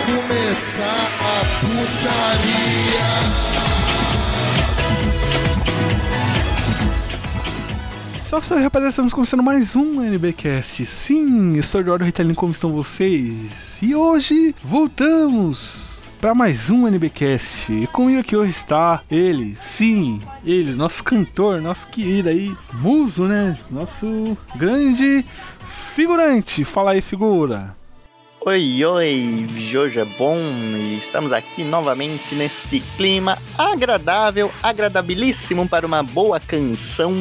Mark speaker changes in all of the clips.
Speaker 1: começar a putaria.
Speaker 2: Salve, salve rapaziada, estamos começando mais um NBcast. Sim, eu sou Eduardo Ritalino, como estão vocês? E hoje voltamos para mais um NBcast. E comigo aqui hoje está ele, sim, ele, nosso cantor, nosso querido aí, muso, né? Nosso grande figurante. Fala aí, figura.
Speaker 3: Oi, oi, hoje é bom e estamos aqui novamente neste clima agradável, agradabilíssimo para uma boa canção.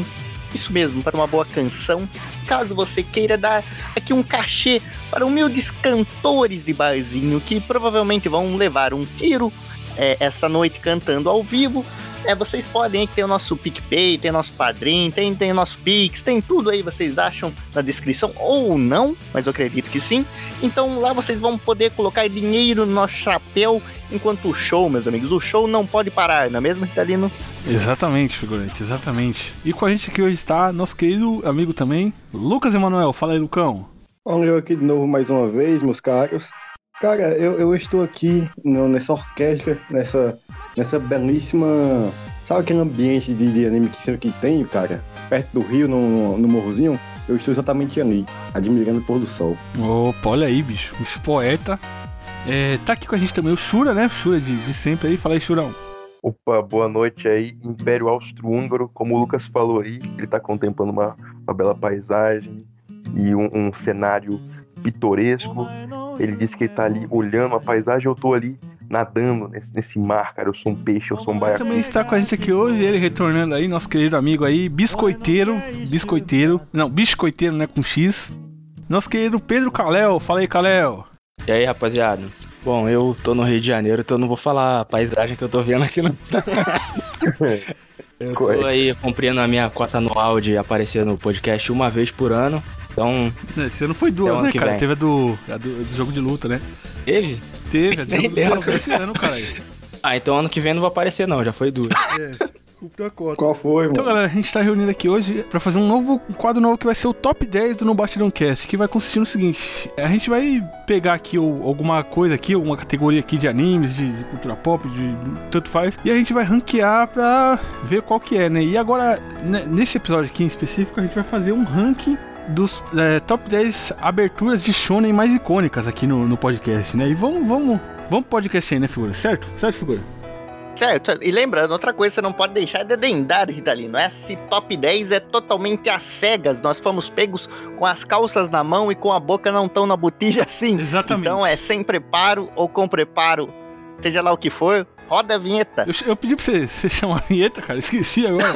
Speaker 3: Isso mesmo, para uma boa canção. Caso você queira dar aqui um cachê para humildes cantores de barzinho que provavelmente vão levar um tiro é, essa noite cantando ao vivo, é, vocês podem aí que tem o nosso PicPay, tem o nosso Padrim, tem, tem o nosso Pix, tem tudo aí, vocês acham na descrição ou não, mas eu acredito que sim. Então lá vocês vão poder colocar dinheiro no nosso chapéu enquanto o show, meus amigos. O show não pode parar, não é mesmo, Ritalino?
Speaker 2: Exatamente, figurante, exatamente. E com a gente aqui hoje está nosso querido amigo também, Lucas Emanuel. Fala aí, Lucão.
Speaker 4: Olha eu aqui de novo mais uma vez, meus caros. Cara, eu, eu estou aqui no- nessa orquestra, nessa, nessa belíssima. Sabe aquele ambiente de, de anime que, que tem, cara? Perto do rio, no, no morrozinho? Eu estou exatamente ali, admirando o pôr do sol.
Speaker 2: Opa, olha aí, bicho. Bicho poeta. É, tá aqui com a gente também o Shura, né? Shura de, de sempre aí. Fala aí, Shurão.
Speaker 5: Opa, boa noite aí, Império Austro-Húngaro. Como o Lucas falou aí, ele tá contemplando uma, uma bela paisagem e um, um cenário pitoresco. Ele disse que ele tá ali olhando a paisagem, eu tô ali nadando nesse, nesse mar, cara. Eu sou um peixe, eu sou um baiacu.
Speaker 2: Também está com a gente aqui hoje, ele retornando aí, nosso querido amigo aí, biscoiteiro. Biscoiteiro. Não, biscoiteiro, né? Com X. Nosso querido Pedro Calel. Fala aí, Calel.
Speaker 6: E aí, rapaziada? Bom, eu tô no Rio de Janeiro, então eu não vou falar a paisagem que eu tô vendo aqui não. eu tô
Speaker 5: Correto.
Speaker 6: aí cumprindo a minha cota anual de aparecer no podcast uma vez por ano. Então,
Speaker 2: Esse ano foi duas,
Speaker 6: É o ano
Speaker 2: né,
Speaker 6: que
Speaker 2: cara?
Speaker 6: vem.
Speaker 2: Teve a do, a do, a do jogo de luta, né?
Speaker 6: teve?
Speaker 2: Teve, a do jogo de
Speaker 6: Nem
Speaker 2: luta
Speaker 6: lembro.
Speaker 2: foi esse ano, cara. É,
Speaker 6: Ah, então ano que vem não vou aparecer não, já foi duas.
Speaker 2: cumpriu a cota.
Speaker 4: Qual foi,
Speaker 2: Então,
Speaker 4: mano?
Speaker 2: galera, a gente tá reunindo aqui hoje pra fazer um novo um quadro novo que vai ser o Top 10 do No Batidão Cast, que vai consistir no seguinte: a gente vai pegar aqui o- alguma coisa aqui, alguma categoria aqui de animes, de, de cultura pop, de tanto faz, e a gente vai ranquear pra ver qual que é, né? E agora, né, nesse episódio aqui em específico, a gente vai fazer um ranking dos é, top 10 aberturas de shonen mais icônicas aqui no, no podcast, né? E vamos, vamos, vamos pro podcast aí, né, figura? Certo? Certo, figura?
Speaker 3: Certo, e lembrando, outra coisa que você não pode deixar é dedendar, Ritalino. Esse top 10 é totalmente às cegas. Nós fomos pegos com as calças na mão e com a boca não tão na botija assim.
Speaker 2: Exatamente.
Speaker 3: Então é sem preparo ou com preparo, seja lá o que for, roda a vinheta.
Speaker 2: Eu, eu pedi pra você, você chamar a vinheta, cara, esqueci agora.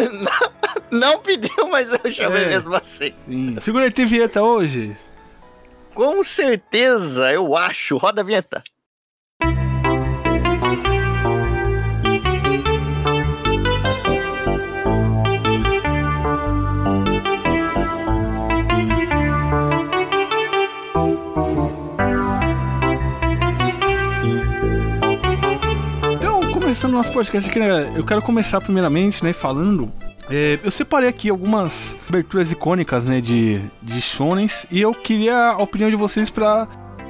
Speaker 3: Não pediu, mas eu chamei
Speaker 2: É.
Speaker 3: mesmo assim.
Speaker 2: Sim. Figura tem vinheta hoje?
Speaker 3: Com certeza, eu acho. Roda a vinheta.
Speaker 2: Então, começando o nosso podcast aqui, né, eu quero começar primeiramente, né, falando. é, eu separei aqui algumas aberturas icônicas, né, de, de shonens, e eu queria a opinião de vocês pra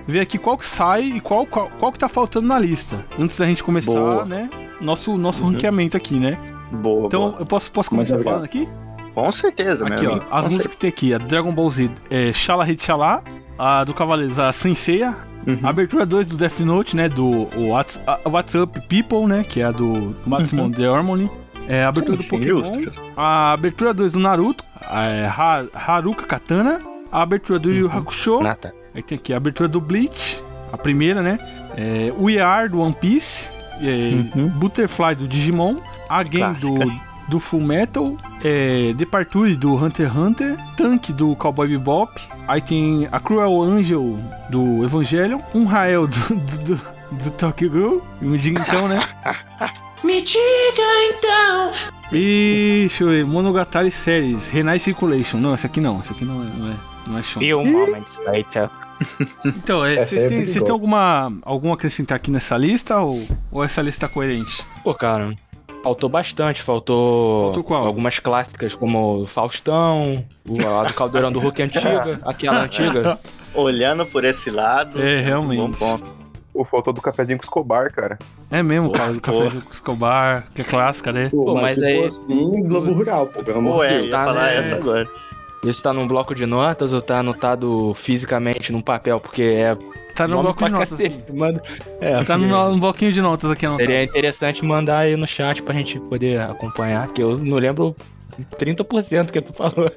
Speaker 2: ver aqui qual que sai e qual, qual, qual que tá faltando na lista. Antes da gente começar,
Speaker 4: Boa.
Speaker 2: né, nosso, nosso ranqueamento aqui, né?
Speaker 3: Uhum. Boa,
Speaker 2: Então, eu posso, posso começar
Speaker 4: Muito
Speaker 2: falando aqui?
Speaker 3: Com certeza,
Speaker 2: Aqui,
Speaker 3: meu
Speaker 2: ó,
Speaker 3: amigo.
Speaker 2: as
Speaker 3: Com
Speaker 2: músicas que tem aqui, a Dragon Ball Z, é, Shala Hit Shala, a do Cavaleiros, a Senseiya,
Speaker 3: certeza.
Speaker 2: A
Speaker 3: Uhum.
Speaker 2: Abertura 2 do Death Note, né? Do o What's, a- What's Up People, né? Que é a do Maximum The Harmony. É, a abertura
Speaker 3: Sim,
Speaker 2: do Pokémon.
Speaker 3: Uhum. assim? justo, justo.
Speaker 2: A abertura 2 do Naruto. a- É, Ha- Haruka Katana. A abertura do Yu Yu Hakusho.
Speaker 6: Nata.
Speaker 2: Aí tem aqui a abertura do Bleach. A primeira, né? É, We Are do One Piece. é,
Speaker 3: Uhum.
Speaker 2: Butterfly do Digimon. A Game do,
Speaker 3: Clássica.
Speaker 2: do Full Metal. É, Departure do Hunter x Hunter. Tank do Cowboy Bebop. Aí tem a Cruel Angel do Evangelion. Um Rael do, do, do, do Tokyo Ghoul. Me diga então, né?
Speaker 7: Me diga então.
Speaker 2: E deixa eu ver. Monogatari Series. Renai Circulation. Não, essa aqui não. Essa aqui não é. Não é. Não é show.
Speaker 6: E um momento later.
Speaker 2: Então, é,
Speaker 4: Essa
Speaker 2: vocês
Speaker 4: é
Speaker 2: têm,
Speaker 4: perigosa.
Speaker 2: vocês têm alguma, alguma a acrescentar aqui nessa lista ou, ou essa lista tá coerente?
Speaker 6: Pô, cara, faltou bastante, faltou,
Speaker 2: Faltou qual?
Speaker 6: algumas clássicas como o Faustão, o- a do Caldeirão do Hulk antiga, aquela antiga.
Speaker 3: Olhando por esse lado.
Speaker 2: É,
Speaker 3: Bom
Speaker 2: realmente.
Speaker 3: ponto.
Speaker 5: Pô, faltou do cafezinho com Escobar, cara.
Speaker 2: É mesmo, cara, do café com Escobar, que é clássica, né?
Speaker 4: Pô,
Speaker 6: Pô,
Speaker 4: mas,
Speaker 6: mas
Speaker 4: se
Speaker 6: aí-
Speaker 4: for assim, Globo Rural, pô, pelo amor
Speaker 3: Pô,
Speaker 4: de
Speaker 3: é,
Speaker 4: Deus.
Speaker 3: ia
Speaker 6: tá,
Speaker 3: falar
Speaker 6: né?
Speaker 3: essa agora.
Speaker 6: Isso tá num bloco de notas ou tá anotado fisicamente num papel? Porque é.
Speaker 2: Tá no
Speaker 6: nome
Speaker 2: bloco de
Speaker 6: pra
Speaker 2: notas.
Speaker 6: cacete, Manda... É,
Speaker 2: Tá
Speaker 6: porque
Speaker 2: no, no bloquinho de notas aqui anotado.
Speaker 6: Seria interessante mandar aí no chat pra gente poder acompanhar, que eu não lembro 30% que tu falou.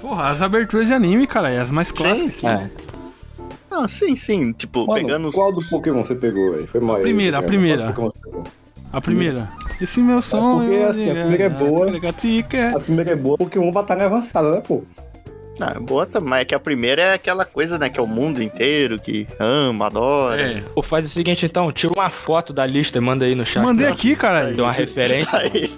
Speaker 2: Porra, as aberturas de anime, cara, é as mais
Speaker 3: Sim,
Speaker 2: clássicas.
Speaker 3: sim.
Speaker 6: É.
Speaker 3: Não, sim, sim. Tipo,
Speaker 4: Mano,
Speaker 3: pegando.
Speaker 4: qual do Pokémon você pegou aí? Foi maior. né?
Speaker 2: primeira, a primeira. A primeira. Esse meu sonho. né? Ah,
Speaker 4: porque, assim, a primeira é boa.
Speaker 2: Tica.
Speaker 4: A primeira é boa, Pokémon batalha avançada, né, pô?
Speaker 3: Ah, boa também, mas é que a primeira é aquela coisa, né? Que é o mundo inteiro que ama, adora.
Speaker 2: É.
Speaker 6: Pô, faz o seguinte então, tira uma foto da lista e manda aí no chat.
Speaker 2: Mandei
Speaker 6: pra-
Speaker 2: aqui, cara.
Speaker 6: Deu uma referência.
Speaker 3: Aí,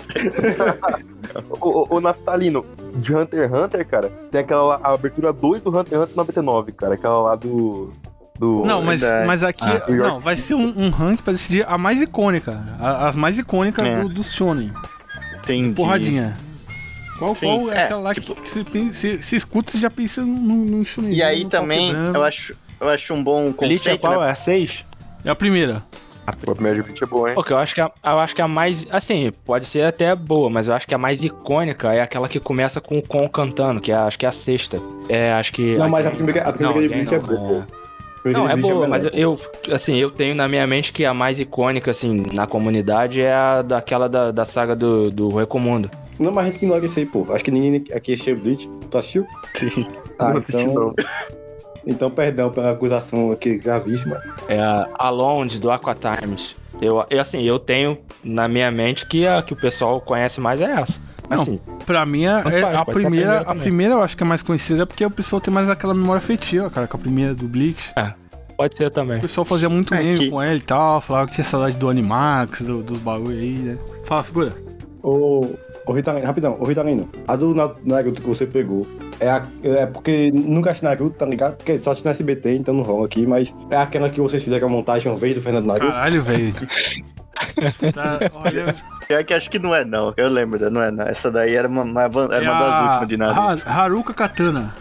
Speaker 5: O, Naftalino, de Hunter x Hunter, cara, tem aquela lá, a abertura 2 do Hunter x Hunter 99, cara. Aquela lá do. do
Speaker 2: Não, mas,
Speaker 3: Verdade.
Speaker 2: mas aqui.
Speaker 6: Ah.
Speaker 2: não, vai ser um, um rank pra decidir a mais icônica. a- as mais icônicas
Speaker 3: É.
Speaker 2: do, do Shonen.
Speaker 3: tem.
Speaker 2: Porradinha. Qual,
Speaker 3: Sim,
Speaker 2: qual é
Speaker 3: é,
Speaker 2: aquela lá
Speaker 3: tipo-
Speaker 2: que, que você, tem, você, você escuta e já pensa num, num tá Shonen?
Speaker 3: E aí
Speaker 2: num
Speaker 3: também,
Speaker 2: Tokidama.
Speaker 3: eu acho, eu acho um bom
Speaker 6: Lista é
Speaker 3: conceito.
Speaker 6: qual?
Speaker 3: Né?
Speaker 6: É a 6?
Speaker 2: É a primeira.
Speaker 5: Pô, a primeira de 20 é boa, hein?
Speaker 6: Porque eu acho que a, eu acho que a mais. Assim, pode ser até boa, mas eu acho que a mais icônica é aquela que começa com o Con cantando, que é, acho que é a sexta. É, acho que.
Speaker 4: Não, mas a primeira, a primeira
Speaker 6: Não,
Speaker 4: de
Speaker 6: Gang
Speaker 4: 20 é
Speaker 6: não,
Speaker 4: boa, pô.
Speaker 6: é. Não,
Speaker 4: Primeira
Speaker 6: é
Speaker 4: de 20
Speaker 6: boa, mas
Speaker 4: melhor.
Speaker 6: eu, assim, eu tenho na minha mente que a mais icônica, assim, na comunidade é a daquela da, da saga do, do Recomundo.
Speaker 4: Não, mas a gente ignora isso aí, pô. Acho que ninguém aqui é assistiu Bleach. Tu assistiu?
Speaker 3: Sim.
Speaker 4: Ah,
Speaker 5: Não assisti,
Speaker 4: então...
Speaker 5: não.
Speaker 4: Então, perdão pela acusação aqui gravíssima.
Speaker 6: É a Alonde do Aqua Times. Eu, eu, assim, eu tenho na minha mente que a que o pessoal conhece mais é essa.
Speaker 2: Não,
Speaker 6: Assim,
Speaker 2: Pra mim, é-
Speaker 6: Tanto
Speaker 2: é
Speaker 6: faz,
Speaker 2: a,
Speaker 6: pode ser a
Speaker 2: primeira,
Speaker 6: primeira
Speaker 2: a
Speaker 6: também.
Speaker 2: primeira eu acho que é mais conhecida porque o pessoal tem mais aquela memória afetiva, cara, com a primeira do Bleach.
Speaker 6: pode ser também.
Speaker 2: O pessoal fazia muito
Speaker 3: É
Speaker 2: meme
Speaker 3: que-
Speaker 2: com ela e tal, falava que tinha saudade do Animax, do- dos bagulho aí, né? Fala, figura.
Speaker 4: Ô, ô Ritalino, rapidão, ô Ritalino, a do Na- Naruto que você pegou é, a, é porque nunca assisti Naruto, tá ligado? Porque só assisti na SBT, então não rola aqui, mas é aquela que vocês fizeram a montagem uma vez do Fernando Naruto.
Speaker 2: Caralho, velho. Tá, olha,
Speaker 3: Pior que acho que não é, não. Eu lembro, da- não é, não. Essa daí era uma, uma, van- era
Speaker 2: é
Speaker 3: uma das últimas de nada.
Speaker 2: Ha- Haruka Katana.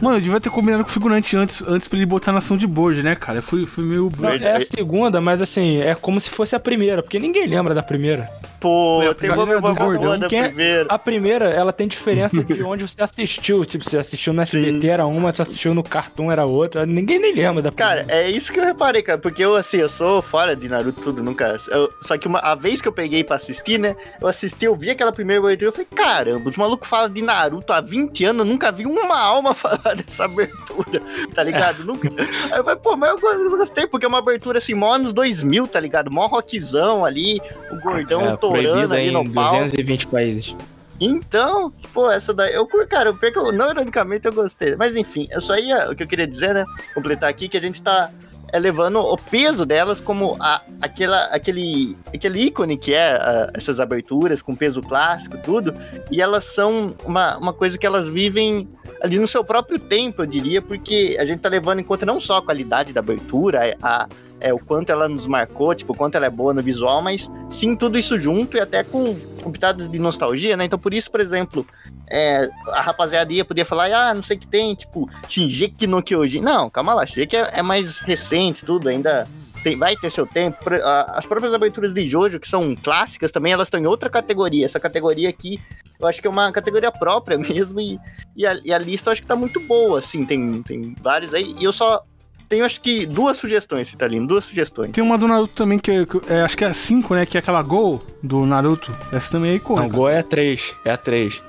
Speaker 2: Mano, eu devia ter combinado com o figurante antes, antes pra ele botar na ação de board, né, cara? Eu fui, fui meio.
Speaker 6: Não,
Speaker 2: burro.
Speaker 3: Verdade.
Speaker 6: é a segunda, mas assim, é como se fosse a primeira, porque ninguém lembra da primeira.
Speaker 3: Pô,
Speaker 2: Foi a
Speaker 3: eu tenho uma
Speaker 2: primeira do
Speaker 3: memória boa
Speaker 2: Gordão,
Speaker 3: da
Speaker 6: que é-
Speaker 3: primeira.
Speaker 6: A primeira, ela tem diferença de onde você assistiu. Tipo, você assistiu no SBT
Speaker 3: Sim.
Speaker 6: era uma, você assistiu no Cartoon era outra. Ninguém nem lembra da
Speaker 3: Cara, é isso que eu reparei, cara, porque eu, assim, eu sou fora de Naruto tudo, nunca... eu- só que uma, a vez que eu peguei pra assistir, né, eu assisti, eu vi aquela primeira abertura, eu falei, caramba, os malucos falam de Naruto há 20 anos, eu nunca vi uma alma falar dessa abertura, tá
Speaker 6: É.
Speaker 3: ligado? Nunca. Aí eu falei, pô, mas eu go- eu gostei, porque é uma abertura, assim, mó anos 2000, tá ligado? Mó rockzão ali, o gordão
Speaker 6: é,
Speaker 3: torando
Speaker 6: proibida
Speaker 3: um ali
Speaker 6: em
Speaker 3: no pau.
Speaker 6: 220 países.
Speaker 3: Então, pô, essa daí. Eu, cur- cara, eu perco, não ironicamente eu gostei. Mas enfim, eu só ia. O que eu queria dizer, né? Completar aqui que a gente tá elevando o peso delas como a, aquela, aquele, aquele ícone que é ah, essas aberturas com peso clássico, tudo. E elas são uma, uma coisa que elas vivem ali no seu próprio tempo, eu diria, porque a gente tá levando em conta não só a qualidade da abertura, a. é, o quanto ela nos marcou, tipo, o quanto ela é boa no visual, mas sim tudo isso junto e até com com pitadas um de nostalgia, né? Então, por isso, por exemplo, é, a rapaziada ia poder falar, ah, não sei o que tem, tipo, Shinjeki no Kyojin. Não, calma lá, Shinjeki é, é mais recente, tudo, ainda tem- vai ter seu tempo. Por- a- As próprias aberturas de Jojo, que são clássicas também, elas estão em outra categoria. Essa categoria aqui, eu acho que é uma categoria própria mesmo, e, e, a, e a lista eu acho que tá muito boa, assim, tem, tem vários aí, e eu só tenho, acho que, duas sugestões, Citalino, duas sugestões.
Speaker 2: Tem uma do Naruto também, que, é- que é- acho que é a 5, né? Que é aquela Gol do Naruto. Essa também é
Speaker 6: Não,
Speaker 2: icônica.
Speaker 6: Gol é a 3. É a 3.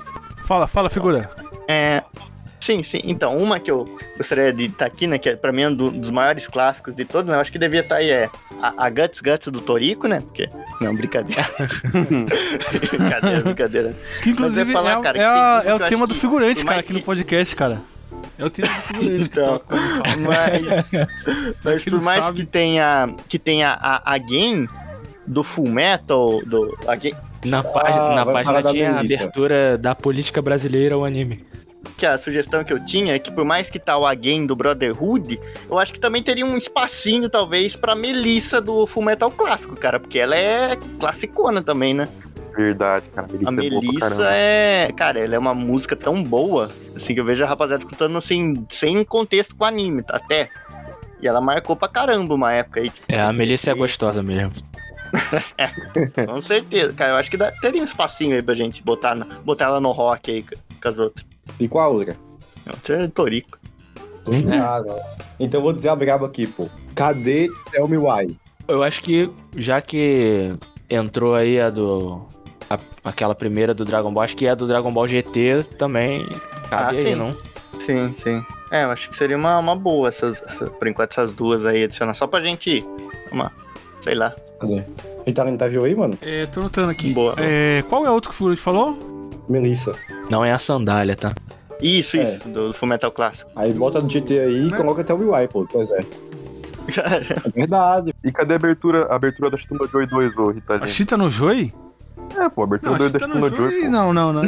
Speaker 2: Fala, fala, figura.
Speaker 3: É, sim, sim. Então, uma que eu gostaria de estar aqui, né? Que é, pra mim é um do- dos maiores clássicos de todos, né? Eu acho que devia estar aí, é a, a Guts Guts do Torico, né? Porque. Não, brincadeira. brincadeira, brincadeira.
Speaker 2: Que inclusive
Speaker 3: falar,
Speaker 2: é, a-
Speaker 3: cara,
Speaker 2: é
Speaker 3: que tem
Speaker 2: a-
Speaker 3: tudo
Speaker 2: é
Speaker 3: que
Speaker 2: o
Speaker 3: eu
Speaker 2: tema
Speaker 3: acho
Speaker 2: do
Speaker 3: que-
Speaker 2: figurante,
Speaker 3: por
Speaker 2: cara,
Speaker 3: mais
Speaker 2: aqui no
Speaker 3: que-
Speaker 2: podcast, cara. É o tema do figurante.
Speaker 3: Então, mas. Mas
Speaker 2: que
Speaker 3: por
Speaker 2: não
Speaker 3: mais
Speaker 2: sabe.
Speaker 3: que tenha, que tenha a, a game do Full Metal, do. a game-
Speaker 6: Na, página na
Speaker 4: vai falar
Speaker 6: página
Speaker 4: da
Speaker 6: tinha a
Speaker 4: Melissa.
Speaker 6: abertura da política brasileira ao anime.
Speaker 3: que a sugestão que eu tinha é que por mais que tá o Again do Brotherhood, eu acho que também teria um espacinho, talvez, pra Melissa do Fullmetal Clássico, cara, porque ela é classicona também, né?
Speaker 5: Verdade, cara. Melissa
Speaker 3: A
Speaker 5: é boa pra
Speaker 3: Melissa
Speaker 5: caramba.
Speaker 3: é. Cara, ela é uma música tão boa, assim, que eu vejo a rapaziada escutando assim, sem contexto com anime, até. E ela marcou pra caramba uma época aí. tipo,
Speaker 6: É, a Melissa é gostosa mesmo.
Speaker 3: Com certeza, cara. Eu acho que dá- teria um espacinho aí pra gente botar, na- botar ela no rock aí com com as outras.
Speaker 4: E qual a outra?
Speaker 3: Não, Você é Torico.
Speaker 5: Uhum.
Speaker 4: Ah, não. Então eu vou dizer a braba aqui, pô. Cadê Tell Me Why?
Speaker 6: Eu acho que, já que entrou aí a do. a- aquela primeira do Dragon Ball, acho que é a do Dragon Ball GT também. Cabe
Speaker 3: Ah,
Speaker 6: aí,
Speaker 3: sim.
Speaker 6: não?
Speaker 3: Sim, sim. É, eu acho que seria uma, uma boa essas, essa- por enquanto essas duas aí adicionar. Só pra gente. Uma. Sei lá.
Speaker 4: Cadê? Ele tá no interview aí, mano?
Speaker 2: É, tô anotando aqui.
Speaker 3: Boa.
Speaker 2: É, qual é a outra que o Furuji falou?
Speaker 4: Melissa.
Speaker 6: Não é a sandália, tá?
Speaker 3: Isso,
Speaker 4: É.
Speaker 3: isso, do, do Fullmetal Clássico.
Speaker 4: Aí bota no GT aí e
Speaker 2: Né?
Speaker 4: coloca Tell Me Why, pô. Pois é.
Speaker 3: Cara,
Speaker 4: É verdade.
Speaker 5: E cadê a abertura, a abertura da Chituma Joy 2, ô Rita?
Speaker 2: A
Speaker 5: Gente?
Speaker 2: Chita no Joy?
Speaker 5: É, pô, a abertura
Speaker 2: Não, a
Speaker 5: da
Speaker 2: Chita no
Speaker 5: Chituma Joy.
Speaker 2: Joy.
Speaker 5: pô.
Speaker 2: Não, não, não.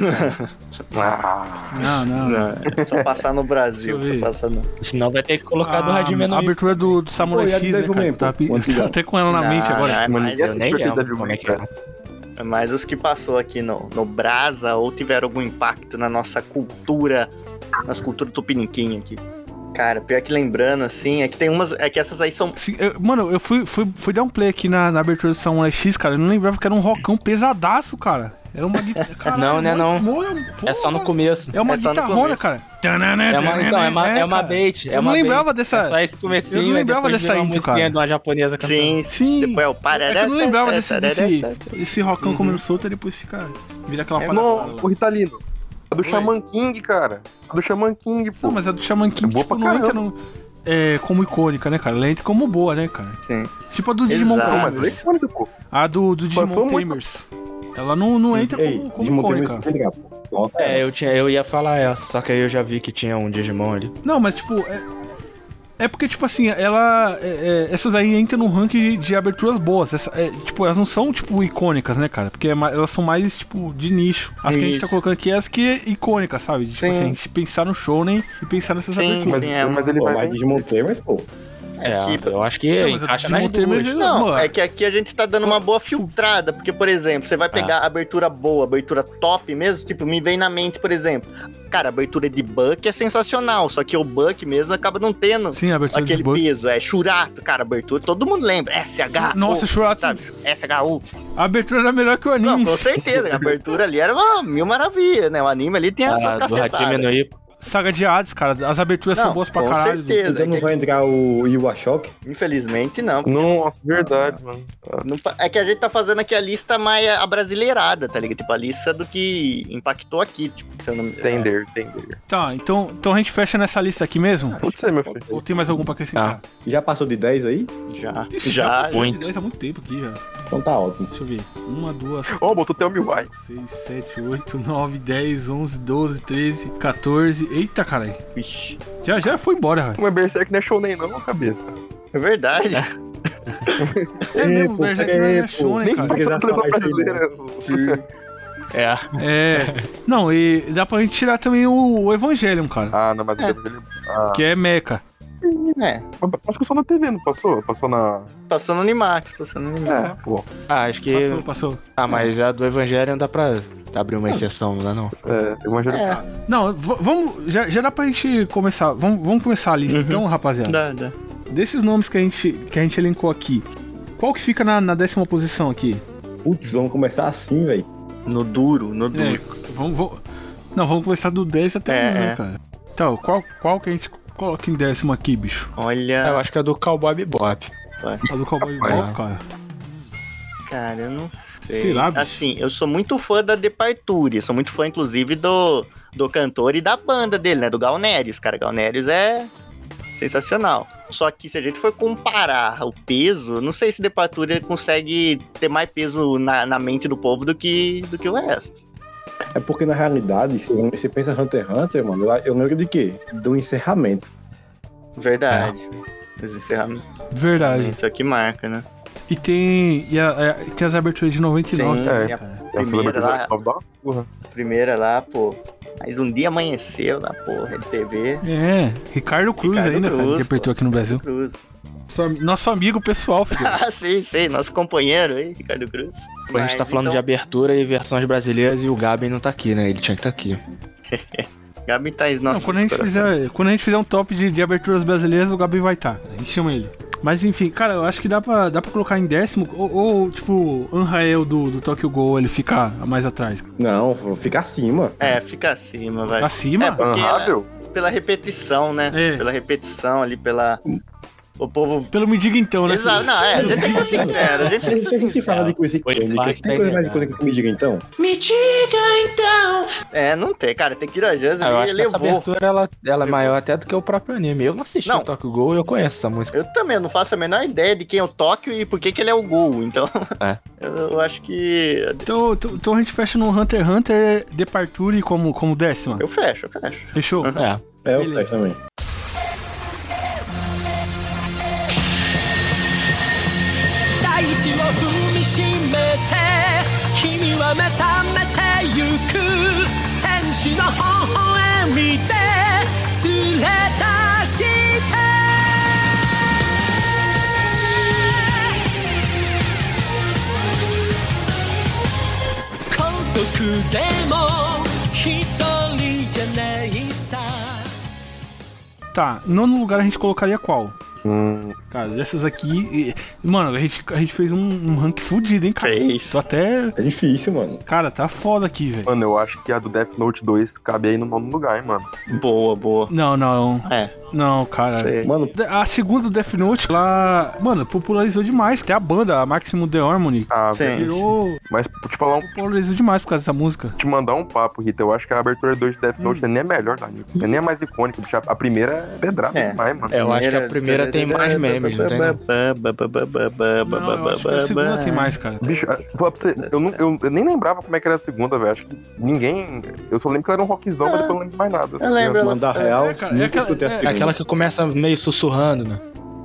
Speaker 5: Ah,
Speaker 2: Não, não. não.
Speaker 3: não, é só passar no Brasil.
Speaker 2: Deixa eu ver.
Speaker 3: Só passar no...
Speaker 6: Senão vai ter que colocar do
Speaker 2: A-
Speaker 6: Radimeno.
Speaker 2: Ah, a abertura do, do Samurai
Speaker 4: Pô, e a
Speaker 2: X, né,
Speaker 4: Devil
Speaker 2: cara?
Speaker 4: Man,
Speaker 2: Eu tava,
Speaker 4: pô,
Speaker 2: eu tava até com ela na
Speaker 3: Não,
Speaker 2: mente
Speaker 3: não,
Speaker 2: agora.
Speaker 3: é mais,
Speaker 5: Mas-
Speaker 3: eu-
Speaker 6: Nem
Speaker 5: Porque
Speaker 6: lembro
Speaker 5: Devil
Speaker 6: como é
Speaker 5: May,
Speaker 6: que é.
Speaker 3: é mais os que passou aqui no, no Brasa ou tiveram algum impacto na nossa cultura, nas culturas tupiniquim aqui. Cara, pior que lembrando, assim, é que tem umas. É que essas aí são.
Speaker 2: Sim, eu- mano, eu fui, fui, fui dar um play aqui na, na abertura do Samurai X, cara. Eu não lembrava que era um rockão pesadaço, cara. Era uma guitarra.
Speaker 6: Não, né, não.
Speaker 2: é,
Speaker 6: É só no começo.
Speaker 2: É uma
Speaker 3: É só no
Speaker 2: guitarrona,
Speaker 3: começo.
Speaker 2: cara.
Speaker 6: É uma, então, é uma, é uma bait.
Speaker 2: Eu
Speaker 6: É
Speaker 2: não
Speaker 6: uma bait.
Speaker 2: lembrava dessa.
Speaker 6: É só esse comecinho.
Speaker 2: Eu não
Speaker 6: aí
Speaker 2: lembrava
Speaker 6: depois
Speaker 2: dessa
Speaker 6: vira uma
Speaker 2: intro,
Speaker 6: musiquinha
Speaker 2: cara.
Speaker 6: de uma japonesa cantando.
Speaker 3: Sim,
Speaker 2: Sim.
Speaker 3: Depois é o
Speaker 2: É
Speaker 3: parará.
Speaker 2: que eu não lembrava desse, desse
Speaker 3: tarará,
Speaker 2: esse rockão
Speaker 3: Uhum.
Speaker 2: comendo solto e depois fica. Vira aquela
Speaker 3: É,
Speaker 2: palhaçada
Speaker 5: não,
Speaker 2: lá.
Speaker 5: o Ritalino. A do
Speaker 2: Oi.
Speaker 5: Shaman King, cara. A do Shaman King, pô.
Speaker 2: Não, mas a do Shaman King
Speaker 5: É boa
Speaker 2: tipo,
Speaker 5: pra
Speaker 2: não entra no, é, como icônica, né, cara? Ela entra como boa, né, cara?
Speaker 3: Sim.
Speaker 2: Tipo a do Digimon
Speaker 3: Exato.
Speaker 5: Não, mas
Speaker 2: Tamers.
Speaker 5: ela é icônica, pô.
Speaker 2: A do, do
Speaker 5: Passou
Speaker 2: Digimon
Speaker 5: muito.
Speaker 2: Tamers. Ela não, não entra
Speaker 4: Ei,
Speaker 2: como, como
Speaker 4: desmontei meu
Speaker 2: icônica.
Speaker 4: Instagram, pô. Coloca ela.
Speaker 6: É, eu, tinha, eu ia falar essa, só que aí eu já vi que tinha um Digimon ali.
Speaker 2: Não, mas tipo. É... É porque, tipo assim, ela. é, é, essas aí entram num ranking de, de aberturas boas. Essa- é, tipo, elas não são, tipo, icônicas, né, cara? Porque é ma- elas são mais, tipo, de nicho. As que a gente tá
Speaker 3: Isso.
Speaker 2: colocando aqui é as que é icônicas, sabe? Tipo
Speaker 3: Sim.
Speaker 2: assim, a gente pensar no shonen e pensar nessas
Speaker 3: Sim,
Speaker 2: aberturas.
Speaker 5: Mas,
Speaker 3: Sim, é,
Speaker 5: mas ele
Speaker 4: Pô,
Speaker 5: vai.
Speaker 4: mas desmontei, mas, pô.
Speaker 6: É,
Speaker 3: que-
Speaker 6: eu acho que
Speaker 2: Não, mas a do
Speaker 6: encaixa
Speaker 2: Digimon
Speaker 6: nas duas.
Speaker 2: Tamers,
Speaker 3: Não,
Speaker 2: mano,
Speaker 3: é que aqui a gente tá dando uma boa filtrada, porque, por exemplo,
Speaker 2: Ah.
Speaker 3: você vai pegar a abertura boa, abertura top mesmo, tipo, me vem na mente, por exemplo, cara, a abertura de Buck é sensacional, só que o Buck mesmo acaba não tendo
Speaker 2: Sim, a abertura
Speaker 3: aquele
Speaker 2: de Buck.
Speaker 3: peso, é Churato, cara, abertura, todo mundo lembra, SH,
Speaker 2: Nossa, Shurato.
Speaker 3: sabe, SHU,
Speaker 2: A abertura era melhor que o
Speaker 3: não,
Speaker 2: anime.
Speaker 3: com certeza, a abertura ali era uma mil maravilha, né, o anime ali
Speaker 2: é
Speaker 3: tem as suas
Speaker 6: Ah, do
Speaker 3: cacetadas.
Speaker 6: Radimeno aí.
Speaker 2: Saga de Hades, cara. As aberturas são
Speaker 3: Não,
Speaker 2: boas pra
Speaker 3: com
Speaker 2: caralho.
Speaker 3: certeza.
Speaker 4: Então não vai entrar o Iwashok?
Speaker 3: Infelizmente não,
Speaker 5: Nossa, verdade, mano.
Speaker 3: Não pa- é que a gente tá fazendo aqui a lista mais abrasileirada, tá ligado? Tipo, a lista do que impactou aqui, tipo, se eu não...
Speaker 5: Entender, entender.
Speaker 2: Tá, então, então a gente fecha nessa lista aqui mesmo?
Speaker 5: Pode ser, meu filho.
Speaker 2: Ou tem mais algum pra acrescentar?
Speaker 4: Já passou de 10 aí?
Speaker 3: Ah. Já,
Speaker 2: Ixi,
Speaker 3: já.
Speaker 2: passou de
Speaker 6: muito.
Speaker 2: 10 há muito tempo aqui já.
Speaker 4: Então tá ótimo.
Speaker 2: Deixa eu ver. 1, 2,
Speaker 5: Ó, botou até o Miwai.
Speaker 2: 5, 6, 7, 8, 9, 10, 11, 12, 13, 14. Eita, caralho.
Speaker 3: Ixi,
Speaker 2: Já já foi embora, velho.
Speaker 5: Mas Berserk não é shonen não, cabeça.
Speaker 3: é verdade.
Speaker 2: É mesmo,
Speaker 4: pô,
Speaker 2: velho. Já que não
Speaker 4: é,
Speaker 2: é
Speaker 4: pô.
Speaker 2: shonen,
Speaker 5: Nem
Speaker 2: cara.
Speaker 5: passa
Speaker 4: Exato,
Speaker 5: pela
Speaker 4: vai ser
Speaker 5: brasileira.
Speaker 6: É,
Speaker 2: É. Não, e dá pra gente tirar também o, o Evangelion, cara.
Speaker 5: Ah, não, mas
Speaker 3: É.
Speaker 5: ele... Ah,
Speaker 2: Que é Mecha.
Speaker 3: É,
Speaker 5: mas passou na TV, não passou? Passou na...
Speaker 3: passou no Animax, passou no Animax.
Speaker 5: É, pô.
Speaker 6: ah, acho que.
Speaker 2: Passou, passou.
Speaker 6: Ah, mas a do Evangelion dá pra abrir uma exceção, não dá não?
Speaker 5: É, Evangelho...
Speaker 3: É,
Speaker 2: Não, v- vamos. Já, já dá pra gente começar. Vamos, vamos começar a lista
Speaker 3: Uhum.
Speaker 2: então, rapaziada.
Speaker 3: dá, dá.
Speaker 2: Desses nomes que a gente, que a gente elencou aqui, qual que fica na, na décima posição aqui?
Speaker 4: Putz, vamos começar assim, velho.
Speaker 3: No duro, no duro.
Speaker 2: É, vamos, vamos- Não, vamos começar do 10 até
Speaker 3: É,
Speaker 2: o 1,
Speaker 3: é.
Speaker 2: cara. Então, qual, qual que a gente coloca em décimo aqui, bicho?
Speaker 6: Eu
Speaker 3: Olha,
Speaker 6: acho que é do Cowboy Bebop.
Speaker 2: A do Cowboy
Speaker 5: Rapaz.
Speaker 2: Bebop, cara.
Speaker 3: cara, eu não sei.
Speaker 2: Sei lá, bicho.
Speaker 3: Assim, eu sou muito fã da Departure, sou muito fã, inclusive, do, do cantor e da banda dele, né? Do Galnerius, cara. Galnerius é sensacional. Só que se a gente for comparar o peso, não sei se Departure consegue ter mais peso na, na mente do povo do que, do que o resto.
Speaker 4: É porque na realidade, se você pensa Hunter x Hunter, mano, eu- eu lembro de quê? Do encerramento.
Speaker 3: Verdade.
Speaker 2: É.
Speaker 3: Os encerramentos
Speaker 2: Verdade.
Speaker 3: é o que marca, né?
Speaker 2: E tem. E a- a- e tem as aberturas de 99.
Speaker 3: Sim,
Speaker 2: né,
Speaker 5: é.
Speaker 2: cara?
Speaker 5: Essa
Speaker 3: Primeira
Speaker 5: da-
Speaker 3: lá,
Speaker 5: da- da- Porra.
Speaker 3: primeira lá, pô. Mas um dia amanheceu na porra de TV.
Speaker 2: É, Ricardo Cruz
Speaker 3: Ricardo
Speaker 2: ainda, cara,
Speaker 3: Cruz,
Speaker 2: que apertou aqui no Brasil.
Speaker 3: Cruz.
Speaker 2: Só- Nosso amigo pessoal, filho.
Speaker 3: Ah, sim, sim, nosso companheiro aí, Ricardo Cruz. então,
Speaker 6: Pô, tá a gente tá falando de abertura e versões brasileiras e o Gaben não tá aqui, né? Ele tinha que tá aqui.
Speaker 3: Gabi tá aí,
Speaker 2: Não,
Speaker 3: nossa.
Speaker 2: quando a, gente
Speaker 3: coração.
Speaker 2: fizer, quando a gente fizer um top de, de aberturas brasileiras, o Gabi vai estar. A gente chama ele. Mas enfim, cara, eu acho que dá pra, dá pra colocar em décimo. Ou, ou, tipo, Anrael do, do Tokyo Gol ele fica mais atrás.
Speaker 4: Não, fica acima.
Speaker 3: É, fica acima, vai.
Speaker 2: Acima?
Speaker 3: É, porque
Speaker 5: Unravel?
Speaker 3: pela repetição, né?
Speaker 2: É.
Speaker 3: Pela repetição ali, pela. O povo.
Speaker 2: Pelo me diga então, né?
Speaker 3: Exato, não, é, a gente tem que ser sincero, a gente tem que ser
Speaker 4: Tem que falar
Speaker 3: sincero.
Speaker 4: de coisa
Speaker 6: Foi
Speaker 4: icônica.
Speaker 6: parte
Speaker 4: Tem
Speaker 6: da
Speaker 4: coisa mais
Speaker 6: ideia.
Speaker 2: né?
Speaker 4: icônica que me diga então?
Speaker 7: Me diga então.
Speaker 3: É, não tem, cara, tem que ir às vezes
Speaker 6: Ah, eu
Speaker 3: e
Speaker 6: acho que essa
Speaker 3: levou.
Speaker 6: abertura ela, ela é
Speaker 3: Levou.
Speaker 6: maior até do que o próprio anime. Eu não assisti
Speaker 3: Não.
Speaker 6: o Tokyo Ghoul e eu conheço essa música.
Speaker 3: Eu também não faço a menor ideia de quem é o Tóquio e por que, que ele é o Gol, então.
Speaker 6: É.
Speaker 3: Eu acho que.
Speaker 2: Então, então, então a gente fecha no Hunter x Hunter Departure como, como décima.
Speaker 3: Eu fecho, eu fecho.
Speaker 2: Fechou?
Speaker 6: É.
Speaker 4: É, eu
Speaker 2: Beleza.
Speaker 4: sei também.
Speaker 2: Tá, nono lugar a gente colocaria qual?
Speaker 5: Hum,
Speaker 2: Cara, essas aqui. e- Mano, a gente, a gente fez um, um rank fudido, hein, cara?
Speaker 3: Fez.
Speaker 2: Tô até.
Speaker 4: É difícil, mano.
Speaker 2: Cara, tá foda aqui, velho.
Speaker 5: mano, eu acho que a do Death Note 2 cabe aí no nono lugar, hein, mano.
Speaker 3: Boa, boa.
Speaker 2: Não, não.
Speaker 3: É.
Speaker 2: Não, cara.
Speaker 3: Sei.
Speaker 4: Mano,
Speaker 2: A segunda do Death Note, ela. Mano, popularizou demais. Até a banda, a Maximum The Harmony.
Speaker 5: Ah,
Speaker 3: Sim.
Speaker 5: velho.
Speaker 2: Virou.
Speaker 5: Mas vou te falar um.
Speaker 2: Popularizou demais por causa dessa música.
Speaker 5: Te mandar um papo, Rita. Eu acho que a abertura 2 de Death Note
Speaker 3: Hum.
Speaker 5: nem é melhor, tá, amigo? Nem é mais icônica, bicho. A primeira é pedrada
Speaker 3: É.
Speaker 5: demais, mano.
Speaker 6: Eu acho que a primeira tem mais memes, né? não tem? não?
Speaker 2: Não, eu acho que
Speaker 3: é
Speaker 2: a segunda tem mais, cara.
Speaker 5: Bicho, ah, vou falar pra você, eu, não, eu, eu nem lembrava como é que era a segunda, velho. Acho que ninguém. Eu só lembro que ela era um rockzão, mas depois eu não lembro mais nada. tá
Speaker 3: Eu lembro, ela-
Speaker 4: mandar real,
Speaker 2: é, cara, é
Speaker 4: nunca
Speaker 2: aquela-
Speaker 4: escutei a
Speaker 2: é
Speaker 4: segunda.
Speaker 6: É aquela que começa meio sussurrando, né?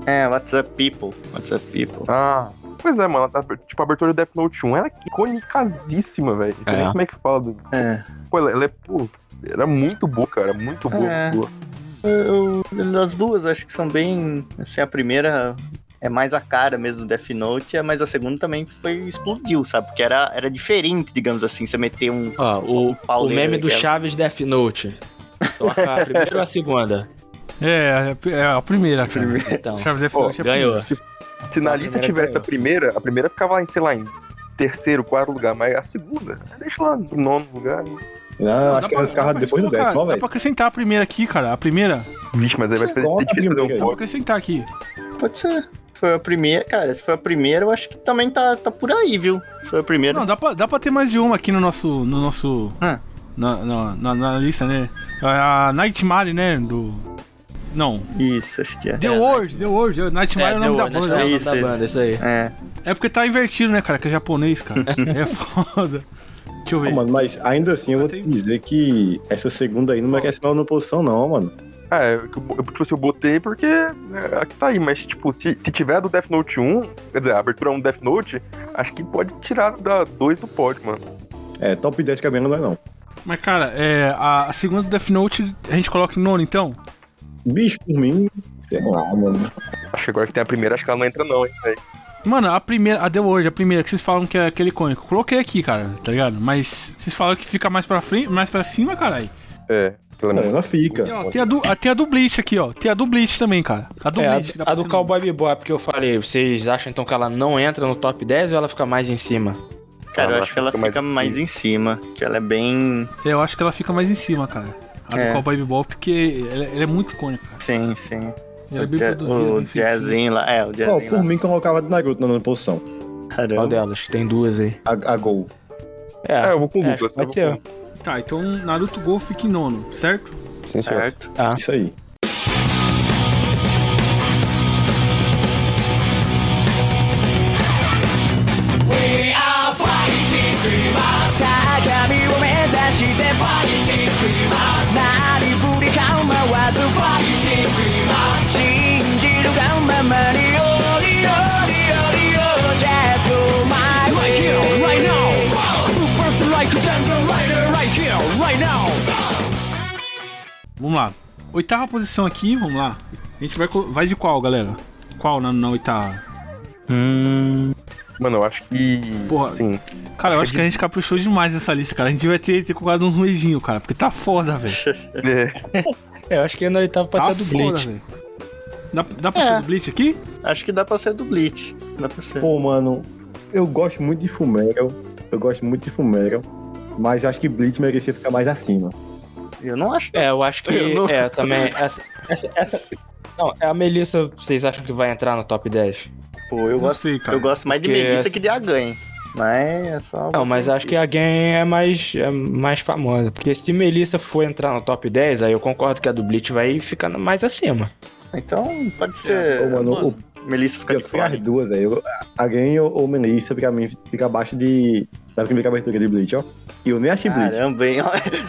Speaker 3: É, WhatsApp People. WhatsApp
Speaker 2: tipo.
Speaker 3: People.
Speaker 5: Ah. Pois é, mano, ela tá- tipo, a abertura do Death Note 1 era iconicasíssima, velho. Não sei
Speaker 6: É.
Speaker 5: nem como é que fala. do-
Speaker 3: É.
Speaker 5: Pô, ela, ela é, pô, era muito boa, cara, muito boa.
Speaker 3: É.
Speaker 5: boa.
Speaker 3: Eu, as duas acho que são bem. Assim, a primeira é mais a cara mesmo do Death Note, é, mas a segunda também foi explodiu, sabe? Porque era, era diferente, digamos assim, você meter um.
Speaker 6: Ó, o, é- o
Speaker 3: Pauleira
Speaker 6: meme do
Speaker 3: daquela.
Speaker 6: Chaves Death Note. Toca a primeira ou a segunda?
Speaker 2: É, é, é a primeira, cara.
Speaker 6: Então,
Speaker 2: Chaves Death
Speaker 5: Ó,
Speaker 2: Note é a primeira.
Speaker 6: ganhou.
Speaker 5: Se na
Speaker 3: A
Speaker 5: lista
Speaker 3: primeira
Speaker 5: tivesse
Speaker 3: ganhou.
Speaker 5: a primeira, a primeira ficava lá em, sei lá, em terceiro, quarto lugar, mas a segunda, deixa lá no nono lugar.
Speaker 4: Não,
Speaker 2: Dá
Speaker 4: acho que
Speaker 2: pra-
Speaker 4: ela ficava
Speaker 2: dá pra
Speaker 4: depois do
Speaker 2: colocar-
Speaker 4: décimo, ó,
Speaker 2: Dá
Speaker 4: velho.
Speaker 2: pra acrescentar a primeira aqui, cara. A primeira. Dá
Speaker 5: Vixe, mas aí vai ser
Speaker 4: Coloca a
Speaker 5: difícil fazer um
Speaker 4: primeira.
Speaker 2: pra
Speaker 5: voto.
Speaker 2: acrescentar aqui.
Speaker 3: Pode ser. Foi a primeira, cara, se foi a primeira, eu acho que também tá, tá por aí, viu? Foi a primeira.
Speaker 2: Não, dá pra, dá pra ter mais de uma aqui no nosso. No nosso
Speaker 3: Ah.
Speaker 2: na, na, na- na lista, né? A Nightmare, né? Do. Não.
Speaker 3: Isso, acho que é.
Speaker 2: The
Speaker 6: É,
Speaker 2: World, The World. Nightmare é, o nome da banda.
Speaker 6: É o
Speaker 2: né?
Speaker 6: nome
Speaker 3: Isso,
Speaker 6: da
Speaker 3: isso.
Speaker 6: banda, isso aí.
Speaker 3: É.
Speaker 2: É porque tá invertido, né, cara? Que é japonês, cara. é foda. Deixa eu ver.
Speaker 4: Ó, mano, mas ainda assim eu vou te
Speaker 2: Tem-
Speaker 4: dizer que essa segunda aí não merece nova posição, não, ó, mano.
Speaker 5: Ah, É, que eu, eu, tipo assim, eu botei porque é, aqui tá aí, mas tipo, se, se tiver a do Death Note 1, quer dizer, a abertura 1 do Death Note, acho que pode tirar da 2 do pódio, mano.
Speaker 4: É, top 10 cabelo não é não.
Speaker 2: Mas, cara, é, a, a segunda do Death Note a gente coloca em nono, então?
Speaker 4: Bicho, por mim, sei lá, mano.
Speaker 5: Acho que agora que tem a primeira, acho que ela não entra não, hein, velho.
Speaker 2: Mano, a primeira, a The World, a primeira que vocês falam que é aquele icônico. Eu Coloquei aqui, cara, tá ligado? Mas vocês falam que fica mais pra frente, mais pra cima, caralho.
Speaker 5: É, pelo
Speaker 4: Não,
Speaker 5: menos.
Speaker 4: ela fica.
Speaker 2: E, ó, tem, a do, a- tem a do Bleach aqui, ó. Tem a do Bleach também, cara. A do
Speaker 6: É, a,
Speaker 2: Bleach. que dá pra
Speaker 6: a do
Speaker 2: ser
Speaker 6: Cowboy Bebop que eu falei, vocês acham então que ela não entra no top 10 ou ela fica mais em cima?
Speaker 3: Cara,
Speaker 5: Ah,
Speaker 3: eu acho que ela fica mais em cima. Que ela é bem.
Speaker 2: no- É, eu acho que ela fica mais em cima, cara. A
Speaker 3: É.
Speaker 2: do Cowboy Bebop, porque ela, ela é muito icônica, cara.
Speaker 3: Sim, sim.
Speaker 2: Ela é
Speaker 3: O
Speaker 2: bem
Speaker 3: ja-
Speaker 2: produzida.
Speaker 3: o
Speaker 2: bem feitinha.
Speaker 3: jazzinho lá. É, o
Speaker 4: Ó,
Speaker 3: jazzinho
Speaker 4: por
Speaker 3: lá.
Speaker 4: mim colocava a do Naruto na nova posição.
Speaker 6: Qual
Speaker 3: Caramba.
Speaker 6: delas? Tem duas aí.
Speaker 4: A, a gol.
Speaker 5: É, eu vou com o Lucas.
Speaker 6: pode ser.
Speaker 2: Tá, então Naruto Gol fica em nono, certo?
Speaker 5: Sim, senhor.
Speaker 3: Certo.
Speaker 6: Ah,
Speaker 4: Isso aí.
Speaker 2: Vamos lá. Oitava posição aqui, vamos lá. A gente vai, co- vai de qual, galera? Qual na, na oitava?
Speaker 3: Hum.
Speaker 5: Mano, eu acho que.
Speaker 2: Porra.
Speaker 5: Sim.
Speaker 2: Cara, eu acho que a gente caprichou demais nessa lista, cara. A gente vai ter, ter colocado uns ruizinhos, cara, porque tá foda, velho.
Speaker 5: É,
Speaker 6: É, eu acho que na oitava pode
Speaker 2: Tá
Speaker 6: ser do Blitz.
Speaker 2: velho. Dá, dá pra
Speaker 3: É.
Speaker 2: ser do Blitz aqui?
Speaker 3: Acho que dá pra ser do Blitz. Dá pra ser.
Speaker 4: Pô, mano, eu gosto muito de Fumero. Eu gosto muito de Fumero. Mas acho que Blitz merecia ficar mais acima.
Speaker 3: Eu não acho.
Speaker 6: É, eu acho que.
Speaker 3: Eu não-
Speaker 6: É, também. Essa, essa, essa- Não, é a Melissa, vocês acham que vai entrar no top 10?
Speaker 3: Pô, eu
Speaker 2: Não
Speaker 3: gosto.
Speaker 2: sei, cara.
Speaker 3: Eu gosto mais de
Speaker 6: Porque-
Speaker 3: Melissa que de Agan. Mas é só.
Speaker 6: Não, mas acho que a Gain é mais, é mais famosa. Porque se Melissa for entrar no top 10, aí eu concordo que a do Blitz vai ficando mais acima.
Speaker 3: Então, pode ser.
Speaker 4: Pô, mano,
Speaker 2: mano.
Speaker 4: o
Speaker 3: Melissa É, fica de
Speaker 4: Pra as
Speaker 3: fora.
Speaker 4: duas aí, eu- alguém ou, ou Melissa, pra mim, fica abaixo de, da primeira abertura de Bleach, ó. E eu nem achei Bleach.
Speaker 3: Caramba, hein?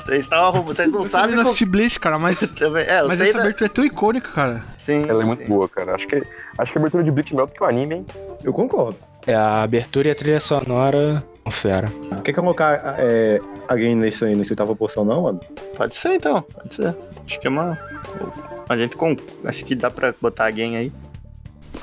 Speaker 3: Vocês, estavam, vocês não
Speaker 2: Eu também
Speaker 3: sabem.
Speaker 2: não
Speaker 3: como-
Speaker 2: assisti Blitz, cara, mas.
Speaker 3: Também- É, eu
Speaker 2: Mas
Speaker 3: sei
Speaker 2: essa
Speaker 3: da-
Speaker 2: abertura é tão icônica, cara.
Speaker 3: Sim,
Speaker 5: ela é muito
Speaker 3: sim.
Speaker 5: boa, cara. Acho que, acho que a abertura de Bleach é melhor do que o anime, hein?
Speaker 4: Eu concordo.
Speaker 6: É, a abertura e a trilha sonora. são Fera.
Speaker 4: Quer colocar é, alguém nesse aí, nesse oitava posição, não, mano?
Speaker 3: Pode ser então, pode ser. Acho que é uma. A gente com. Acho que dá pra botar alguém aí.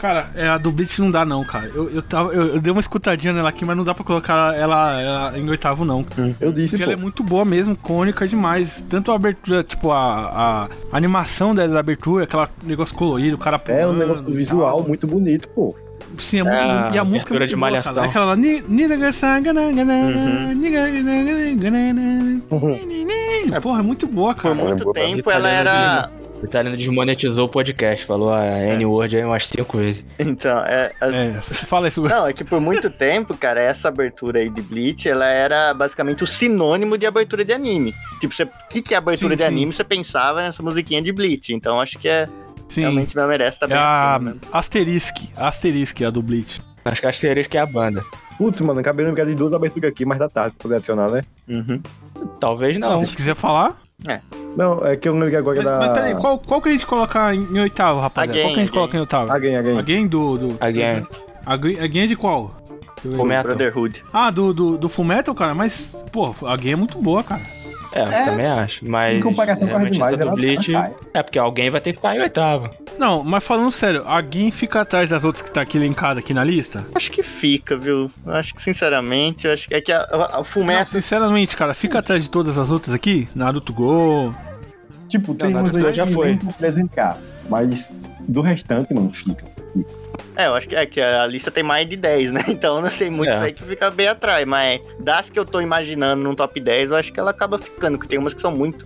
Speaker 2: Cara, é, a do Blitz não dá, não, cara. Eu, eu, tava, eu, eu dei uma escutadinha nela aqui, mas não dá pra colocar ela, ela em oitavo, não.
Speaker 4: Eu disse,
Speaker 2: Porque
Speaker 4: pô.
Speaker 2: ela é muito boa mesmo, icônica demais. Tanto a abertura, tipo, a, a animação dela da abertura, aquela negócio colorido, o cara
Speaker 4: É um
Speaker 2: pulando
Speaker 4: negócio
Speaker 2: e
Speaker 4: visual
Speaker 2: tal.
Speaker 4: muito bonito, pô.
Speaker 2: Sim, é muito
Speaker 6: É,
Speaker 2: bonito. E a música é
Speaker 6: abertura
Speaker 2: muito
Speaker 6: de
Speaker 2: boa,
Speaker 6: Malhação.
Speaker 2: cara. É Aquela lá. "Ni- ni- gasa- gana- gana-
Speaker 3: Uhum.
Speaker 2: ni- gana- gana- gana-
Speaker 4: Uhum.
Speaker 2: ni- ni- ni". Porra, é muito boa,
Speaker 3: Por
Speaker 2: cara.
Speaker 5: lembrou
Speaker 3: muito
Speaker 5: pra mim
Speaker 3: tempo ela era. É.
Speaker 6: O Italino desmonetizou o podcast, falou "Ah, a N-word aí umas cinco vezes.
Speaker 3: Então, é. as-
Speaker 2: É, fala aí, figura.
Speaker 3: Não, é que por muito tempo, cara, essa abertura aí de Bleach, ela era basicamente o sinônimo de abertura de anime. Tipo, você- o que, que é abertura
Speaker 2: Sim,
Speaker 3: de
Speaker 2: sim.
Speaker 3: anime? Você pensava nessa musiquinha de Bleach. Então, acho que é
Speaker 2: Sim.
Speaker 3: realmente não merece
Speaker 2: É
Speaker 3: também.
Speaker 2: a
Speaker 4: né?
Speaker 2: Asterisk, Asterisk, a do Bleach.
Speaker 6: Acho que a asterisco é a banda.
Speaker 4: Putz, mano, acabei de lembrar de duas aberturas aqui, mais da tarde, pra poder adicionar, né?
Speaker 3: Uhum.
Speaker 6: Talvez não.
Speaker 2: Se quiser falar.
Speaker 4: Não, é que eu lembrei agora
Speaker 2: Mas,
Speaker 4: da...
Speaker 2: mas peraí, qual, qual que a gente coloca em, em oitavo, rapaziada?
Speaker 3: Again,
Speaker 2: Qual que a gente
Speaker 3: Again.
Speaker 2: coloca em oitavo?
Speaker 4: Alguém, alguém.
Speaker 2: Alguém do. do
Speaker 6: Again.
Speaker 2: Again. Again de qual?
Speaker 6: Cometa.
Speaker 3: Brotherhood.
Speaker 2: Ah, do, do, do Fullmetal, cara, mas, pô, a Game é muito boa, cara.
Speaker 6: É, eu também acho. Mas.
Speaker 4: Em comparação com as
Speaker 6: realmente
Speaker 4: demais,
Speaker 6: essa do
Speaker 4: ela tá
Speaker 6: Bleach,
Speaker 4: ela cai.
Speaker 6: É, porque alguém vai ter que estar em oitavo.
Speaker 2: Não, mas falando sério, a Game fica atrás das outras que tá aqui linkada aqui na lista?
Speaker 3: Acho que fica, viu? Acho que, sinceramente, eu acho que é que a, a, a
Speaker 2: Não,
Speaker 3: Fullmetal-
Speaker 2: sinceramente, cara, fica atrás de todas as outras aqui? Naruto Go.
Speaker 4: Tipo, tem
Speaker 6: não,
Speaker 4: uns
Speaker 6: depois
Speaker 4: aí
Speaker 6: já
Speaker 4: que
Speaker 6: foi.
Speaker 4: nem vou apresentar, mas do restante, mano, fica.
Speaker 3: É, eu acho que, é que a lista tem mais de 10, né? Então não tem muitos
Speaker 6: É.
Speaker 3: aí que fica bem atrás. Mas das que eu tô imaginando num top 10, eu acho que ela acaba ficando, porque tem umas que são muito.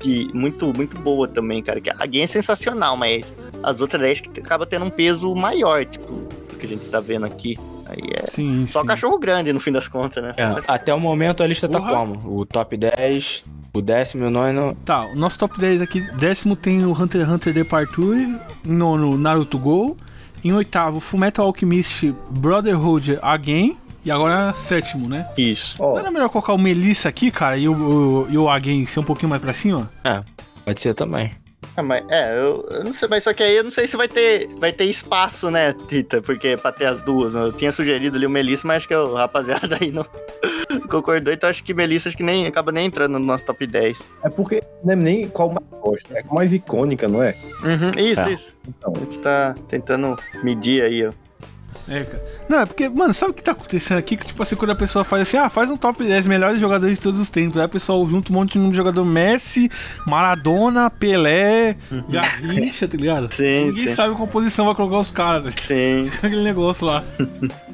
Speaker 3: Que, muito, muito boa também, cara. Que a Game é sensacional, mas as outras 10 que acaba tendo um peso maior, tipo, do que a gente tá vendo aqui. Aí é.
Speaker 2: Sim,
Speaker 3: Só
Speaker 2: sim.
Speaker 3: cachorro grande no fim das contas, né? Só-
Speaker 6: É, Até o momento a lista tá
Speaker 2: Porra.
Speaker 6: como? O top 10, o décimo e o nono.
Speaker 2: Tá, o nosso top 10 aqui, décimo tem o Hunter x Hunter Departure, em nono Naruto Go, em oitavo Fullmetal Alchemist Brotherhood Again, e agora sétimo, né?
Speaker 3: Isso.
Speaker 4: Ó,
Speaker 2: Não era melhor colocar o Melissa aqui, cara, e o, o, e o Again ser um pouquinho mais pra cima?
Speaker 6: Pode ser também.
Speaker 3: É, mas, é eu, eu não sei, mas só que aí eu não sei se vai ter, vai ter espaço, né, Tita? Porque pra ter as duas, né? eu tinha sugerido ali o Melissa, mas acho que o rapaziada aí não concordou, então acho que Melissa acho que nem acaba nem entrando no nosso top 10.
Speaker 4: É porque não é nem qual mais gosta, é qual mais icônica, não é?
Speaker 3: Isso,
Speaker 4: Tá.
Speaker 3: isso.
Speaker 4: Então,
Speaker 3: A gente tá tentando medir aí, ó.
Speaker 2: É, cara. Não, é porque, mano, sabe o que tá acontecendo aqui? Que, tipo assim, quando a pessoa faz assim, ah, faz um top 10 melhores jogadores de todos os tempos. Aí o pessoal junta um monte de nome de jogador Messi, Maradona, Pelé, Garrincha, tá ligado?
Speaker 3: Uhum. Sim,
Speaker 2: Ninguém
Speaker 3: sim.
Speaker 2: sabe a composição, vai colocar os caras, né?
Speaker 3: Sim.
Speaker 2: aquele negócio lá.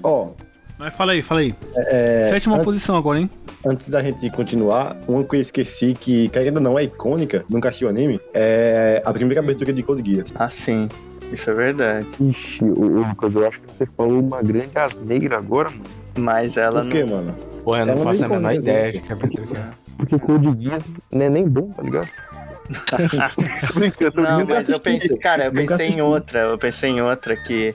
Speaker 4: ó,
Speaker 2: Mas fala aí, fala aí.
Speaker 4: é,
Speaker 2: Sétima
Speaker 4: an-
Speaker 2: posição agora, hein?
Speaker 4: antes da gente continuar, uma que eu esqueci que, querendo ou não, é icônica, nunca assisti o anime, é a primeira abertura de Code Geass.
Speaker 3: Ah, sim. Isso é verdade.
Speaker 5: Ixi, ô, ô, Lucas, eu acho que você falou uma grande asneira agora, mano.
Speaker 3: Mas ela
Speaker 4: Por quê,
Speaker 3: não.
Speaker 4: mano?
Speaker 6: Porra, eu não
Speaker 4: Ela
Speaker 6: faço
Speaker 4: nem
Speaker 6: a menor
Speaker 4: conhece,
Speaker 6: ideia
Speaker 4: né?
Speaker 6: de que abertura que é.
Speaker 5: Porque Code Geass não é nem bom, tá ligado? Tô brincando, tô
Speaker 3: Não,
Speaker 5: brincando.
Speaker 3: mas eu pensei, cara, eu
Speaker 4: Nunca
Speaker 3: pensei em
Speaker 4: assisti.
Speaker 3: outra, eu pensei em outra que.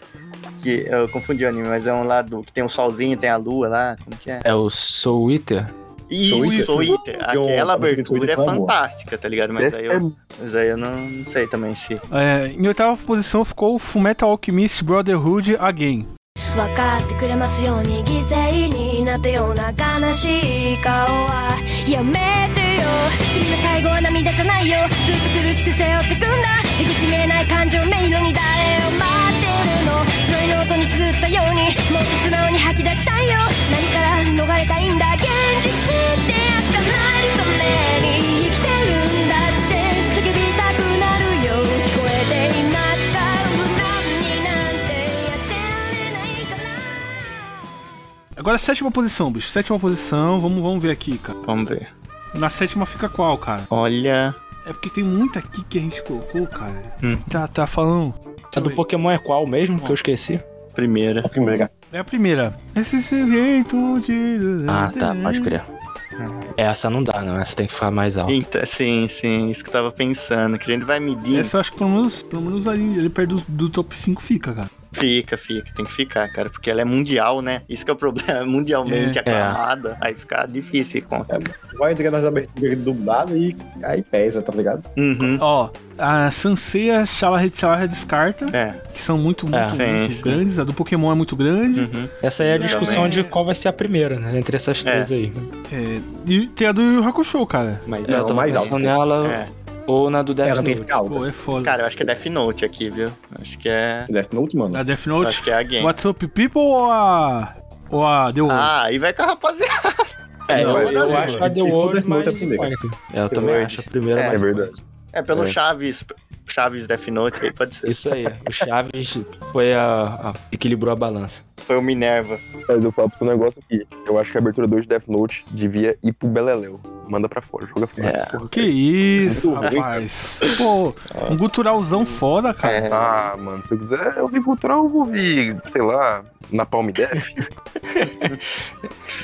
Speaker 3: Que eu confundi o anime, mas é um lado que tem um solzinho, tem a lua lá, como que é?
Speaker 6: É o Soul Eater?
Speaker 4: Soul Eater.
Speaker 3: Isso, Soul Eater.
Speaker 4: Eu-
Speaker 3: Aquela
Speaker 4: eu pensei que
Speaker 3: abertura
Speaker 4: Soul
Speaker 3: é
Speaker 4: Eater foi uma boa.
Speaker 3: fantástica, tá ligado? Mas
Speaker 5: Essa
Speaker 3: aí
Speaker 5: é
Speaker 3: eu, mas aí eu não, não sei também se.
Speaker 2: É, em oitava posição ficou o Fullmetal Alchemist Brotherhood Again.
Speaker 1: 分かってくれますように犠牲になったような悲しい顔はやめてよ君の最後は涙じゃないよずっと苦しく背負ってくんだ理屈見えない感情迷路に誰を待ってるの白いノートに綴ったようにもっと素直に吐き出したいよ何から逃れたいんだ現実ってやつかないと目に生きてるんだって叫びたくなるよ聞こえていますか無難になんてやってられないから
Speaker 2: Agora sétima posição, bicho. Sétima posição, vamos, vamos ver aqui, cara.
Speaker 3: Vamos ver.
Speaker 2: Na sétima fica qual, cara?
Speaker 3: Olha.
Speaker 2: É porque tem muita aqui que a gente colocou, cara.
Speaker 3: Hum.
Speaker 2: Tá, tá falando.
Speaker 6: A do Pokémon é qual mesmo? Que eu esqueci.
Speaker 3: Primeira.
Speaker 4: A primeira.
Speaker 2: É a primeira. Esse jeito de.
Speaker 6: Ah, tá,
Speaker 2: Uhum.
Speaker 6: pode crer.
Speaker 4: Uhum.
Speaker 6: Essa não dá, não. Essa tem que ficar mais alta.
Speaker 3: Então, sim, sim, isso que eu tava pensando. Que a gente vai medindo.
Speaker 2: Essa eu acho que pelo menos, pelo menos ali, ali perto do, do top 5 fica, cara.
Speaker 3: Fica, fica, tem que ficar, cara. Porque ela é mundial, né? Isso que é o problema. é
Speaker 2: É.
Speaker 3: Mundialmente aclamada. Aí fica difícil. Com...
Speaker 4: Vai entrar nas aberturas dubladas e aí pesa, tá ligado?
Speaker 3: Uhum.
Speaker 2: Ó, a Sanseia, Shalaret Shalaret descarta,
Speaker 3: É.
Speaker 2: que são muito, muito,
Speaker 6: É.
Speaker 3: Sim,
Speaker 2: muito
Speaker 3: sim.
Speaker 2: grandes. A do Pokémon é muito grande.
Speaker 3: Uhum.
Speaker 6: Essa aí é a
Speaker 3: Também.
Speaker 6: discussão de qual vai ser a primeira, né? Entre essas três aí.
Speaker 2: É, e tem a do Yu Yu Hakusho, cara.
Speaker 3: Mas
Speaker 4: É,
Speaker 3: eu
Speaker 4: o
Speaker 3: tô
Speaker 4: mais
Speaker 3: pensando-
Speaker 6: Ou nela
Speaker 3: É.
Speaker 6: ou na do Death
Speaker 4: Ela tem né? que
Speaker 6: Note.
Speaker 4: ficar alta.
Speaker 2: Pô, é foda.
Speaker 3: Cara, eu acho que é Death Note aqui, viu? Acho que é.
Speaker 4: Death Note, mano.
Speaker 2: a Death
Speaker 3: eu
Speaker 2: Note,
Speaker 3: Acho que é a game.
Speaker 2: What's Up People ou a. Ou a The World?
Speaker 3: Ah, e vai com a rapaziada.
Speaker 6: É,
Speaker 4: Não, eu
Speaker 6: eu, eu
Speaker 4: acho
Speaker 6: acho a
Speaker 4: que
Speaker 6: The
Speaker 4: se for
Speaker 6: World
Speaker 4: Death Note
Speaker 6: mais
Speaker 4: é a primeira.
Speaker 6: icônica. É, eu também
Speaker 3: World.
Speaker 6: acho a primeira
Speaker 3: É,
Speaker 6: mais
Speaker 5: é verdade.
Speaker 6: icônica.
Speaker 3: É pelo
Speaker 5: É.
Speaker 3: Chaves. Chaves Death Note, aí pode ser.
Speaker 6: Isso aí. O Chaves foi a, a- equilibrou a balança.
Speaker 3: Foi o Minerva.
Speaker 5: Mas eu falo pro seu negócio aqui. Eu acho que a abertura 2 de Death Note devia ir pro Beleléu. Manda pra fora, joga fora.
Speaker 3: É.
Speaker 5: Porra,
Speaker 2: Que isso,
Speaker 5: Muito ruim,
Speaker 2: rapaz. Pô, um guturalzão foda, cara. tá,
Speaker 3: É.
Speaker 5: Ah, mano, se eu quiser ouvir cultural, eu vou ouvir, sei lá, na Palme Death.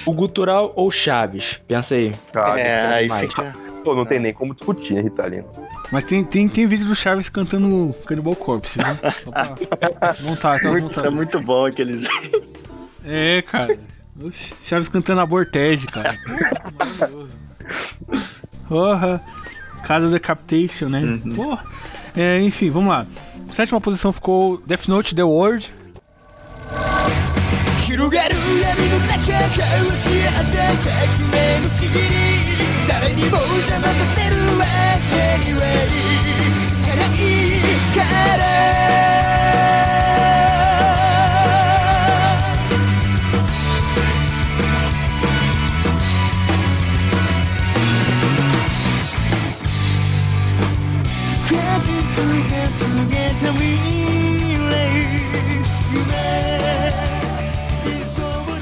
Speaker 6: O Gutural ou Chaves? Pensa aí.
Speaker 2: tá,
Speaker 5: Ah,
Speaker 3: é, aí
Speaker 6: demais.
Speaker 3: fica.
Speaker 5: Pô, não tem nem como discutir, né, Ritalino?
Speaker 2: Mas tem, tem, tem vídeo do Chaves cantando Cannibal Corpse, né? Só pra montar aquela
Speaker 3: Muito,
Speaker 2: montada.
Speaker 3: tá muito bom aqueles.
Speaker 2: É, cara. Oxi, Chaves cantando a Bortege, cara. Maravilhoso. Porra. Casa Decapitation, né?
Speaker 3: Uhum.
Speaker 2: Porra. É, enfim, vamos lá. Sétima posição ficou Death Note The World.
Speaker 8: 広がる闇の中交わし合って革命の日々に誰にも邪魔させるわけにはいかないから果実が告げた未来夢理想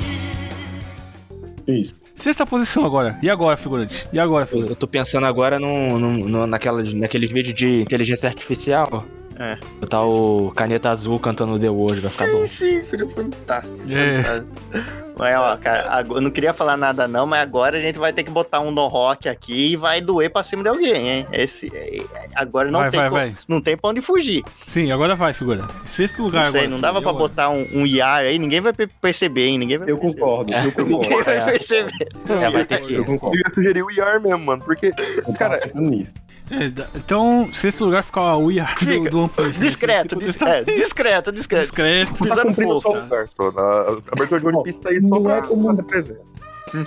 Speaker 8: に
Speaker 4: Isso.
Speaker 2: Sexta posição agora. E agora, figurante? E agora,
Speaker 6: Eu,
Speaker 2: figurante?
Speaker 6: eu tô pensando agora num, num- num- naquela, naquele vídeo de inteligência artificial.
Speaker 3: É.
Speaker 6: Tá o Caneta Azul cantando The World, vai ficar tá bom.
Speaker 3: Sim, sim, seria fantástico.
Speaker 2: É.
Speaker 3: fantástico. Mas, ó, cara, agora- eu não queria falar nada não, mas agora a gente vai ter que botar um no rock aqui e vai doer pra cima de alguém, hein? Esse, é, é, agora não
Speaker 2: vai,
Speaker 3: tem
Speaker 2: vai,
Speaker 3: como,
Speaker 2: vai.
Speaker 3: não tem pra onde fugir.
Speaker 2: Sim, agora vai, figura. Sexto lugar
Speaker 3: não sei,
Speaker 2: agora.
Speaker 3: não dava pra
Speaker 2: figura. E
Speaker 3: botar um, um IAR aí, ninguém vai pe- perceber, hein? Ninguém vai
Speaker 4: Eu
Speaker 3: perceber.
Speaker 4: concordo, eu concordo.
Speaker 3: Ninguém vai
Speaker 6: É.
Speaker 3: perceber.
Speaker 6: É, vai ter que
Speaker 4: Eu
Speaker 5: Eu
Speaker 4: concordo.
Speaker 5: ia sugerir o IR mesmo, mano, porque,
Speaker 4: Eu
Speaker 5: cara,
Speaker 4: tava pensando nisso.
Speaker 2: agora? É, da- então, sexto lugar fica a Uia do,
Speaker 3: Fica.
Speaker 2: do One Piece. né?
Speaker 3: Discreto,
Speaker 2: Cinco-
Speaker 3: discreto, discreto, discreto.
Speaker 2: Discreto.
Speaker 5: tá
Speaker 3: Pisando
Speaker 5: cumprindo só
Speaker 3: pouco. né?
Speaker 5: o lugar, só. Na a abertura de One Piece tá aí só
Speaker 4: Não
Speaker 5: pra,
Speaker 4: é como-
Speaker 5: pra representar.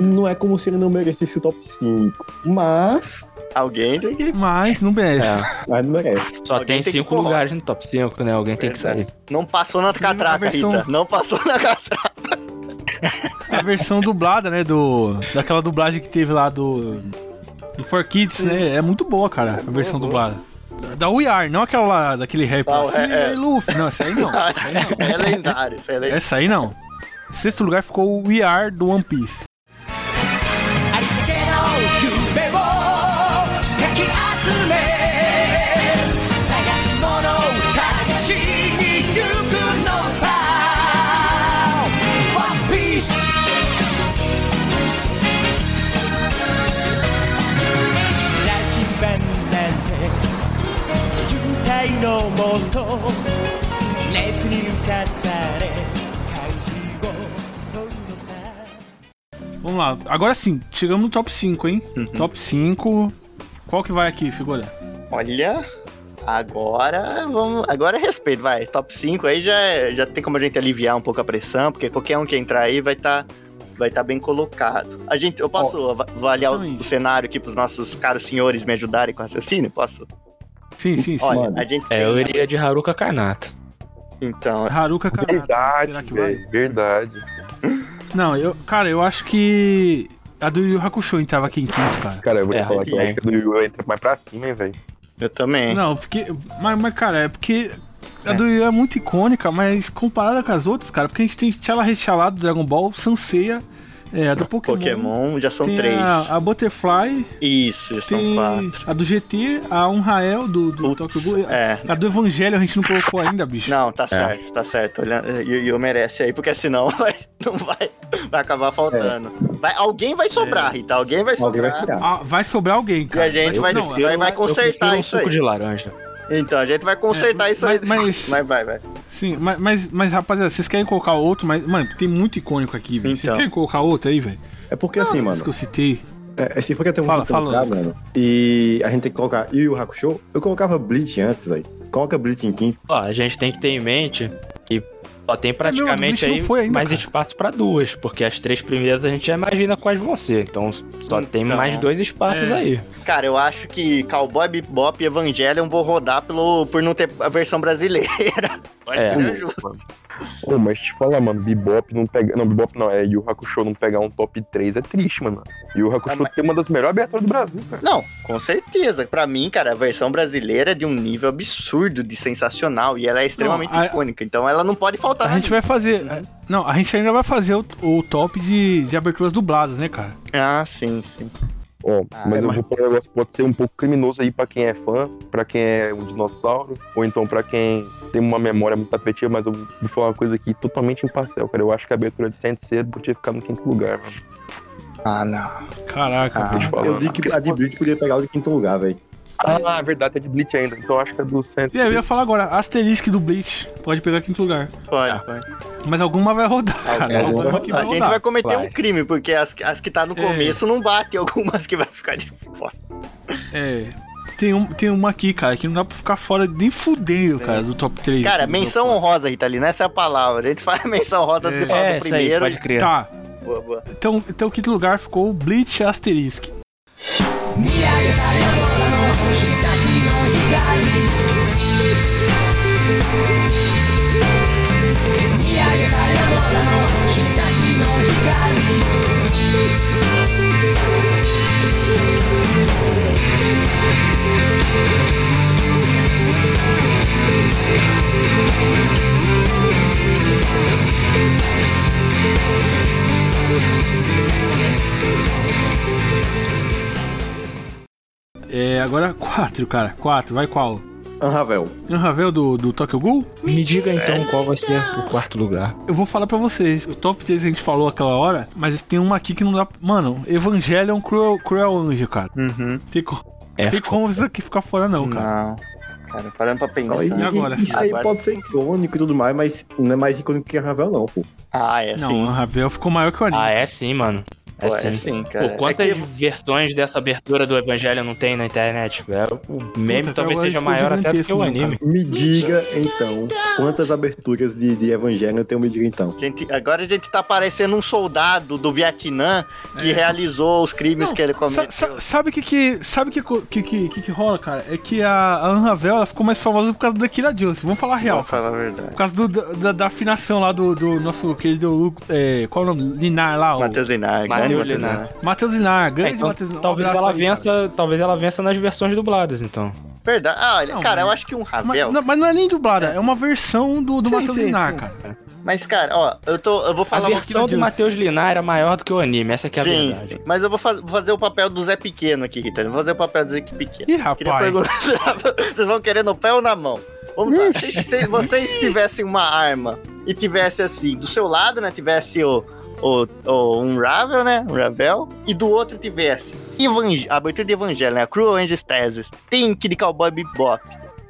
Speaker 4: Não é como se ele não merecesse o top 5, mas.
Speaker 3: Alguém tem que.
Speaker 2: Mas não merece.
Speaker 6: É,
Speaker 4: Mas não merece.
Speaker 6: só
Speaker 3: Alguém
Speaker 6: tem
Speaker 3: tem que
Speaker 6: cinco
Speaker 3: pular.
Speaker 6: lugares no top 5, né? Alguém tem que sair.
Speaker 3: Não passou na
Speaker 2: Inclusive, a
Speaker 3: catraca,
Speaker 2: versão-
Speaker 3: Rita. Não passou na catraca.
Speaker 2: A versão dublada, né? Do, daquela dublagem que teve lá do. Do For Kids, né? É muito boa, cara. A versão dublada. Da We Are, não aquela lá, daquele rap lá.
Speaker 3: Não,
Speaker 2: Assim,
Speaker 3: é- é.
Speaker 2: Luffy. Não, essa aí não. Essa aí não.
Speaker 3: É lendário, isso é lendário.
Speaker 2: Essa aí não. Sexto lugar ficou o We Are do One Piece.
Speaker 8: ありかけの夢をかき集め探し物を探しに行くのさ One Piece 羅針盤なんて渋滞のもと熱に浮かされ会議を取るのさ
Speaker 2: Vamos lá. Agora sim, chegamos no top 5, hein? Top 5. Qual que vai aqui, figura?
Speaker 3: Olha, agora vamos. Agora é respeito, vai. Top 5 aí já, é- já tem como a gente aliviar um pouco a pressão, porque qualquer um que entrar aí vai estar vai tá bem colocado. A gente, eu posso av- avaliar o,
Speaker 2: exatamente.
Speaker 3: o cenário aqui para os nossos caros senhores me ajudarem com o raciocínio? Posso?
Speaker 2: Sim, sim, sim.
Speaker 4: Olha.
Speaker 3: Mano, a gente
Speaker 6: É, eu
Speaker 3: tem...
Speaker 6: iria de Haruka Kanata.
Speaker 3: Então,
Speaker 2: Haruka Kanata. Será
Speaker 5: Verdade,
Speaker 2: que vai?
Speaker 5: velho. Verdade.
Speaker 2: Não, eu, cara, eu acho que a do Yu Yu Hakusho entrava aqui em quinto, cara.
Speaker 5: Cara, eu vou
Speaker 6: É,
Speaker 5: te falar que eu
Speaker 3: é.
Speaker 5: acho que a do Yu entra mais pra cima, hein, velho.
Speaker 3: eu também.
Speaker 2: Não, porque. Mas, mas, cara, é porque. A
Speaker 3: É.
Speaker 2: do Yu é muito icônica, mas comparada com as outras, cara, porque a gente tem Tchala Rechalá do Dragon Ball, Sanseia, é, a do Pokémon.
Speaker 3: Pokémon já são
Speaker 2: tem
Speaker 3: três.
Speaker 2: A, a Butterfly,
Speaker 3: Isso, já são
Speaker 2: tem
Speaker 3: quatro.
Speaker 2: a do GT, a Unrael do, do
Speaker 3: Putz,
Speaker 2: Tokyo Ghoul.
Speaker 3: É.
Speaker 2: A do Evangelho a gente não colocou ainda, bicho.
Speaker 3: Não, tá certo, tá certo. Olha, E eu merece aí, porque senão vai, não vai, vai acabar faltando. Vai, alguém vai sobrar, Rita. Alguém vai
Speaker 4: Alguém
Speaker 3: sobrar.
Speaker 4: vai sobrar.
Speaker 2: Ah, É. vai sobrar alguém, cara.
Speaker 3: E a gente vai-
Speaker 2: não, é,
Speaker 3: vai- vai
Speaker 6: Eu
Speaker 3: consertar
Speaker 6: prefiro um
Speaker 3: isso
Speaker 6: suco
Speaker 3: aí.
Speaker 6: de laranja.
Speaker 3: Então, a gente vai consertar
Speaker 2: é,
Speaker 3: isso aí.
Speaker 2: Mas, mas,
Speaker 3: Mas vai, vai.
Speaker 2: sim, mas, mas, mas, rapaziada, vocês querem colocar outro? Mas, mano, tem muito icônico aqui, velho. Vocês
Speaker 3: Então.
Speaker 2: querem colocar outro aí, velho?
Speaker 4: É porque assim,
Speaker 2: Isso
Speaker 4: mano.
Speaker 2: que eu citei.
Speaker 4: É, se for que tem um
Speaker 2: Fala,
Speaker 4: que colocar,
Speaker 2: fala.
Speaker 4: mano. E a gente tem que colocar Yu Yu Hakusho. Eu colocava Bleach antes, aí. Coloca Bleach em quinto.
Speaker 6: Ó, a gente tem que ter em mente que só tem
Speaker 2: É,
Speaker 6: praticamente
Speaker 2: meu,
Speaker 6: aí
Speaker 2: não foi ainda,
Speaker 6: mais
Speaker 2: cara.
Speaker 6: espaço pra duas, porque as três primeiras a gente já imagina quais vão ser. Então só tem
Speaker 3: Então,
Speaker 6: mais dois espaços
Speaker 2: é.
Speaker 6: aí.
Speaker 3: Cara, eu acho que Cowboy Bebop e Evangelion vou rodar pelo, por não ter a versão brasileira. Eu Acho
Speaker 6: É.
Speaker 3: que não é justo.
Speaker 5: Pô, mas te falar, mano, Bebop não pega. Não, Bebop não, é Yu Hakusho não pegar um top 3 é triste, mano. E o Hakusho
Speaker 3: Ah, mas-
Speaker 5: tem uma das melhores aberturas do Brasil, cara.
Speaker 3: Não, com certeza. Pra mim, cara, a versão brasileira é de um nível absurdo de sensacional e ela é extremamente
Speaker 2: Não, a-
Speaker 3: icônica. Então ela não pode faltar.
Speaker 2: A gente vai fazer. é, Não, a gente ainda vai fazer o, o top de, de aberturas dubladas, né, cara?
Speaker 3: Ah, sim, sim.
Speaker 5: Ó,
Speaker 3: Ah,
Speaker 5: mas eu
Speaker 3: mas-
Speaker 5: vou falar um negócio que pode ser um pouco criminoso aí pra quem é fã, pra quem é um dinossauro, ou então pra quem tem uma memória muito afetiva, mas eu vou falar uma coisa aqui totalmente imparcial, cara. Eu acho que a abertura de Saint Cedo podia ficar no quinto lugar, mano.
Speaker 3: Ah, não.
Speaker 2: Caraca,
Speaker 3: Ah,
Speaker 2: bicho.
Speaker 4: Eu digo que a de Bleach podia pegar o de quinto lugar, velho.
Speaker 5: Ah, é verdade, é de Bleach ainda, então eu acho que a do Saint
Speaker 2: E aí, eu ia falar agora, Asterisk do Bleach pode pegar quinto lugar.
Speaker 3: Pode,
Speaker 6: Ah,
Speaker 3: pode.
Speaker 2: Mas alguma vai rodar, cara.
Speaker 4: alguma
Speaker 2: Alguma
Speaker 4: vai
Speaker 2: que
Speaker 3: Ah, a
Speaker 2: vai
Speaker 3: gente
Speaker 2: rodar.
Speaker 3: É, vai cometer
Speaker 6: vai.
Speaker 3: um crime, porque as, as que tá no
Speaker 2: É.
Speaker 3: começo não bate, algumas que vai ficar de fora.
Speaker 2: É. Tem, um, tem uma aqui, cara, que não dá pra ficar fora nem fudendo,
Speaker 3: Sim.
Speaker 2: cara, do top 3.
Speaker 3: Cara, menção honrosa, Ritalina, essa é a palavra. A gente faz menção honrosa
Speaker 2: É.
Speaker 3: de falar do
Speaker 6: isso aí,
Speaker 3: primeiro.
Speaker 6: pode crer.
Speaker 2: Tá,
Speaker 3: Boa, boa.
Speaker 2: então, então quinto lugar ficou o Bleach Asterisk.
Speaker 7: 見上げた夜空の星たちの光見上げた夜空の星たちの光
Speaker 2: É, agora 4, cara. 4, vai qual?
Speaker 4: Anravel.
Speaker 2: Ravel do, do Tokyo Ghoul?
Speaker 6: Me diga então qual vai ser o quarto lugar.
Speaker 2: Eu vou falar pra vocês, o top 3 a gente falou aquela hora, mas tem uma aqui que não dá. Mano, Evangelion Cruel, Cruel Anjo, cara.
Speaker 3: Uhum.
Speaker 2: Tem, co...
Speaker 6: É.
Speaker 2: tem como isso aqui ficar fora, não, cara.
Speaker 3: Não. Cara, parando pra pensar.
Speaker 4: Aí,
Speaker 2: E agora?
Speaker 4: Isso aí
Speaker 3: Agora-
Speaker 4: pode ser icônico e tudo mais, mas não é mais icônico que Anravel, não, pô.
Speaker 3: Ah, é
Speaker 2: Não, o
Speaker 3: sim.
Speaker 2: Ravel ficou maior que o anime.
Speaker 6: Ah, é sim, mano. É
Speaker 3: Pô, é
Speaker 6: sim.
Speaker 3: sim, cara.
Speaker 6: Pô, quantas
Speaker 3: É que-
Speaker 6: versões dessa abertura do Evangelho não tem na internet? velho? Tipo, é, O meme
Speaker 2: Puta,
Speaker 6: talvez
Speaker 2: agora
Speaker 6: seja
Speaker 2: ficou
Speaker 6: maior até do que
Speaker 2: gigantesco,
Speaker 6: o
Speaker 2: né,
Speaker 6: anime.
Speaker 4: Me diga, então, quantas aberturas de, de Evangelho tem o Me Diga, então?
Speaker 3: Gente, agora a gente tá parecendo um soldado do Vietnã que
Speaker 2: É.
Speaker 3: realizou os crimes
Speaker 2: Não,
Speaker 3: é que ele
Speaker 2: Sa-
Speaker 3: cometeu.
Speaker 2: sa- sabe o que que, sabe que, co- que, que, que que rola, cara? É que a, a Unravel ela ficou mais famosa por causa da Kira Jones. Vamos falar a
Speaker 3: Vou
Speaker 2: real.
Speaker 3: falar a verdade.
Speaker 2: Por causa do- da, da- da afinação lá do, do nosso querido. Lu- É, qual é o nome? Linar lá, o
Speaker 3: Matheus Inar,
Speaker 6: Matheus
Speaker 3: grande Matheus
Speaker 6: Inar.
Speaker 3: Inar.
Speaker 2: Matheus Linar,
Speaker 6: É,
Speaker 2: grande
Speaker 6: então,
Speaker 2: Matheus Linar. um
Speaker 6: talvez
Speaker 2: abraço
Speaker 6: ela
Speaker 2: aí, cara.
Speaker 6: vença, talvez ela vença nas versões dubladas, então.
Speaker 3: Verdade. Ah, olha,
Speaker 2: Não,
Speaker 3: cara,
Speaker 2: mas-
Speaker 3: eu acho que um
Speaker 2: Mas
Speaker 3: Ravel.
Speaker 2: não, mas não é nem dublada, é, uma versão do, do
Speaker 3: Sim,
Speaker 2: Matheus
Speaker 3: sim,
Speaker 2: Linar,
Speaker 3: sim.
Speaker 2: cara.
Speaker 3: Mas, cara, ó, eu, tô, eu vou
Speaker 6: A
Speaker 3: falar um
Speaker 6: versão do
Speaker 2: Deus.
Speaker 6: Matheus Linar era maior do que o anime, essa que é a
Speaker 3: Sim,
Speaker 6: verdade.
Speaker 3: mas eu vou, faz- vou fazer o papel do Zé Pequeno aqui, Rita. Eu Vou fazer o papel do Zé Pequeno.
Speaker 2: Ih,
Speaker 3: Queria
Speaker 2: rapaz.
Speaker 3: perguntar, vocês vão querer no pé ou na mão? Vamos lá. Se, se vocês tivessem uma arma e tivesse assim, do seu lado, né? Tivesse o, o, o- um Ravel, né? Um Ravel. E do outro tivesse Evang a abertura de Evangelho, né? Cruel Angels Thesis. Tink de Cowboy Bebop.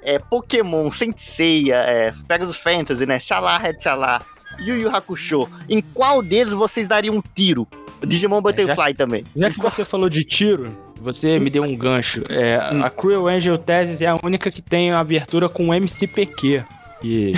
Speaker 3: É, Pokémon, Senseia, é, Pegasus Fantasy, né? Xalá, Red Xalá. Yu Yu Hakusho. Em qual deles vocês dariam um tiro? Digimon Butterfly também.
Speaker 6: Já que você falou de tiro, você me deu um gancho. É, a Cruel Angel Thesis é a única que tem a abertura com MCPQ. E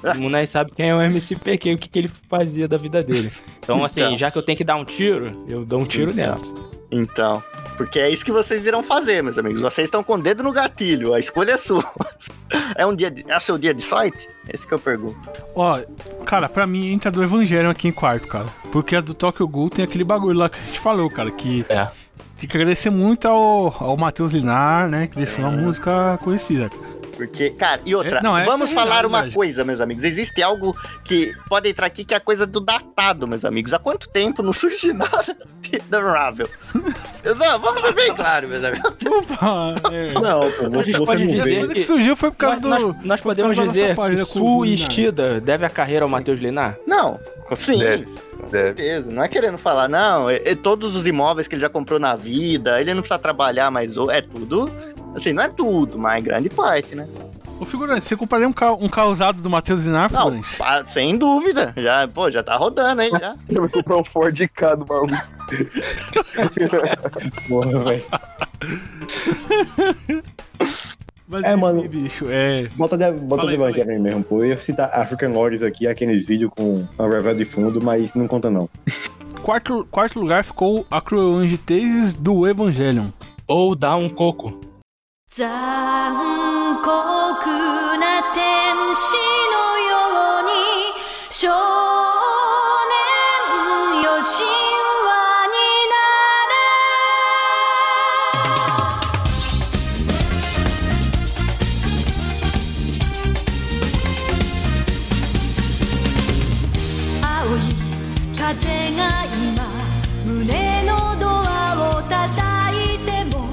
Speaker 6: todo mundo aí sabe quem é o MCPQ, o que, que ele fazia da vida dele. Então, assim,
Speaker 3: Então.
Speaker 6: já que eu tenho que dar um tiro, eu dou um tiro nela.
Speaker 3: Então, Porque é isso que vocês irão fazer, meus amigos. Vocês estão com o dedo no gatilho, a escolha é sua. É um dia de, é o seu dia de sorte? Esse que eu pergunto.
Speaker 2: Ó, cara, pra mim entra do Evangelho aqui em quarto, cara. Porque a do Tokyo Ghoul tem aquele bagulho lá que a gente falou, cara, que.
Speaker 6: É.
Speaker 2: Tem que agradecer muito ao, ao Matheus Linar, né? Que deixou uma música conhecida.
Speaker 3: Porque, cara, e outra,
Speaker 2: É, não, essa
Speaker 3: vamos
Speaker 2: é
Speaker 3: falar
Speaker 2: verdade,
Speaker 3: uma
Speaker 2: lógico.
Speaker 3: coisa, meus amigos. Existe algo que pode entrar aqui que é a coisa do datado, meus amigos. Há quanto tempo não surge nada de- da Marvel? Não, vamos ser bem claro, meus amigos.
Speaker 2: Opa! É.
Speaker 4: Não, pô, você não
Speaker 6: Pode dizer
Speaker 2: E as
Speaker 6: Bem,
Speaker 4: vê.
Speaker 2: coisas que
Speaker 6: e-
Speaker 2: surgiu foi por causa
Speaker 6: Nós,
Speaker 2: do.
Speaker 6: nós- nós podemos
Speaker 2: da nossa
Speaker 6: dizer
Speaker 2: página
Speaker 6: que Su e
Speaker 2: comum, né?
Speaker 6: Shida deve a carreira ao Matheus Linar?
Speaker 3: Não, sim,
Speaker 5: É. Deve.
Speaker 3: certeza. Não é querendo falar, não. É, é todos os imóveis que ele já comprou na vida, ele não precisa trabalhar mais. ou- É tudo. Assim, não é tudo, mas grande parte, né?
Speaker 2: Ô, figurante, você compraria um, ca... um causado do Matheus Linar,
Speaker 3: Não,
Speaker 2: figurante?
Speaker 3: pa- sem dúvida. Já, pô, já tá rodando aí, já.
Speaker 5: Eu vou comprar um Ford K do maluco.
Speaker 4: Porra, velho.
Speaker 2: Mas
Speaker 4: É,
Speaker 2: enfim,
Speaker 4: mano.
Speaker 2: bicho, é.
Speaker 4: Bota de,
Speaker 2: Fala
Speaker 4: bota de
Speaker 2: aí, fala aí.
Speaker 4: Evangelho aí mesmo, pô. Eu ia citar African Lords aqui, aqueles vídeos com a Revel de fundo, mas não conta não.
Speaker 2: Quarto, quarto lugar ficou a Cruel Ange Thesis do Evangelion.
Speaker 6: Ou dá um coco?
Speaker 1: 残酷な天使のように少年よ神話になれ青い風が今胸のドアを叩いても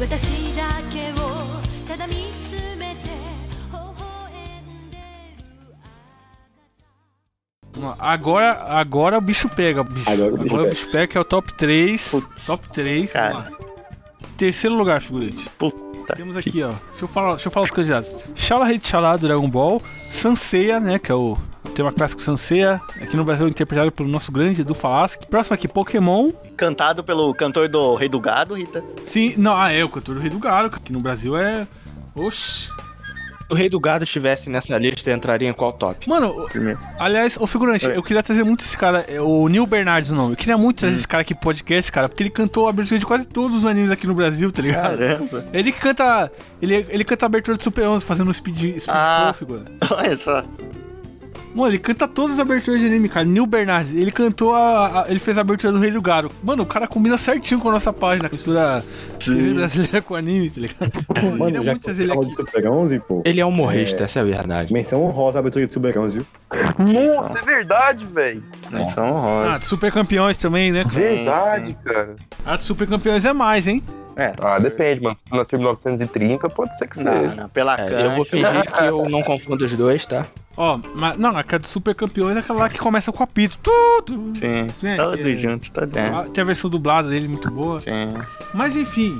Speaker 1: 私だけをただ見つめて微笑んでる
Speaker 2: Agora, agora o bicho pega, bicho.
Speaker 4: Agora o bicho
Speaker 2: Agora o
Speaker 4: pega.
Speaker 2: bicho pega, que é o top 3.
Speaker 3: Putz.
Speaker 2: top 3,
Speaker 3: Cara.
Speaker 2: vamos lá. Terceiro lugar, figurante.
Speaker 3: Puta.
Speaker 2: Temos aqui, ó. Deixa eu falar, deixa eu falar os candidatos. Shala Hate Shala do Dragon Ball. Sanseia, né? Que é o tema clássico Sanseia. Aqui no Brasil é interpretado pelo nosso grande Edu Falasque. Próximo aqui, Pokémon.
Speaker 3: Cantado pelo cantor do Rei do Gado, Rita.
Speaker 2: Sim, não, ah, é o cantor do Rei do Galo, que aqui no Brasil é. Oxi.
Speaker 6: Se o Rei do Gado estivesse nessa lista, entraria em qual top?
Speaker 2: Mano, o-
Speaker 3: Primeiro.
Speaker 2: aliás, o figurante, eu queria trazer muito esse cara, é o Neil Bernardes o nome. Eu queria muito trazer
Speaker 4: Hum.
Speaker 2: esse cara aqui pro podcast, cara, porque ele cantou a abertura de quase todos os animes aqui no Brasil, tá ligado?
Speaker 3: Caramba.
Speaker 2: Ele que canta. Ele, ele canta a abertura do Super 11 fazendo um speed, speed
Speaker 3: Ah.
Speaker 2: flow, figura.
Speaker 3: Olha só.
Speaker 2: Mano, ele canta todas as aberturas de anime, cara. Neil Bernardes, ele cantou a, a- Ele fez a abertura do Rei do Garo. Mano, o cara combina certinho com a nossa página, mistura TV brasileira com anime, tá ligado? Mano, eu queria
Speaker 4: Mano, já
Speaker 2: muito
Speaker 4: que
Speaker 2: trazer ele
Speaker 4: fala de
Speaker 2: aqui.
Speaker 4: Super 11, pô.
Speaker 6: Ele é humorista, essa é a verdade.
Speaker 4: Menção honrosa a abertura de Super 11, viu?
Speaker 5: Nossa, é verdade, velho.
Speaker 3: Menção honrosa.
Speaker 2: Ah, super campeões também, né? cara?
Speaker 5: Verdade, cara.
Speaker 2: Ah, super campeões é mais, hein?
Speaker 3: É.
Speaker 5: Ah, depende, mano. Se nasceu em 1930, pode ser que
Speaker 3: Não,
Speaker 5: seja.
Speaker 3: não, pela
Speaker 6: É, eu vou
Speaker 3: cancha.
Speaker 6: fingir que eu não confundo os dois, tá?
Speaker 2: Ó, mas não, a do Super Campeões é aquela lá que começa com o apito. Tudo!
Speaker 3: Sim.
Speaker 2: É,
Speaker 3: Todos
Speaker 2: é.
Speaker 3: juntos, tá dentro.
Speaker 2: Tem a versão dublada dele muito boa.
Speaker 3: Sim.
Speaker 2: Mas enfim,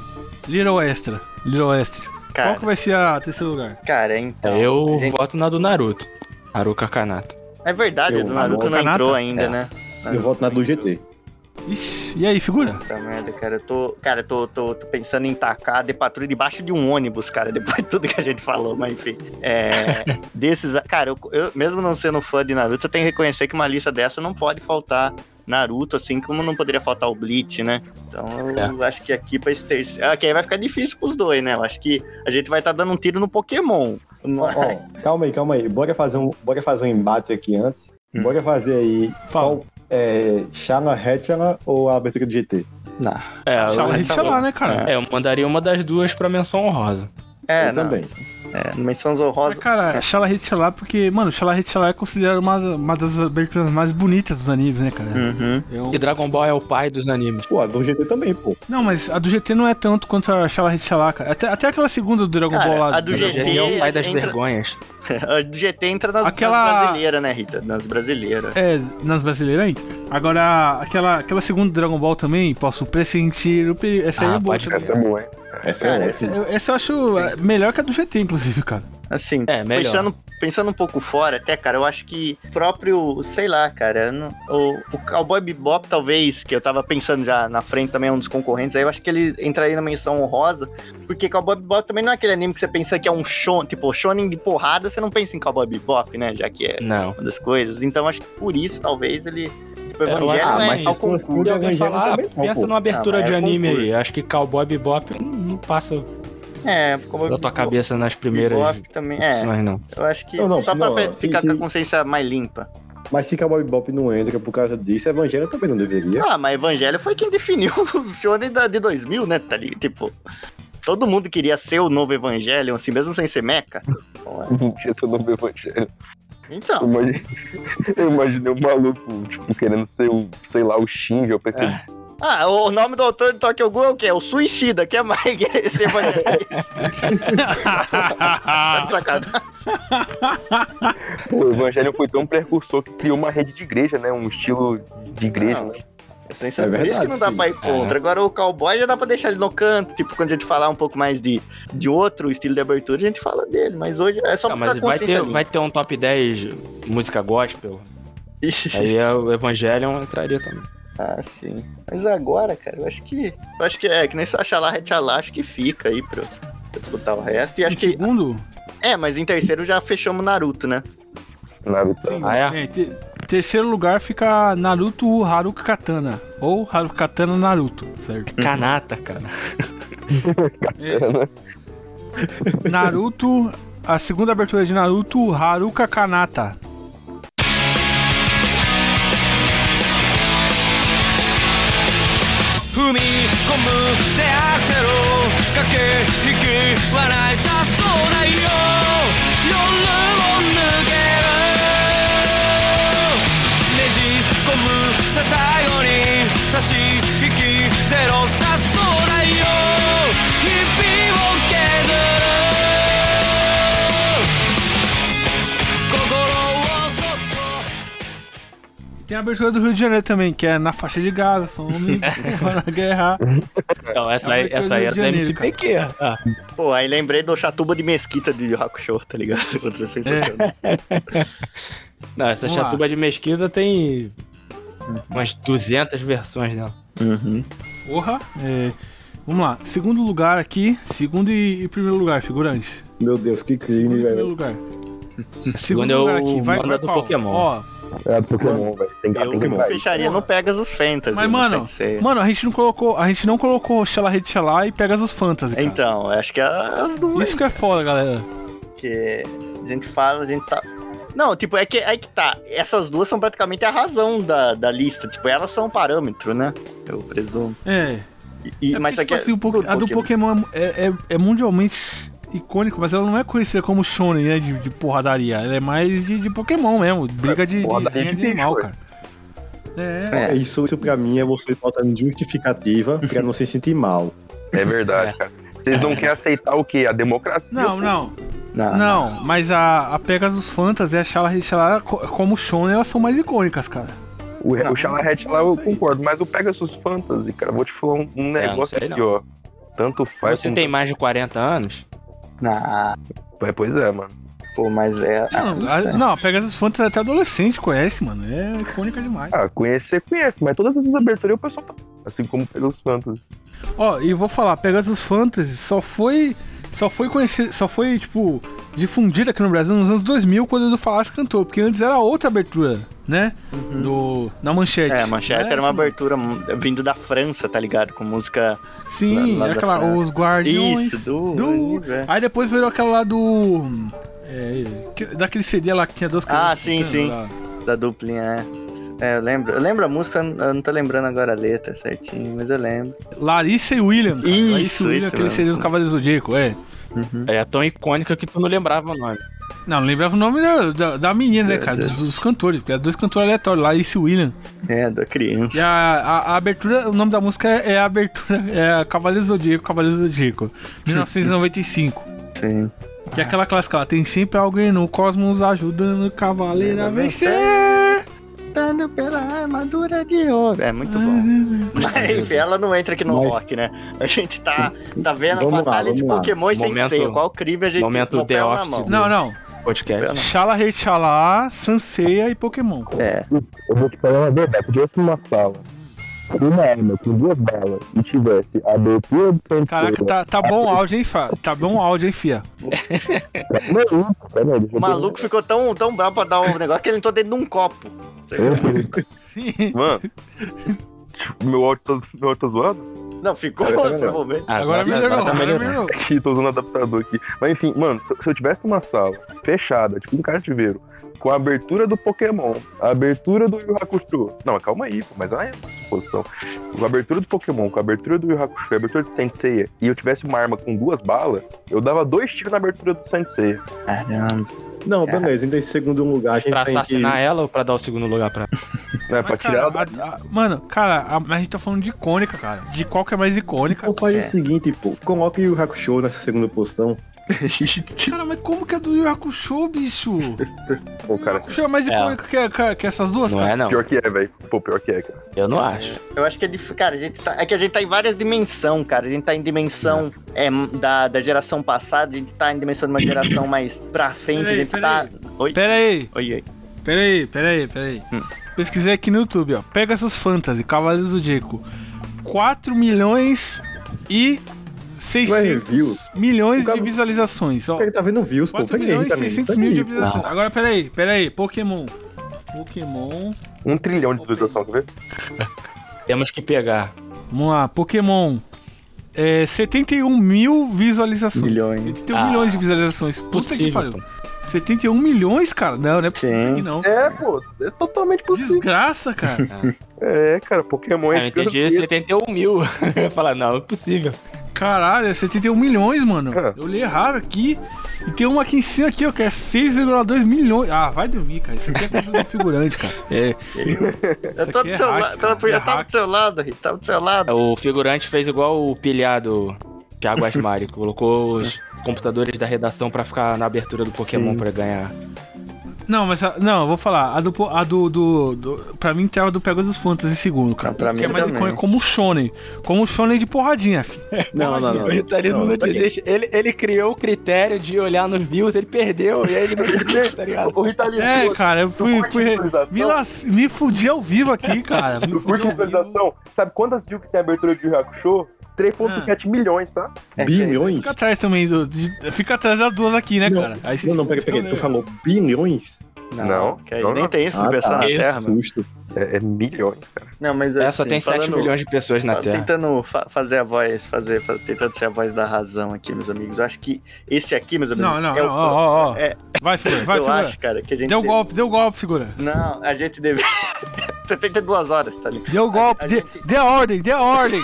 Speaker 2: Little Extra. Little Extra. Qual
Speaker 3: Cara,
Speaker 2: que é vai ser a terceiro lugar?
Speaker 3: cara, então.
Speaker 6: eu
Speaker 3: a gente-
Speaker 6: voto na do Naruto. Haruka Kanata.
Speaker 3: É verdade,
Speaker 4: Eu-
Speaker 3: do Naruto não
Speaker 2: Kanata?
Speaker 3: entrou ainda,
Speaker 6: É.
Speaker 3: né?
Speaker 4: Eu voto na do GT.
Speaker 2: Ixi, e aí, figura?
Speaker 3: Puta merda, cara. Eu tô. Cara, eu tô, tô, tô pensando em tacar de patrulha debaixo de um ônibus, cara, depois de tudo que a gente falou, mas enfim. É. desses. Cara, eu, eu mesmo não sendo fã de Naruto, eu tenho que reconhecer que uma lista dessa não pode faltar. Naruto, assim como não poderia faltar o Bleach, né? Então eu acho que aqui pra esse terceiro. Aqui aí vai ficar difícil pros dois, né? Eu acho que a gente vai estar dando um tiro no Pokémon.
Speaker 4: Ó, ó, calma aí, calma aí. Bora fazer um, bora fazer um embate aqui antes.
Speaker 3: Hum.
Speaker 4: Bora fazer aí.
Speaker 2: Fala.
Speaker 4: Qual é Shala Hatchala ou a abertura do GT?
Speaker 3: Não.
Speaker 6: É,
Speaker 2: Shala
Speaker 6: eu,
Speaker 2: Hit lá, né, cara?
Speaker 6: é, eu mandaria uma das duas pra menção honrosa.
Speaker 3: É,
Speaker 4: eu
Speaker 3: não.
Speaker 4: também.
Speaker 3: É, menções
Speaker 2: Mas,
Speaker 3: honrosas.
Speaker 2: cara, Shala Hit lá, porque, mano, Shala Hit lá é considerado uma, uma das aberturas mais bonitas dos animes, né, cara?
Speaker 3: Uhum.
Speaker 2: É um-
Speaker 6: E Dragon Ball é o pai dos animes.
Speaker 4: Pô, a do GT também, pô.
Speaker 2: Não, mas a do GT não é tanto quanto a Shala Hit lá, cara. Até, até aquela segunda do Dragon
Speaker 3: Cara,
Speaker 2: Ball lá.
Speaker 3: a do
Speaker 2: Dragon
Speaker 3: GT
Speaker 2: Ball.
Speaker 6: Ele é o pai das
Speaker 3: entra-
Speaker 6: vergonhas.
Speaker 3: A do GT entra nas, nas
Speaker 2: Aquela-
Speaker 3: brasileiras, né, Rita? Nas brasileiras.
Speaker 2: É, nas brasileiras ainda. Agora, aquela, aquela segunda Dragon Ball também, posso pressentir o perigo. Essa aí
Speaker 6: Ah,
Speaker 2: é boa
Speaker 6: pode
Speaker 2: também.
Speaker 5: Essa é boa, hein?
Speaker 4: Essa
Speaker 3: Cara,
Speaker 4: é
Speaker 2: Essa,
Speaker 4: ótima.
Speaker 2: eu- essa eu acho é, melhor que a do GT, inclusive, cara.
Speaker 3: Assim,
Speaker 6: É, melhor.
Speaker 3: pensando, pensando um pouco fora, até, cara, eu acho que próprio, sei lá, cara, eu não- o, o Cowboy Bebop, talvez, que eu tava pensando já na frente também, é um dos concorrentes, aí eu acho que ele entraria na menção honrosa, porque Cowboy Bebop também não é aquele anime que você pensa que é um shonen, tipo, shonen de porrada, você não pensa em Cowboy Bebop, né, já que é
Speaker 6: Não.
Speaker 3: uma das coisas, então acho que por isso, talvez, ele O Evangelho
Speaker 6: ah,
Speaker 3: é
Speaker 6: mas
Speaker 3: ao
Speaker 4: se
Speaker 3: concurso.
Speaker 4: fosse
Speaker 6: Se alguém
Speaker 4: Evangelho
Speaker 6: falar, ah,
Speaker 4: também não,
Speaker 6: pensa
Speaker 4: pô.
Speaker 6: numa abertura
Speaker 3: Ah, mas
Speaker 6: de
Speaker 3: é
Speaker 6: anime
Speaker 3: concurso.
Speaker 6: aí. Acho que Cowboy Bebop não, não passa
Speaker 3: É, como
Speaker 6: da tua cabeça nas primeiras
Speaker 3: Bebop também, é.
Speaker 6: opções, não.
Speaker 3: Eu acho que
Speaker 4: Não, não,
Speaker 3: só pra
Speaker 4: não,
Speaker 3: ficar
Speaker 4: sim,
Speaker 3: com a
Speaker 4: sim.
Speaker 3: consciência mais limpa.
Speaker 4: Mas se Cowboy Bebop não entra por causa disso, Evangelho também não deveria.
Speaker 3: Ah, mas Evangelho foi quem definiu o Shonen da- de 2000, né, tá ligado? Tipo, todo mundo queria ser o novo Evangelho, assim, mesmo sem ser meca. Então, é.
Speaker 5: Tinha seu nome evangelho. Eu
Speaker 3: Então,
Speaker 5: imaginei, eu imaginei um maluco, tipo, querendo ser o, sei lá, o Shinji. Eu pensei,
Speaker 3: ah, o nome do autor de Tokyo Ghoul é o quê? O Suicida, que é mais que esse Evangelho. tá de sacanagem.
Speaker 5: pô, o evangelho foi tão precursor que criou uma rede de igreja, né? Um estilo de igreja.
Speaker 3: Não,
Speaker 5: né?
Speaker 3: É sensacional. Por
Speaker 4: É
Speaker 3: isso que
Speaker 4: verdade,
Speaker 3: não dá
Speaker 4: sim.
Speaker 3: pra ir
Speaker 6: É.
Speaker 3: contra. Agora o cowboy já dá pra deixar ele no canto. Tipo, quando a gente falar um pouco mais de, de outro estilo de abertura, a gente fala dele. Mas hoje é só pra
Speaker 6: Ah, mas
Speaker 3: ficar
Speaker 6: vai
Speaker 3: consciência
Speaker 6: ter,
Speaker 3: limpa.
Speaker 6: vai ter um top 10 música gospel.
Speaker 3: Isso.
Speaker 6: Aí é o Evangelion entraria também.
Speaker 3: Ah, sim. Mas agora, cara, eu acho que. Eu acho que é, que nem se achar lá, rete lá, acho que fica aí pra pra disputar o resto. E
Speaker 2: Em
Speaker 3: acho que.
Speaker 2: segundo?
Speaker 3: É, mas em terceiro já fechamos Naruto, né?
Speaker 5: Naruto.
Speaker 2: Sim.
Speaker 6: Ah,
Speaker 2: é, te- terceiro lugar fica Naruto Haruka Katana. Ou Haruka Katana Naruto, certo?
Speaker 6: Kanata, cara.
Speaker 2: Naruto, a segunda abertura de Naruto, Haruka Kanata.
Speaker 8: 踏み込む手アクセル駆け引き笑いさそうなよ夜を抜けるねじ込むさ最後に差し引きゼロさそうなよ日々を削る心をそっと
Speaker 2: Tem a abertura do Rio de Janeiro também, que é na faixa de Gaza, são homens na guerra.
Speaker 6: Não, essa aí,
Speaker 2: Abertura
Speaker 6: essa aí é
Speaker 2: do Rio de
Speaker 6: da
Speaker 2: Janeiro,
Speaker 6: MPQ. Ah,
Speaker 3: Pô, aí lembrei do Chatuba de Mesquita de Yu Hakusho, tá ligado? Contra
Speaker 2: É.
Speaker 3: sensacional.
Speaker 6: não,
Speaker 2: Vamos
Speaker 6: essa
Speaker 2: lá. Uhum.
Speaker 6: chatuba de mesquita tem umas 200 versões né? dela.
Speaker 3: Uhum.
Speaker 2: Porra! É, vamos lá, segundo lugar aqui, segundo e, e primeiro lugar, figurante.
Speaker 4: Meu Deus, que
Speaker 2: Segundo
Speaker 4: crime,
Speaker 2: e primeiro
Speaker 4: velho.
Speaker 2: lugar.
Speaker 6: Segundo é o manda do
Speaker 2: qual?
Speaker 6: Pokémon.
Speaker 2: Ó,
Speaker 5: É Pokémon, velho. Tem que tem que
Speaker 3: Eu
Speaker 5: vai.
Speaker 3: fecharia no Pegasus Fantasy.
Speaker 2: Mas,
Speaker 3: no
Speaker 2: mano,
Speaker 3: Sensei.
Speaker 2: mano, a gente não colocou, a gente não colocou Xala Rede Xalá e Pegasus Fantasy, cara.
Speaker 3: Então, acho que as duas.
Speaker 2: Isso que é foda, galera.
Speaker 3: Porque a gente fala, a gente tá. Não, tipo, é que aí que tá. Essas duas são praticamente a razão da, da lista. Tipo, elas são parâmetro, né? Eu presumo.
Speaker 2: É.
Speaker 3: E, e-
Speaker 2: É
Speaker 3: mas
Speaker 2: porque,
Speaker 3: só que
Speaker 2: tipo assim, o Poké-
Speaker 3: tudo
Speaker 2: a do Pokémon é, é- é mundialmente icônica, mas ela não é conhecida como Shonen, né? De, de porradaria. Ela é mais de, de Pokémon mesmo. Briga de, de,
Speaker 5: porradaria
Speaker 2: de,
Speaker 5: de
Speaker 2: de animal,
Speaker 5: bicho,
Speaker 2: cara. É.
Speaker 3: É.
Speaker 4: Isso, isso pra mim é você botando justificativa pra não se sentir mal.
Speaker 5: É verdade, cara. Vocês não querem aceitar o quê? A democracia?
Speaker 2: Não,
Speaker 5: pô.
Speaker 2: não,
Speaker 3: Ah, Não,
Speaker 2: não, mas a, a Pegasus Fantasy e a Shala Richala, como Shonen, elas são mais icônicas, cara.
Speaker 5: O,
Speaker 3: Não.
Speaker 5: o Xalahet lá eu concordo, mas o Pegasus Fantasy, cara, vou te falar um, um negócio
Speaker 6: sei
Speaker 5: aqui, ó. Tanto faz
Speaker 6: Você
Speaker 5: como-
Speaker 6: tem mais de 40 anos?
Speaker 3: não.
Speaker 5: É, pois é, mano.
Speaker 3: Pô, mas é. ah,
Speaker 2: Não, a, não, a Pegasus Fantasy até adolescente conhece, mano. É icônica demais.
Speaker 5: Ah, conhecer, conhece, mas todas essas aberturas o pessoal tá. Assim como o Pegasus Fantasy.
Speaker 2: Ó, e vou falar, Pegasus Fantasy só foi. Só foi conhecido, só foi, tipo, difundida aqui no Brasil nos anos 2000, quando o Edu Falasco cantou, porque antes era outra abertura, né? Do, na manchete.
Speaker 3: Uhum. É, a manchete
Speaker 2: Né?
Speaker 3: era uma abertura mu- vindo da França, tá ligado? Com música.
Speaker 2: Sim,
Speaker 3: lá- lá
Speaker 2: era
Speaker 3: da
Speaker 2: aquela,
Speaker 3: França.
Speaker 2: os guardiões.
Speaker 3: Isso, do.
Speaker 2: do-
Speaker 3: é.
Speaker 2: Aí depois virou aquela lá do. é, que- daquele CD lá que tinha duas
Speaker 3: Ah,
Speaker 2: crianças
Speaker 3: sim,
Speaker 2: cantando
Speaker 3: sim.
Speaker 2: lá.
Speaker 3: Da duplinha, é. É, eu lembro. Eu lembro a música, eu não tô lembrando agora a letra certinho, mas eu lembro.
Speaker 2: Larissa e William. cara.
Speaker 3: Isso,
Speaker 2: Larissa e William,
Speaker 3: isso
Speaker 2: aquele
Speaker 3: mesmo.
Speaker 2: CD do Cavaleiro Zodíaco, é.
Speaker 6: É tão icônica que tu não lembrava o nome.
Speaker 2: Não, lembrava o nome da, da, da menina, né,
Speaker 3: Meu
Speaker 2: cara?
Speaker 3: Deus.
Speaker 2: Dos, dos cantores, porque eram dois cantores aleatórios, Larissa e William.
Speaker 3: É, da criança.
Speaker 2: E a, a, a abertura, o nome da música é, é a abertura, é Cavaleiro Zodíaco, Cavaleiro Zodíaco, 1995.
Speaker 3: Sim.
Speaker 2: Que é aquela clássica lá, tem sempre alguém no cosmos ajudando o cavaleiro a
Speaker 3: É
Speaker 2: vencer.
Speaker 3: Lutando pela armadura de ouro. É muito bom. Mas enfim, ela não entra aqui no
Speaker 4: Mas-
Speaker 3: rock, né? A gente tá, tá vendo
Speaker 4: Vamos
Speaker 3: a
Speaker 4: lá,
Speaker 3: batalha de
Speaker 4: vamos lá.
Speaker 3: Pokémon e
Speaker 6: Momento-
Speaker 3: Sensei. Qual crime a gente
Speaker 6: momento
Speaker 3: com o pé
Speaker 6: The
Speaker 3: na
Speaker 6: Rock.
Speaker 3: mão?
Speaker 2: Não, não.
Speaker 6: Podcast.
Speaker 2: Shala Rei Shala, Sanseia e Pokémon.
Speaker 3: É,
Speaker 5: Eu vou te falar uma verdade. Se tivesse uma sala, uma arma com duas balas, e tivesse a abertura do Santos.
Speaker 2: Caraca, tá, tá bom o áudio, hein, Fá? Tá bom o áudio, hein, Fia?
Speaker 5: Não, pera, deixa
Speaker 3: o maluco ficou tão, tão bravo pra dar um negócio que ele entrou dentro de um copo.
Speaker 5: Eu,
Speaker 2: Sim.
Speaker 5: Mano, tipo, meu áudio tá, meu áudio tá zoado?
Speaker 3: Não, ficou
Speaker 4: Agora tá
Speaker 3: pra
Speaker 4: melhor.
Speaker 3: mover.
Speaker 2: Agora melhorou,
Speaker 5: tá
Speaker 2: agora
Speaker 5: melhorando.
Speaker 2: melhorou.
Speaker 5: Ih, tô usando adaptador aqui. Mas enfim, mano, se, se eu tivesse numa sala fechada, tipo um cativeiro, com a abertura do Pokémon, a abertura do Yu Hakusho. Não, mas calma aí, pô, mas não é uma suposição. Com a abertura do Pokémon, com a abertura do Yu Hakusho, a abertura do Sensei, e eu tivesse uma arma com duas balas, eu dava dois tiros na abertura do Sensei.
Speaker 3: Caramba.
Speaker 4: Não, beleza, então em segundo lugar a gente
Speaker 6: Pra
Speaker 4: tem que.
Speaker 6: assassinar ela ou pra dar o segundo lugar pra ela?
Speaker 5: Né,
Speaker 2: Mas,
Speaker 5: pra tirar
Speaker 2: cara,
Speaker 5: ela da-
Speaker 2: a- a- mano, cara, a, mas a gente tá falando de icônica, cara. De qual que é mais icônica?
Speaker 4: Então faz
Speaker 3: É.
Speaker 4: o seguinte, pô, coloque o Hakusho nessa segunda posição.
Speaker 2: Cara, mas como que é do Yu Hakusho, bicho? Yu
Speaker 5: Pô, cara,
Speaker 2: Hakusho é mais
Speaker 6: É.
Speaker 2: icônica que, que- que essas duas,
Speaker 6: Não
Speaker 2: cara?
Speaker 6: é, não.
Speaker 5: pior que é, velho. Pô, pior que é, cara.
Speaker 6: Eu não acho.
Speaker 3: Eu acho que é difícil. Cara, a gente tá... é que a gente tá em várias dimensões, cara. A gente tá em dimensão é, da, da geração passada, a gente tá em dimensão de uma geração mais pra frente,
Speaker 2: Peraí,
Speaker 3: a gente
Speaker 2: peraí.
Speaker 3: tá. Oi?
Speaker 2: Pera aí,
Speaker 3: Oi, oi.
Speaker 2: pera aí, pera aí, pera aí.
Speaker 5: Hum.
Speaker 2: Pesquisei aqui no YouTube, ó. Pega seus fantasy, Cavaleiros do Zodíaco. 4 milhões e
Speaker 4: review.
Speaker 2: 600 milhões
Speaker 4: O cara-
Speaker 2: de visualizações, ó.
Speaker 4: Ele tá vendo views, pô.
Speaker 2: 4
Speaker 4: Pega aí
Speaker 2: milhões e
Speaker 4: também.
Speaker 2: 600
Speaker 4: pega
Speaker 2: mil
Speaker 4: aí,
Speaker 2: de
Speaker 4: pô.
Speaker 2: visualizações. Agora, pera aí, pera aí. Pokémon. Pokémon.
Speaker 5: Um trilhão de visualização, quer ver?
Speaker 6: Temos que pegar.
Speaker 2: Vamos lá, Pokémon. É, 71 mil visualizações.
Speaker 3: Milhões.
Speaker 2: 71
Speaker 6: Ah,
Speaker 2: milhões de visualizações. Puta que
Speaker 6: possível,
Speaker 2: pariu. 71 milhões, cara? Não, não é possível isso
Speaker 3: Sim.
Speaker 2: aqui, não.
Speaker 5: É, pô, é totalmente possível.
Speaker 2: Desgraça, cara.
Speaker 5: É, cara, Pokémon
Speaker 6: Ah,
Speaker 5: é
Speaker 6: eu entendi
Speaker 5: gigantesco.
Speaker 6: 71 mil. Eu ia falar, não, é impossível.
Speaker 2: Caralho, é 71 milhões, mano.
Speaker 5: É.
Speaker 2: Eu li errado aqui. E tem uma aqui em cima aqui, ó, que é 6,2 milhões. Ah, vai dormir, cara. Isso aqui é coisa do figurante, cara. É.
Speaker 3: Eu tô
Speaker 2: aqui
Speaker 3: do
Speaker 2: é
Speaker 3: seu
Speaker 2: hack,
Speaker 3: lado.
Speaker 2: cara,
Speaker 3: Eu
Speaker 2: é hack.
Speaker 3: tava tá do seu lado, Rita. Tava do seu lado.
Speaker 6: O figurante fez igual o pilhado Thiago Asmari, colocou os computadores da redação pra ficar na abertura do Pokémon pra ganhar.
Speaker 2: Não, mas a- não, eu vou falar. A do. po- A do, do, do- pra mim tem a do Pegasus Fantasy em segundo, cara.
Speaker 3: Ah, pra
Speaker 2: Porque
Speaker 3: mim
Speaker 2: é mais
Speaker 3: também.
Speaker 2: icônico como o Shonen. Como o Shonen de porradinha, filho.
Speaker 4: Ah, Não, não, não.
Speaker 6: O Vitorino
Speaker 4: não,
Speaker 6: não
Speaker 4: tá
Speaker 6: te
Speaker 4: aqui.
Speaker 6: deixa. Ele, ele criou o critério de olhar nos views, ele perdeu, e aí ele não te deixa, tá ligado?
Speaker 5: O Ritalino,
Speaker 2: É,
Speaker 5: pô,
Speaker 2: cara, eu fui.
Speaker 5: curte
Speaker 2: fui
Speaker 5: visualização?
Speaker 2: me, las- me fudi ao vivo aqui, cara. Me
Speaker 5: Tu
Speaker 2: fudi
Speaker 5: curte
Speaker 2: ao vivo.
Speaker 5: visualização? Sabe quantas views que tem a abertura de Yu Hakusho? 3.7 milhões, tá?
Speaker 4: Bilhões?
Speaker 2: Fica atrás também, do, de- fica atrás das duas aqui, né,
Speaker 4: Não,
Speaker 2: cara? Aí você
Speaker 4: Não, não,
Speaker 2: se
Speaker 4: pega,
Speaker 2: fudeu,
Speaker 4: pega. Tu
Speaker 2: né?
Speaker 4: falou bilhões?
Speaker 5: Não,
Speaker 3: que aí
Speaker 5: não,
Speaker 3: nem
Speaker 5: não.
Speaker 3: tem isso
Speaker 4: Ah,
Speaker 3: de pessoa
Speaker 4: tá.
Speaker 3: na Terra, mano.
Speaker 4: Justo.
Speaker 5: É, é milhões.
Speaker 3: Não, mas
Speaker 6: Essa
Speaker 3: assim,
Speaker 6: tem 7
Speaker 3: falando-
Speaker 6: milhões de pessoas na
Speaker 3: Fa-
Speaker 6: Terra.
Speaker 3: Tentando fa- fazer a voz, fazer, fa- tentando ser a voz da razão aqui, meus amigos. Eu acho que esse aqui, meus amigos.
Speaker 2: Não, não,
Speaker 3: é
Speaker 2: não, ó, ó, ó.
Speaker 3: é-
Speaker 2: Vai, figura, vai,
Speaker 3: eu
Speaker 2: figura.
Speaker 3: acho, cara, que a gente.
Speaker 2: Deu um golpe, deu golpe, figura.
Speaker 3: Não, a gente deve. 72 horas, tá ligado?
Speaker 2: Deu golpe,
Speaker 3: a
Speaker 2: dê,
Speaker 3: gente-
Speaker 2: dê ordem, dê ordem.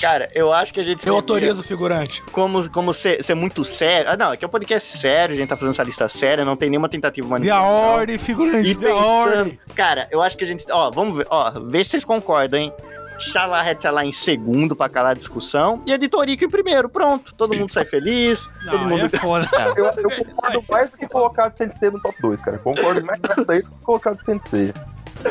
Speaker 3: Cara, eu acho que a gente.
Speaker 6: Eu
Speaker 3: devia,
Speaker 6: autorizo o figurante.
Speaker 3: Como, como ser, ser muito sério. Ah, não, aqui é um podcast sério, a gente tá fazendo essa lista séria, não tem nenhuma tentativa
Speaker 2: dê a
Speaker 3: maneira.
Speaker 2: ordem, figurante,
Speaker 3: E
Speaker 2: dê a
Speaker 3: pensando,
Speaker 2: ordem.
Speaker 3: cara, eu acho que a gente. Ó, vamos ver, ó, vê se vocês concordam, hein? Xalá, lá em segundo pra calar a discussão. E Editorico em primeiro, pronto. Todo mundo sai feliz. todo
Speaker 2: Não, aí
Speaker 3: mundo
Speaker 2: é fora.
Speaker 5: Eu, eu concordo mais do que colocar o Sensei no top 2, cara. Concordo mais com isso aí do que colocar o Sensei.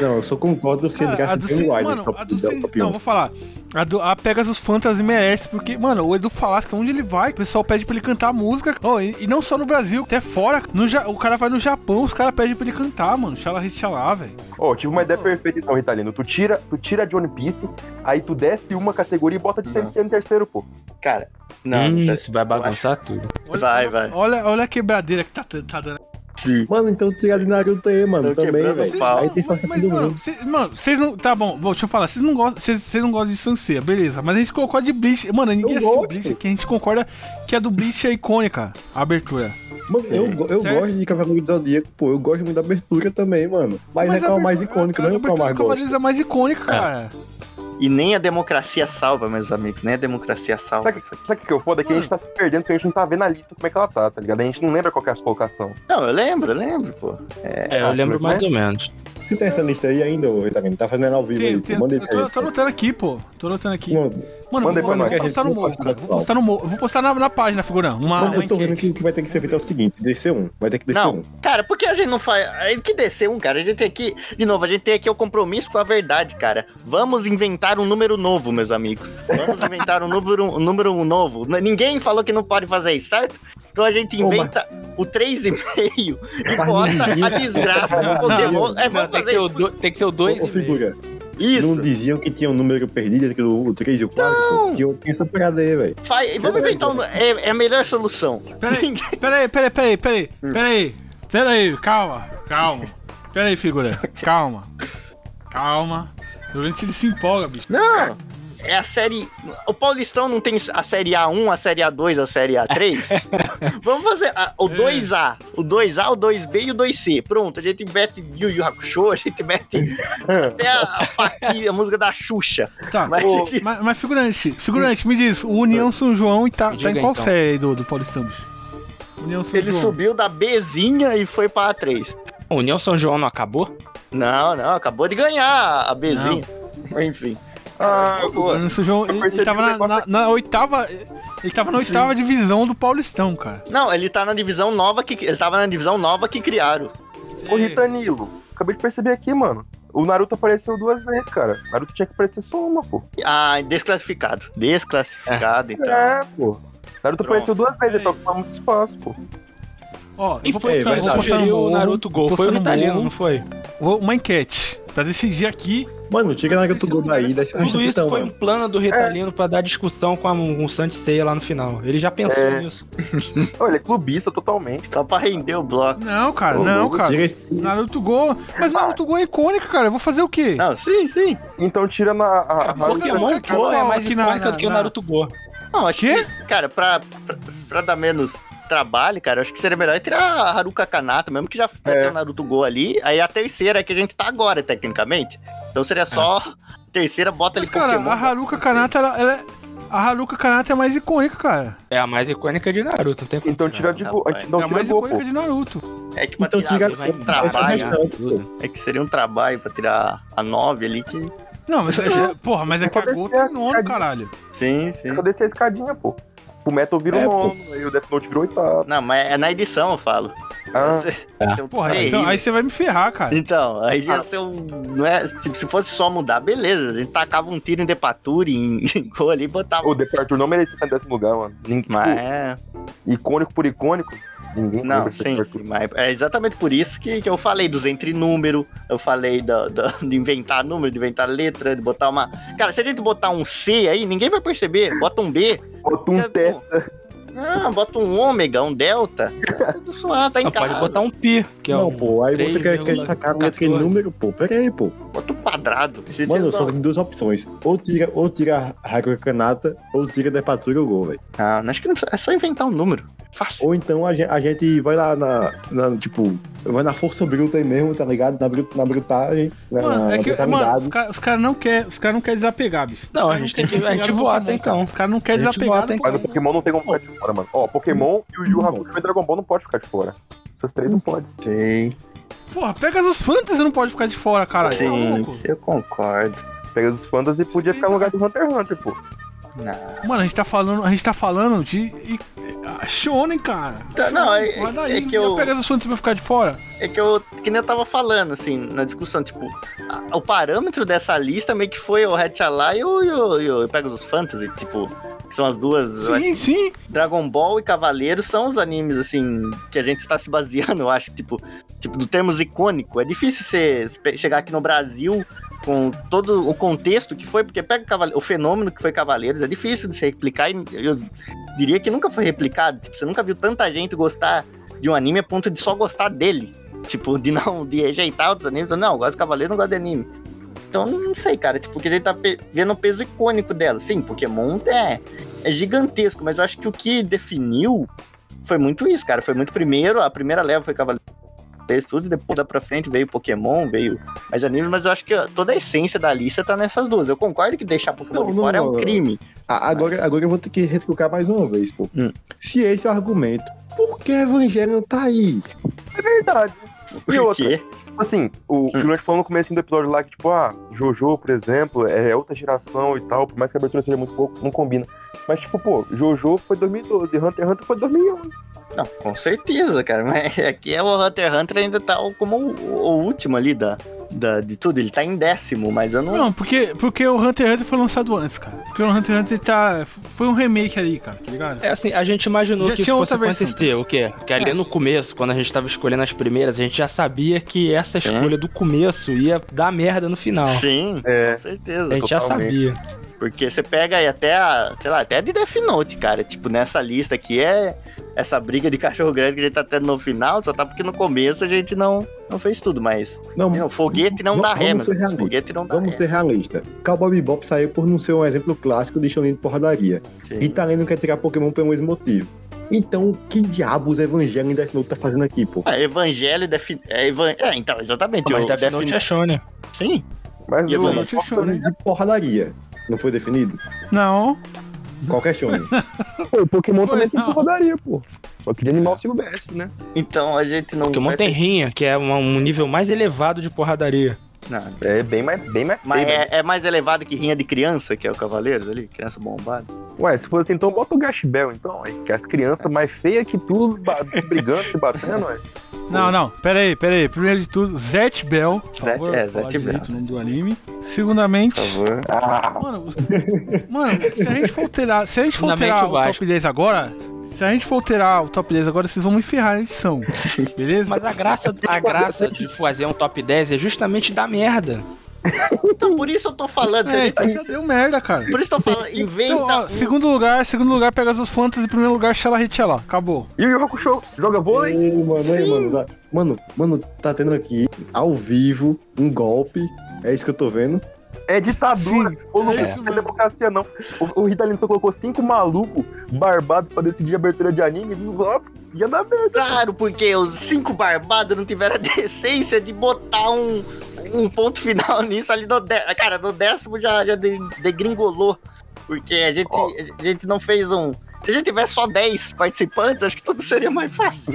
Speaker 4: Não, eu só concordo se ele
Speaker 2: Cara, a do
Speaker 4: gasta bem
Speaker 2: Sen-
Speaker 4: o
Speaker 2: mano,
Speaker 4: Wilder.
Speaker 2: a do Sen-
Speaker 4: um.
Speaker 2: Não, vou falar. A, do, a Pegasus Fantasy merece, porque, mano, o Edu Falasca, onde ele vai, o pessoal pede pra ele cantar música. Ó, e, e não só no Brasil, até fora. No, Ja- o cara vai no Japão, os caras pedem pra ele cantar, mano. Xalá, hit, xalá, velho.
Speaker 5: Ó, tive uma ideia perfeita então, Ritalino. Tu tira, tu tira de One Piece, aí tu desce uma categoria e bota de Sensei no terceiro, pô.
Speaker 3: Cara, não,
Speaker 6: Hum,
Speaker 3: tá-
Speaker 6: isso vai bagunçar tudo.
Speaker 2: Olha-
Speaker 3: Vai, vai.
Speaker 2: Olha, olha a quebradeira que tá, tá dando.
Speaker 4: Mano, então tirar de Naruto aí, mano,
Speaker 3: Tô
Speaker 4: também,
Speaker 3: quebrando
Speaker 4: velho.
Speaker 3: o pau.
Speaker 4: Aí tem só
Speaker 2: Mas, mas,
Speaker 4: do
Speaker 2: mano,
Speaker 4: mundo.
Speaker 2: cê- mano, vocês não. Tá bom, bom, deixa eu falar. Vocês não gostam. Vocês vocês não gostam de Sansei, beleza. Mas a gente colocou a de Bleach. Mano, ninguém
Speaker 4: Eu
Speaker 2: assistiu
Speaker 4: gosto.
Speaker 2: Bleach aqui. A gente concorda que a do Bleach é icônica. A abertura.
Speaker 4: Mano, eu, go- eu
Speaker 2: Certo.
Speaker 4: gosto de Cavaleiro do Zodíaco, pô. Eu gosto muito da abertura também, mano. Mas, é
Speaker 2: a
Speaker 4: qual é o mais
Speaker 2: abertura-
Speaker 4: icônico, não é
Speaker 2: a
Speaker 4: o qual eu
Speaker 2: abertura do
Speaker 4: mais gosto.
Speaker 2: Cavaleiros é mais icônica, cara.
Speaker 3: E nem a democracia salva, meus amigos. Nem a democracia salva.
Speaker 5: Sabe,
Speaker 3: isso aqui.
Speaker 5: sabe o que é o foda? É que a gente tá se perdendo, porque a gente não tá vendo a lista como é que ela tá, tá ligado? A gente não lembra qual que é a colocação.
Speaker 3: Não, eu lembro, eu lembro, pô.
Speaker 6: É, eu lembro mais ou menos.
Speaker 4: Você tem essa lista aí ainda, ô Ritalino? Tá fazendo ao vivo
Speaker 2: Tem,
Speaker 4: aí,
Speaker 2: tem,
Speaker 4: pô. Manda aí
Speaker 2: eu tô,
Speaker 4: pra
Speaker 2: eu tô
Speaker 4: gente.
Speaker 2: anotando aqui, pô. Tô anotando aqui. Mano,
Speaker 4: Mano,
Speaker 5: manda aí
Speaker 2: vou,
Speaker 5: pra
Speaker 2: vou
Speaker 5: nós, que
Speaker 2: postar
Speaker 5: a
Speaker 4: gente
Speaker 2: no
Speaker 4: não
Speaker 2: morro,
Speaker 4: passa
Speaker 2: cara.
Speaker 4: da
Speaker 2: Vou postar no morro. Vou postar na, na página, figurão. Uma,
Speaker 4: mano,
Speaker 2: uma
Speaker 4: eu tô vendo
Speaker 2: enquete.
Speaker 4: que o que vai ter que ser feito é o seguinte, descer um. Vai ter que descer
Speaker 3: Não,
Speaker 4: um.
Speaker 3: cara, por que a gente não faz. Aí que descer um, cara. A gente tem aqui. De novo, a gente tem aqui o compromisso com a verdade, cara. Vamos inventar um número novo, meus amigos. Vamos inventar um número, um número novo. N- Ninguém falou que não pode fazer isso, certo? Então a gente
Speaker 4: Ô, mas-
Speaker 3: inventa o 3,5 e bota a desgraça do Pokémon. É, vamos
Speaker 6: tem, que
Speaker 3: fazer
Speaker 6: ser o
Speaker 3: isso.
Speaker 6: do- tem que ser o
Speaker 4: Ô, ô,
Speaker 6: 2
Speaker 4: figura, não
Speaker 3: Isso.
Speaker 4: diziam que tinha um número perdido, aquele o 3 e o 4? Tinha, tinha essa parada aí, velho.
Speaker 3: Faz- Vamos inventar um. É, é a melhor solução.
Speaker 2: Peraí, peraí, peraí, peraí, peraí, peraí, peraí, calma, calma. Peraí, figura, calma. Calma. Durante ele se empolga, bicho.
Speaker 3: Não! É a série. O Paulistão não tem a série A1, a série A2, a série A3? Vamos fazer a- o 2A, o 2A, o 2B e o 2C. Pronto, a gente mete Yu Yu Hakusho, a gente mete até a, a Paqui, a música da Xuxa.
Speaker 2: Tá,
Speaker 3: Mas-
Speaker 2: mas, mas, figurante, figurante, me diz, o União São João e tá,
Speaker 6: Me
Speaker 2: tá em
Speaker 6: diga,
Speaker 2: qual
Speaker 6: então.
Speaker 2: série aí do, do Paulistão, bicho? União São
Speaker 3: Ele
Speaker 2: João.
Speaker 3: subiu da Bzinha e foi pra A3.
Speaker 6: A União São João não acabou?
Speaker 3: Não, não, acabou de ganhar a Bzinha. Enfim.
Speaker 5: Ah,
Speaker 2: O
Speaker 3: Boa.
Speaker 2: União São João, ele, ele
Speaker 5: percebi
Speaker 2: tava
Speaker 5: um
Speaker 2: na,
Speaker 5: negócio
Speaker 2: na- na oitava. Ele tava na oitava divisão do Paulistão, cara.
Speaker 3: Não, ele tá na divisão nova que. Ele tava na divisão nova que criaram.
Speaker 5: Ô, Ritanilo, acabei de perceber aqui, mano. O Naruto apareceu duas vezes, cara. Naruto tinha que aparecer só uma, pô.
Speaker 3: Ah, desclassificado. Desclassificado, então.
Speaker 5: É, pô. Naruto
Speaker 3: Pronto.
Speaker 5: apareceu duas vezes, só que tava muito espaço, pô.
Speaker 2: Ó, eu vou postar,
Speaker 6: foi,
Speaker 4: é
Speaker 2: eu vou
Speaker 4: verdade.
Speaker 2: postar no
Speaker 6: E o
Speaker 2: morro,
Speaker 6: Naruto Gol
Speaker 2: vou
Speaker 6: foi
Speaker 2: postar
Speaker 6: o
Speaker 2: no
Speaker 6: italiano,
Speaker 2: morro,
Speaker 6: não foi?
Speaker 2: vou- uma enquete. Pra decidir aqui.
Speaker 4: Mano, tira na Gato Gol daí, desce um
Speaker 6: Tudo isso
Speaker 4: institutão,
Speaker 6: foi um
Speaker 4: mano.
Speaker 6: plano do Ritalino pra dar discussão com, a, com o Santi Seiya lá no final. Ele já pensou
Speaker 5: É.
Speaker 6: nisso.
Speaker 5: Olha, ele é clubista totalmente.
Speaker 3: Só pra render o bloco.
Speaker 2: Não, cara,
Speaker 5: Ô,
Speaker 2: não, cara.
Speaker 4: Tira esse-
Speaker 2: Naruto Go. Mas
Speaker 5: Ah.
Speaker 2: Naruto Go é icônica, cara. Eu vou fazer o quê?
Speaker 5: Tá,
Speaker 3: Não, sim, sim.
Speaker 5: Então tira na. né? A, a-
Speaker 2: É, vou
Speaker 5: Naruto-
Speaker 2: Pokémon
Speaker 6: Pokémon
Speaker 2: Go
Speaker 6: Go é mais
Speaker 2: aqui na-
Speaker 6: icônica
Speaker 2: na-
Speaker 6: do que o
Speaker 2: na-
Speaker 6: Naruto Go.
Speaker 3: Não, acho
Speaker 2: Quê?
Speaker 3: que, cara, pra, pra, pra dar menos trabalho, cara, acho que seria melhor tirar a Haruka Kanata, mesmo que já, já
Speaker 5: É.
Speaker 3: tem o Naruto Go ali. Aí a terceira é que a gente tá agora, tecnicamente. Então seria só a terceira, bota
Speaker 2: É. Mas,
Speaker 3: ali
Speaker 2: cara,
Speaker 3: Pokémon.
Speaker 5: tá
Speaker 2: a Haruka Kanata, ela, ela é. A Haruka Kanata é mais icônica, cara.
Speaker 6: É a mais icônica de Naruto, não tem como.
Speaker 5: Então tira de boa.
Speaker 3: Rapaz.
Speaker 5: Não
Speaker 2: é a
Speaker 5: tira
Speaker 2: mais
Speaker 5: boa, pô.
Speaker 2: icônica de Naruto.
Speaker 3: É que pra
Speaker 4: Então
Speaker 3: tirar,
Speaker 4: tira
Speaker 3: vai um
Speaker 4: esse
Speaker 3: trabalho.
Speaker 4: restante, pô.
Speaker 3: É que seria um trabalho pra tirar a nove ali que.
Speaker 2: Não, mas é, porra, mas é
Speaker 5: Eu
Speaker 2: que
Speaker 5: só
Speaker 2: a Go
Speaker 5: desci a
Speaker 2: tem nono,
Speaker 5: escadinha.
Speaker 2: caralho.
Speaker 3: Sim, sim.
Speaker 5: É só descer a escadinha, pô. O Metal virou
Speaker 4: É, pô.
Speaker 5: nono, aí o Death Note virou oitavo.
Speaker 3: Não, mas é na edição, eu falo.
Speaker 5: Ah,
Speaker 3: Você-
Speaker 6: Tá.
Speaker 3: seu
Speaker 2: Porra, aí,
Speaker 3: terrível.
Speaker 2: aí você vai me ferrar, cara.
Speaker 3: um Então, aí ia
Speaker 5: Ah.
Speaker 3: ser um. Não é, tipo, se fosse só mudar, beleza. A gente tacava um tiro em Depaturi, em, em gol ali e botava. um.
Speaker 5: o Departure não merecia estar em décimo lugar, mano. Ninguém, tipo,
Speaker 3: Mas é.
Speaker 5: icônico por icônico, ninguém
Speaker 3: Não,
Speaker 5: lembra desse
Speaker 3: sim,
Speaker 5: Departure.
Speaker 3: sim. Mas é exatamente por isso que, que eu falei dos entre número, eu falei da- da- de inventar número, de inventar letra, de botar uma. Cara, se a gente botar um C aí, ninguém vai perceber. Bota um B.
Speaker 5: Bota um
Speaker 3: fica-
Speaker 5: teste.
Speaker 3: Ah, bota um ômega, um delta. Tá tudo suave, tá em
Speaker 6: Não,
Speaker 3: casa.
Speaker 6: pode botar um pi, que é
Speaker 4: Não,
Speaker 6: um
Speaker 4: pô, aí você quer, quer
Speaker 6: 3,14.
Speaker 4: tacar a letra em número, pô. Pera aí, pô.
Speaker 3: Bota um quadrado. Esse
Speaker 4: Mano,
Speaker 3: dia
Speaker 4: só tem duas opções. Ou tira, ou tira a Haruka Kanata, ou tira da Patrulha o gol, velho.
Speaker 3: Ah, acho que não- é só inventar um número. Fácil.
Speaker 4: Ou então a gente, a gente vai lá na, na, Tipo, vai na força bruta aí mesmo, tá ligado? Na, brut, na brutagem, na,
Speaker 2: Mano, é
Speaker 4: na
Speaker 2: que, mano, os
Speaker 4: brutalidade.
Speaker 2: caras não querem quer desapegar, bicho. Os
Speaker 6: Não,
Speaker 2: cara
Speaker 6: a gente
Speaker 2: quer
Speaker 6: tem que- a gente
Speaker 2: desapegar do
Speaker 6: vota,
Speaker 2: Pokémon,
Speaker 6: então.
Speaker 2: cara. Os caras não querem
Speaker 6: A gente
Speaker 2: desapegar
Speaker 6: vota,
Speaker 2: do
Speaker 6: hein?
Speaker 5: Mas o
Speaker 2: Pokémon.
Speaker 5: Pokémon não tem como ficar de fora, mano. Ó, Pokémon e o Yu Yu Hakusho e Dragon Ball não pode ficar de fora. Essas três não podem.
Speaker 3: Sim,
Speaker 2: Porra, Pegasus Fantasy não pode ficar de fora, cara. Tá
Speaker 3: sim,
Speaker 2: louco?
Speaker 3: eu concordo.
Speaker 5: Pega os fantasy e podia ficar no lugar do Hunter x Hunter, pô.
Speaker 2: Mano, a gente tá falando, a gente tá falando de e- a Shonen, cara.
Speaker 3: Tá, não, é-
Speaker 2: Shonen, olha
Speaker 3: é
Speaker 2: aí,
Speaker 3: que eu-
Speaker 2: o Pegasus Fantasy vai ficar de fora?
Speaker 3: É que eu, que nem eu tava falando, assim, na discussão, tipo, a- o parâmetro dessa lista meio que foi o Hatchalá e o, e o, e o Pegasus Fantasy, tipo, que são as duas. eu acho.
Speaker 2: Sim, sim.
Speaker 3: Dragon Ball e Cavaleiros são os animes, assim, que a gente está se baseando, eu acho, tipo, tipo, do termos icônico. É difícil você pe- chegar aqui no Brasil com todo o contexto que foi, porque pega o Cavale- o fenômeno que foi Cavaleiros, é difícil de se replicar, e eu diria que nunca foi replicado. Tipo, você nunca viu tanta gente gostar de um anime a ponto de só gostar dele. Tipo, de não, de rejeitar outros animes, não, eu gosto de Cavaleiro, não gosto de anime. Então, não sei, cara, tipo, que a gente tá pe- vendo o peso icônico dela. Sim, Pokémon é é gigantesco, mas eu acho que o que definiu foi muito isso, cara. Foi muito primeiro, a primeira leva foi Cavaleiros tudo, depois da pra frente veio Pokémon, veio mais animes, mas eu acho que ó, toda a essência da lista tá nessas duas. Eu concordo que deixar Pokémon
Speaker 4: Não,
Speaker 3: de
Speaker 4: não,
Speaker 3: fora é um
Speaker 4: não,
Speaker 3: crime.
Speaker 4: A- Ah, Agora, agora eu vou ter que retrucar mais uma vez, pô.
Speaker 3: Hum.
Speaker 4: Se esse é o argumento, por que Evangelion tá aí?
Speaker 5: É Verdade. E
Speaker 3: Por
Speaker 5: outra?
Speaker 3: quê?
Speaker 5: Assim, o que nós falamos no começo do episódio lá, que tipo, ah, Jojo, por exemplo, é outra geração e tal, por mais que a abertura seja muito pouco, não combina. Mas tipo, pô, Jojo foi 2012, Hunter x Hunter foi 2011.
Speaker 3: Não, com certeza, cara. Mas aqui é o Hunter x Hunter ainda tá o- como o, o último ali da, da- de tudo. Ele tá em décimo, mas eu não.
Speaker 2: Não, porque, porque o Hunter x Hunter foi lançado antes, cara. Porque o Hunter x Hunter tá, foi um remake ali, cara, tá ligado?
Speaker 6: É assim, a gente imaginou
Speaker 2: Já
Speaker 6: que isso
Speaker 2: tinha
Speaker 6: fosse
Speaker 2: outra versão.
Speaker 6: acontecer, o quê? Que ali no começo, quando a gente tava escolhendo as primeiras, a gente já sabia que essa
Speaker 3: Sim.
Speaker 6: escolha do começo ia dar merda no final.
Speaker 3: Sim,
Speaker 5: É.
Speaker 3: com certeza.
Speaker 6: a gente já
Speaker 5: totalmente.
Speaker 6: sabia.
Speaker 3: Porque você pega aí até a, sei lá, até de Death Note, cara. Tipo, nessa lista aqui é essa briga de cachorro grande que a gente tá tendo no final, só tá porque no começo a gente não, não fez tudo, mas.
Speaker 4: Não,
Speaker 3: Não, foguete não
Speaker 4: v-
Speaker 3: dá
Speaker 4: vamos
Speaker 3: ré, mano.
Speaker 4: ser realistas.
Speaker 3: Foguete não dá
Speaker 4: vamos
Speaker 3: ré.
Speaker 4: ser realistas. Cowboy Bebop saiu por não ser um exemplo clássico de shonen de porradaria.
Speaker 3: Sim.
Speaker 4: E Italien não quer tirar Pokémon pelo mesmo motivo. Então, que diabos Evangelho ainda não tá fazendo aqui, pô?
Speaker 3: Ah, Evangelho e Death é, evan... é, então, exatamente.
Speaker 6: Mas
Speaker 3: o
Speaker 6: Death
Speaker 3: Death
Speaker 6: Note é Shonen.
Speaker 3: Sim.
Speaker 5: Mas
Speaker 3: E
Speaker 5: o,
Speaker 3: Evangelho?
Speaker 2: Note é shonen.
Speaker 4: De porradaria. Não foi definido?
Speaker 2: Não.
Speaker 4: Qualquer shonen.
Speaker 5: pô, o Pokémon
Speaker 2: Foi,
Speaker 5: também tem
Speaker 2: não.
Speaker 5: porradaria, pô. Só que de animal silvestre, né?
Speaker 3: Então a gente não.
Speaker 6: Pokémon
Speaker 3: vai
Speaker 6: tem
Speaker 3: ter-
Speaker 6: rinha, que é uma- um nível mais elevado de porradaria.
Speaker 3: Não,
Speaker 5: É bem mais. Bem mais
Speaker 3: Mas
Speaker 5: feio, né?
Speaker 3: é, é mais elevado que rinha de criança, que é o Cavaleiros ali, criança bombada.
Speaker 5: Ué, se fosse assim, então bota o Gash Bell, então. aí, Que as crianças mais feias que tudo, ba- brigando, se batendo, ué.
Speaker 2: Não, não. Pera aí, pera aí. Primeiro de tudo, Zet Bell. por
Speaker 3: Zet-
Speaker 2: favor,
Speaker 3: é,
Speaker 2: falar
Speaker 3: Zet
Speaker 2: direito
Speaker 3: Bell.
Speaker 2: o nome do anime. Segundamente.
Speaker 3: favor.
Speaker 5: Ah,
Speaker 2: Mano, mano, se a gente for alterar, se a gente for
Speaker 6: Fundamento
Speaker 2: alterar o
Speaker 6: baixo.
Speaker 2: top 10 agora, se a gente for alterar o top 10 agora, vocês vão me ferrar na edição. Beleza?
Speaker 6: Mas a graça, a graça de fazer um top 10 é justamente dar merda.
Speaker 3: Então por isso eu tô falando, se a
Speaker 2: É,
Speaker 3: gente-
Speaker 2: então já deu merda, cara.
Speaker 3: por isso eu tô falando, inventa.
Speaker 2: Então, ó,
Speaker 3: um-
Speaker 2: segundo lugar, segundo lugar, Pegasus Fantasy, em primeiro lugar, Xalahit lá. Acabou.
Speaker 5: e o Yu Hakusho? Joga vôlei?
Speaker 4: Ei, mano, ei,
Speaker 3: Sim.
Speaker 4: mano, tá, mano, mano, tá tendo aqui, ao vivo, um golpe. É isso que eu tô vendo.
Speaker 5: É ditadura.
Speaker 2: Sim,
Speaker 5: Ou não
Speaker 2: é
Speaker 5: é
Speaker 2: isso mesmo.
Speaker 5: democracia, não. O, o Ritalino só colocou cinco malucos barbados pra decidir a abertura de anime. E, ó, ia dar merda.
Speaker 3: Claro, porque os cinco barbados não tiveram a decência de botar um, um ponto final nisso ali no décimo. Cara, no décimo já, já de- degringolou. Porque a gente,
Speaker 5: Ó.
Speaker 3: a gente não fez um. Se a gente tivesse só 10 participantes, acho que tudo seria mais fácil.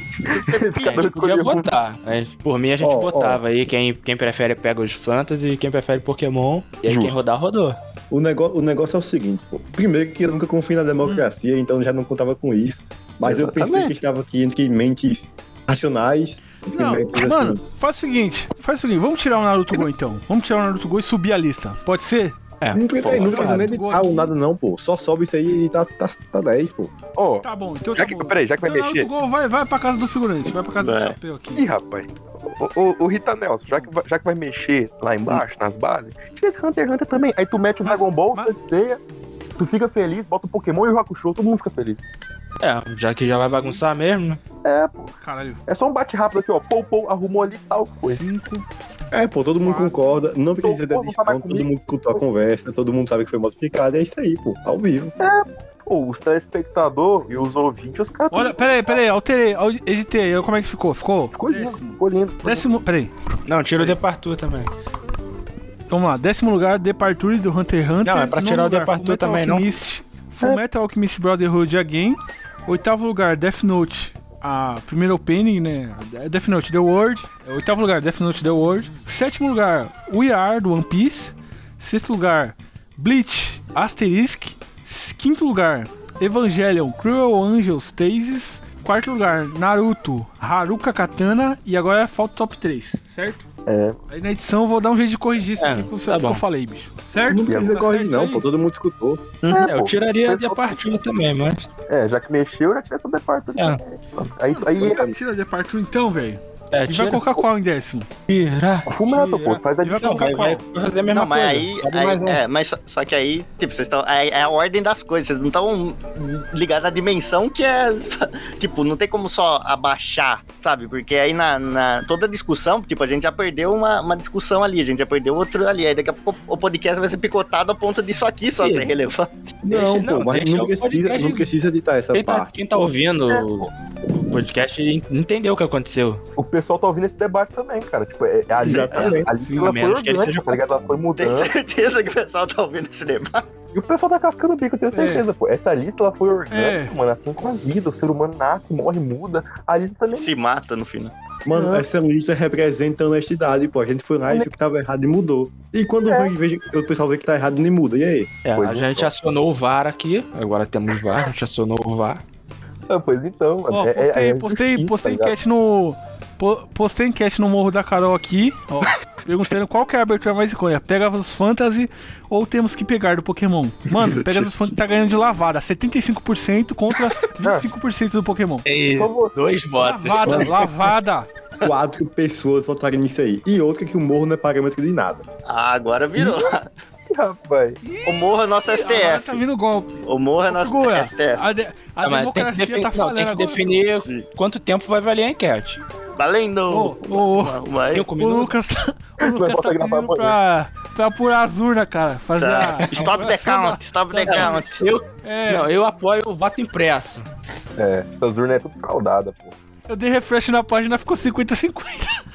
Speaker 6: A gente podia
Speaker 5: escolheu um.
Speaker 6: votar. mas por mim a gente
Speaker 4: Ó, ó.
Speaker 6: votava aí quem, quem prefere pega os Fantasy, quem prefere Pokémon. E aí
Speaker 5: Justo.
Speaker 6: quem rodar, rodou.
Speaker 4: O negócio, o negócio é o seguinte, pô. Primeiro que eu nunca confiei na democracia, então já não contava com isso. Mas eu pensei
Speaker 3: Exatamente.
Speaker 4: que estava aqui entre mentes racionais. entre
Speaker 2: Não,
Speaker 4: mentes, assim,
Speaker 2: mano, faz o seguinte, faz o seguinte, vamos tirar o Naruto Go então. Vamos tirar o Naruto Go e subir a lista. Pode ser?
Speaker 6: É,
Speaker 4: Não precisa, não
Speaker 2: porra,
Speaker 4: precisa nem
Speaker 2: cara.
Speaker 4: editar ou nada, não, pô. Só sobe isso aí e tá, tá, tá 10, pô.
Speaker 5: Ó,
Speaker 2: Tá bom, então
Speaker 5: já
Speaker 2: tá
Speaker 5: que,
Speaker 2: bom.
Speaker 5: peraí, já que vai
Speaker 2: Então, Naruto
Speaker 5: mexer.
Speaker 2: Go, vai, vai pra casa do figurante, vai pra casa do
Speaker 3: Vai.
Speaker 2: chapéu aqui.
Speaker 5: Ih, rapaz. Ô, ô, ô, Rita Nelson, já que, vai, já que vai mexer lá embaixo, nas bases, tira esse Hunter x Hunter também. Aí tu mete o
Speaker 2: Mas-
Speaker 5: Dragon Ball,
Speaker 2: mas-
Speaker 5: ceia, tu fica feliz, bota o Pokémon e o Hakusho, todo mundo fica feliz.
Speaker 6: é, já que já vai bagunçar mesmo, né?
Speaker 5: É, pô.
Speaker 2: Caralho,
Speaker 5: É só um bate rápido aqui, ó. Pou, pou, arrumou ali e tal. Foi.
Speaker 2: cinco.
Speaker 4: É, pô, todo mundo
Speaker 2: Quatro.
Speaker 4: concorda, não precisa da
Speaker 5: Pô, pô, fala
Speaker 4: edição, todo
Speaker 5: comigo.
Speaker 4: mundo escutou a conversa, todo mundo sabe que foi modificado, é isso aí, pô, ao vivo.
Speaker 5: Pô, os telespectadores e os ouvintes, os caras.
Speaker 2: Olha, peraí, peraí, alterei, al- editei, olha como é que ficou? Ficou?
Speaker 5: Ficou lindo,
Speaker 2: Décimo.
Speaker 5: ficou lindo.
Speaker 2: Décimo, peraí,
Speaker 6: Não, tira o Departur também.
Speaker 2: vamos lá. Décimo lugar, Departure do Hunter x Hunter.
Speaker 6: Não, é pra
Speaker 2: Nono
Speaker 6: tirar o
Speaker 2: lugar,
Speaker 6: Departure
Speaker 2: Fullmetal
Speaker 6: também, não?
Speaker 2: Alchemist, Fullmetal Alchemist Brotherhood Again. Oitavo lugar, Death Note. A primeira opening, né? Death Note The World. É Oitavo lugar, Death Note The World. Sétimo lugar, We Are, do One Piece. Sexto lugar, Bleach, Asterisk. S- Quinto lugar, Evangelion, Cruel Angels, Tases. Quarto lugar, Naruto, Haruka Katana. E agora é falta o top 3, certo?
Speaker 5: É.
Speaker 2: Aí na edição eu vou dar um jeito de corrigir isso
Speaker 6: É,
Speaker 2: aqui que, eu-
Speaker 6: tá
Speaker 2: que eu
Speaker 6: bom.
Speaker 2: falei, bicho. Certo?
Speaker 4: Não precisa
Speaker 2: Tá
Speaker 4: correr,
Speaker 2: certo
Speaker 4: não,
Speaker 2: aí?
Speaker 4: pô, todo mundo escutou.
Speaker 6: É, eu
Speaker 5: pô,
Speaker 6: tiraria
Speaker 5: o
Speaker 6: a
Speaker 5: pessoal-
Speaker 6: Departur também, mas.
Speaker 5: É, já que mexeu, já tira essa departura.
Speaker 6: É.
Speaker 5: Aí,
Speaker 2: Mano,
Speaker 5: aí,
Speaker 2: você
Speaker 5: aí,
Speaker 2: tira Departure então, velho.
Speaker 6: É,
Speaker 2: E vai
Speaker 6: tira.
Speaker 2: colocar qual em décimo?
Speaker 6: Tira.
Speaker 5: fumato, pô. Faz
Speaker 2: E vai
Speaker 5: a divisão.
Speaker 2: colocar
Speaker 6: né? Não,
Speaker 2: qual?
Speaker 6: vai- vai fazer a mesma
Speaker 3: Não, mas
Speaker 6: coisa.
Speaker 3: aí.
Speaker 6: Abre
Speaker 3: aí-
Speaker 6: mais um.
Speaker 3: é, mas só, só que aí, tipo, vocês estão. É, é a ordem das coisas, vocês não estão ligados à dimensão que é. Tipo, não tem como só abaixar, sabe? Porque aí na, na- toda discussão, tipo, a gente já perdeu uma, uma discussão ali, a gente já perdeu outro ali. Aí daqui a pouco o podcast vai ser picotado a ponto disso aqui só tá
Speaker 6: Sim.
Speaker 3: ser relevante.
Speaker 4: Não,
Speaker 6: Deixa-
Speaker 4: pô,
Speaker 6: não,
Speaker 4: mas
Speaker 6: deixa
Speaker 4: não
Speaker 6: o podcast
Speaker 4: precisa, não
Speaker 6: de-
Speaker 4: precisa editar essa
Speaker 6: Quem tá,
Speaker 4: parte.
Speaker 6: quem tá ouvindo o o podcast entendeu o que aconteceu.
Speaker 5: O pessoal tá ouvindo esse debate também, cara. Tipo, é, é, ali,
Speaker 4: Exatamente.
Speaker 5: é, ali
Speaker 6: Sim, a
Speaker 5: ela foi
Speaker 6: menos que ele seja
Speaker 5: orgânica, tá ligado? Ela foi
Speaker 3: Tem
Speaker 5: mudando.
Speaker 3: certeza que o pessoal tá ouvindo esse debate.
Speaker 5: E o pessoal tá cascando o bico, eu tenho certeza, pô. Essa lista, ela foi orgânica,
Speaker 2: É.
Speaker 5: mano. Assim com a vida. O ser humano nasce, morre, muda. A lista também...
Speaker 3: Se mata no final.
Speaker 4: Mano,
Speaker 5: Não.
Speaker 4: essa lista representa a honestidade, pô. A gente foi lá e viu que tava errado e mudou. E quando
Speaker 5: É.
Speaker 4: vem- veja- o pessoal vê que tá errado, nem muda. E aí?
Speaker 6: É,
Speaker 5: Pois
Speaker 6: a gente
Speaker 5: então.
Speaker 6: acionou o VAR aqui, agora temos VAR, a gente acionou o VAR.
Speaker 5: Ah, pois então, mano.
Speaker 2: Ó,
Speaker 5: é-
Speaker 2: postei,
Speaker 5: é- é
Speaker 2: postei,
Speaker 5: justiça,
Speaker 2: postei
Speaker 5: tá ligado?
Speaker 2: enquete no. po- Postei enquete no Morro da Carol aqui, ó, perguntando qual que é a abertura mais icônica. Pega os Fantasy ou temos que pegar do Pokémon? Mano, Pega os Fantasy tá ganhando de lavada, 75% contra 25% do Pokémon.
Speaker 5: Só você.
Speaker 6: Dois votos.
Speaker 2: Lavada, lavada.
Speaker 4: quatro pessoas votaram nisso aí. E outra que o morro não é parâmetro de nada.
Speaker 3: Ah, agora virou.
Speaker 5: Rapaz,
Speaker 3: O Morro é nosso
Speaker 2: Agora
Speaker 3: STF.
Speaker 2: tá vindo golpe.
Speaker 3: O Morro é nosso
Speaker 2: Segura.
Speaker 3: STF.
Speaker 2: A, de- a
Speaker 6: Ah, mas tem que
Speaker 2: democracia
Speaker 6: definir-
Speaker 2: tá
Speaker 6: não, tem
Speaker 2: falando
Speaker 6: que
Speaker 2: agora.
Speaker 6: definir quanto tempo vai valer a enquete.
Speaker 3: Valendo!
Speaker 2: Ô, ô, ô.
Speaker 3: Vai.
Speaker 6: Cinco
Speaker 2: O
Speaker 6: minutos.
Speaker 2: Lucas, o Lucas tá
Speaker 5: botar gravar
Speaker 2: pedindo pra, pra apurar as urnas, cara. Fazer
Speaker 3: Tá.
Speaker 2: a. a
Speaker 3: Stop the
Speaker 2: apuração da-
Speaker 3: count, stop the
Speaker 2: da-
Speaker 3: count.
Speaker 6: Eu,
Speaker 2: É,
Speaker 6: não, eu apoio o voto impresso.
Speaker 5: é, essas urnas é tudo caudada, pô.
Speaker 2: eu dei refresh na página, ficou 50-50.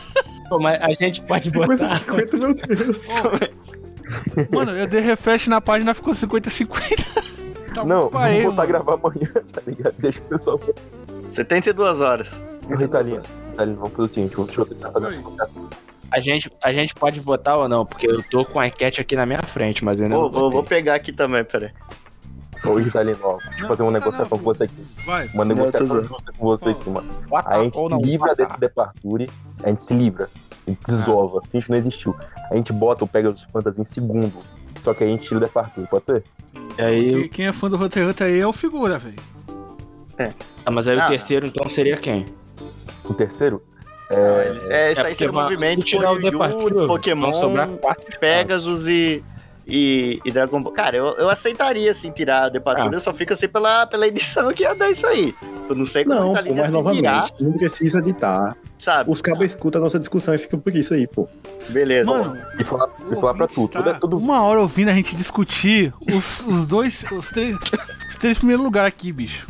Speaker 6: Pô, mas a gente pode botar.
Speaker 4: 50, meu Deus.
Speaker 2: Mano, eu dei refresh na página, ficou 50-50. Tá
Speaker 5: não,
Speaker 2: muito parelho,
Speaker 5: vou botar
Speaker 2: mano.
Speaker 5: gravar amanhã, tá ligado? Deixa o pessoal.
Speaker 3: 72 horas.
Speaker 5: Ô, Ritalinha, Ritalinha, vamos fazer o seguinte: vamos- deixa eu tentar fazer uma votação.
Speaker 6: A gente, a gente pode votar ou não, porque eu tô com a enquete aqui na minha frente, mas eu não.
Speaker 3: Vou, vou,
Speaker 6: votei.
Speaker 3: vou pegar aqui também, peraí.
Speaker 5: Ô, Ritalinha, ó, deixa eu fazer uma
Speaker 2: Não, tá
Speaker 5: negociação
Speaker 2: não,
Speaker 5: com você aqui.
Speaker 2: Vai.
Speaker 5: Uma
Speaker 3: Não, tô
Speaker 5: negociação
Speaker 3: zoando.
Speaker 5: justa com você aqui, mano.
Speaker 6: Votar
Speaker 5: Aí a gente
Speaker 6: Ah, ou não tá.
Speaker 5: se livra
Speaker 6: votar.
Speaker 5: desse departure, a gente se livra, a gente desova, finge que não existiu. A gente bota o Pega dos Fantas em segundo, só que aí a gente tira o departure, pode ser?
Speaker 6: E aí,
Speaker 2: Quem, quem é fã do Hunter x Hunter aí é o figura, velho.
Speaker 6: ah, mas aí
Speaker 3: Ah.
Speaker 6: o terceiro então seria quem?
Speaker 5: O terceiro?
Speaker 3: É, isso aí
Speaker 6: porque
Speaker 3: seria o
Speaker 6: vai-
Speaker 3: movimento
Speaker 6: se tirar o
Speaker 3: por
Speaker 6: Departure,
Speaker 3: Yu,
Speaker 6: vão sobrar Ah.
Speaker 3: Pokémon,
Speaker 6: quatro
Speaker 3: Pegasus e, e, e Dragon Ball. Cara, eu, eu aceitaria, assim, tirar a Depatura.
Speaker 6: Ah.
Speaker 3: Eu só fico assim pela, pela edição que ia dar isso aí. Eu não sei como
Speaker 4: Não,
Speaker 3: a
Speaker 4: pô,
Speaker 3: Itália
Speaker 4: mas
Speaker 3: se assim, virar,
Speaker 4: novamente, não precisa editar.
Speaker 3: sabe?
Speaker 4: Os cabos escutam a nossa discussão e ficam por isso aí, pô.
Speaker 3: Beleza.
Speaker 2: Mano,
Speaker 5: E falar,
Speaker 2: o
Speaker 5: e falar pra
Speaker 2: ouvinte está
Speaker 5: tu, tudo é tudo.
Speaker 2: Uma hora ouvindo a gente discutir os, os dois, os três, os três primeiros lugares aqui, bicho.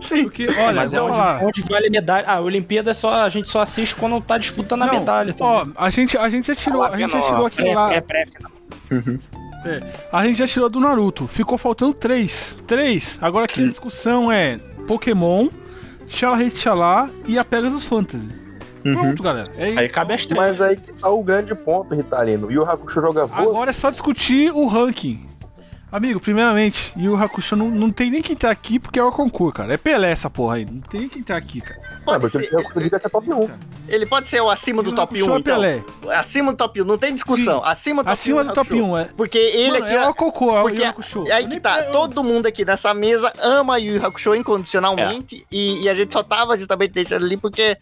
Speaker 3: Sim.
Speaker 2: Porque, olha,
Speaker 6: Mas é
Speaker 2: vou
Speaker 6: onde,
Speaker 2: falar.
Speaker 6: onde vale a medalha. Ah, a Olimpíada é só, a gente só assiste quando tá disputando a
Speaker 2: Não,
Speaker 6: medalha. tá?
Speaker 2: Ó, a gente, a gente já tirou, a gente já tirou aquilo lá.
Speaker 6: É, pré, pré,
Speaker 2: A gente já tirou do Naruto. Ficou faltando três. Três. Agora aqui a discussão é Pokémon, Xalá Xalá e a Pegasus Fantasy.
Speaker 3: Uhum.
Speaker 2: Pronto, galera. É isso.
Speaker 6: aí cabe as três.
Speaker 5: Mas aí que tá o grande ponto, Ritalino. E o Hakusho joga vôlei.
Speaker 2: Agora é só discutir o ranking. Amigo, primeiramente, Yu Hakusho não, não tem nem quem tá aqui porque é o concurso, cara. É Pelé essa porra aí. Não tem nem quem tá aqui, cara.
Speaker 5: Ah,
Speaker 3: Pode
Speaker 5: mas
Speaker 3: ser,
Speaker 5: eu acredito que essa é top 1.
Speaker 3: ele pode ser o acima do
Speaker 2: Yu
Speaker 3: top
Speaker 2: Hakusho
Speaker 3: 1,
Speaker 2: é
Speaker 3: então.
Speaker 2: Pelé.
Speaker 3: Acima do top 1, não tem discussão. Acima do top
Speaker 2: Acima
Speaker 3: 1,
Speaker 2: do top 1, é.
Speaker 3: Porque ele
Speaker 2: Mano,
Speaker 3: aqui...
Speaker 2: é o concurso, é o
Speaker 3: porque
Speaker 2: Yu Hakusho.
Speaker 3: É aí
Speaker 2: Eu
Speaker 3: que
Speaker 2: nem
Speaker 3: tá,
Speaker 2: pe-
Speaker 3: todo mundo aqui nessa mesa ama Yu Yu Hakusho
Speaker 2: É.
Speaker 3: incondicionalmente e, e a gente só tava justamente deixando ali porque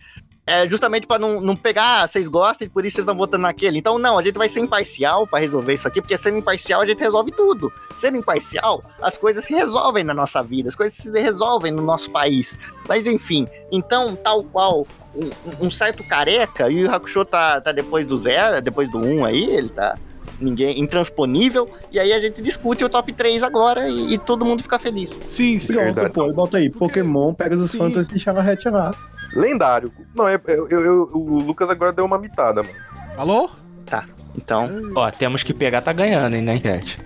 Speaker 3: é justamente pra não, não pegar, "Ah, vocês gostam e por isso vocês estão votando naquele. Então não, a gente vai ser imparcial pra resolver isso aqui, porque sendo imparcial a gente resolve tudo. Sendo imparcial, as coisas se resolvem na nossa vida, as coisas se resolvem no nosso país. Mas enfim, então tal qual um, um certo careca, e o Hakusho tá, tá depois do zero, depois do um aí, ele tá ninguém intransponível, e aí a gente discute o top 3 agora e, e todo mundo fica feliz.
Speaker 2: Sim, sim.
Speaker 5: Verdade.
Speaker 4: Pronto, pô, bota aí, Pokémon, pega os
Speaker 2: Sim.
Speaker 4: fantas e chama Red lá.
Speaker 5: Lendário. Não, é, eu, eu- eu- o Lucas agora deu uma mitada, mano.
Speaker 2: Alô?
Speaker 3: Então,
Speaker 6: Ó, temos que pegar, tá ganhando, hein, na enquete.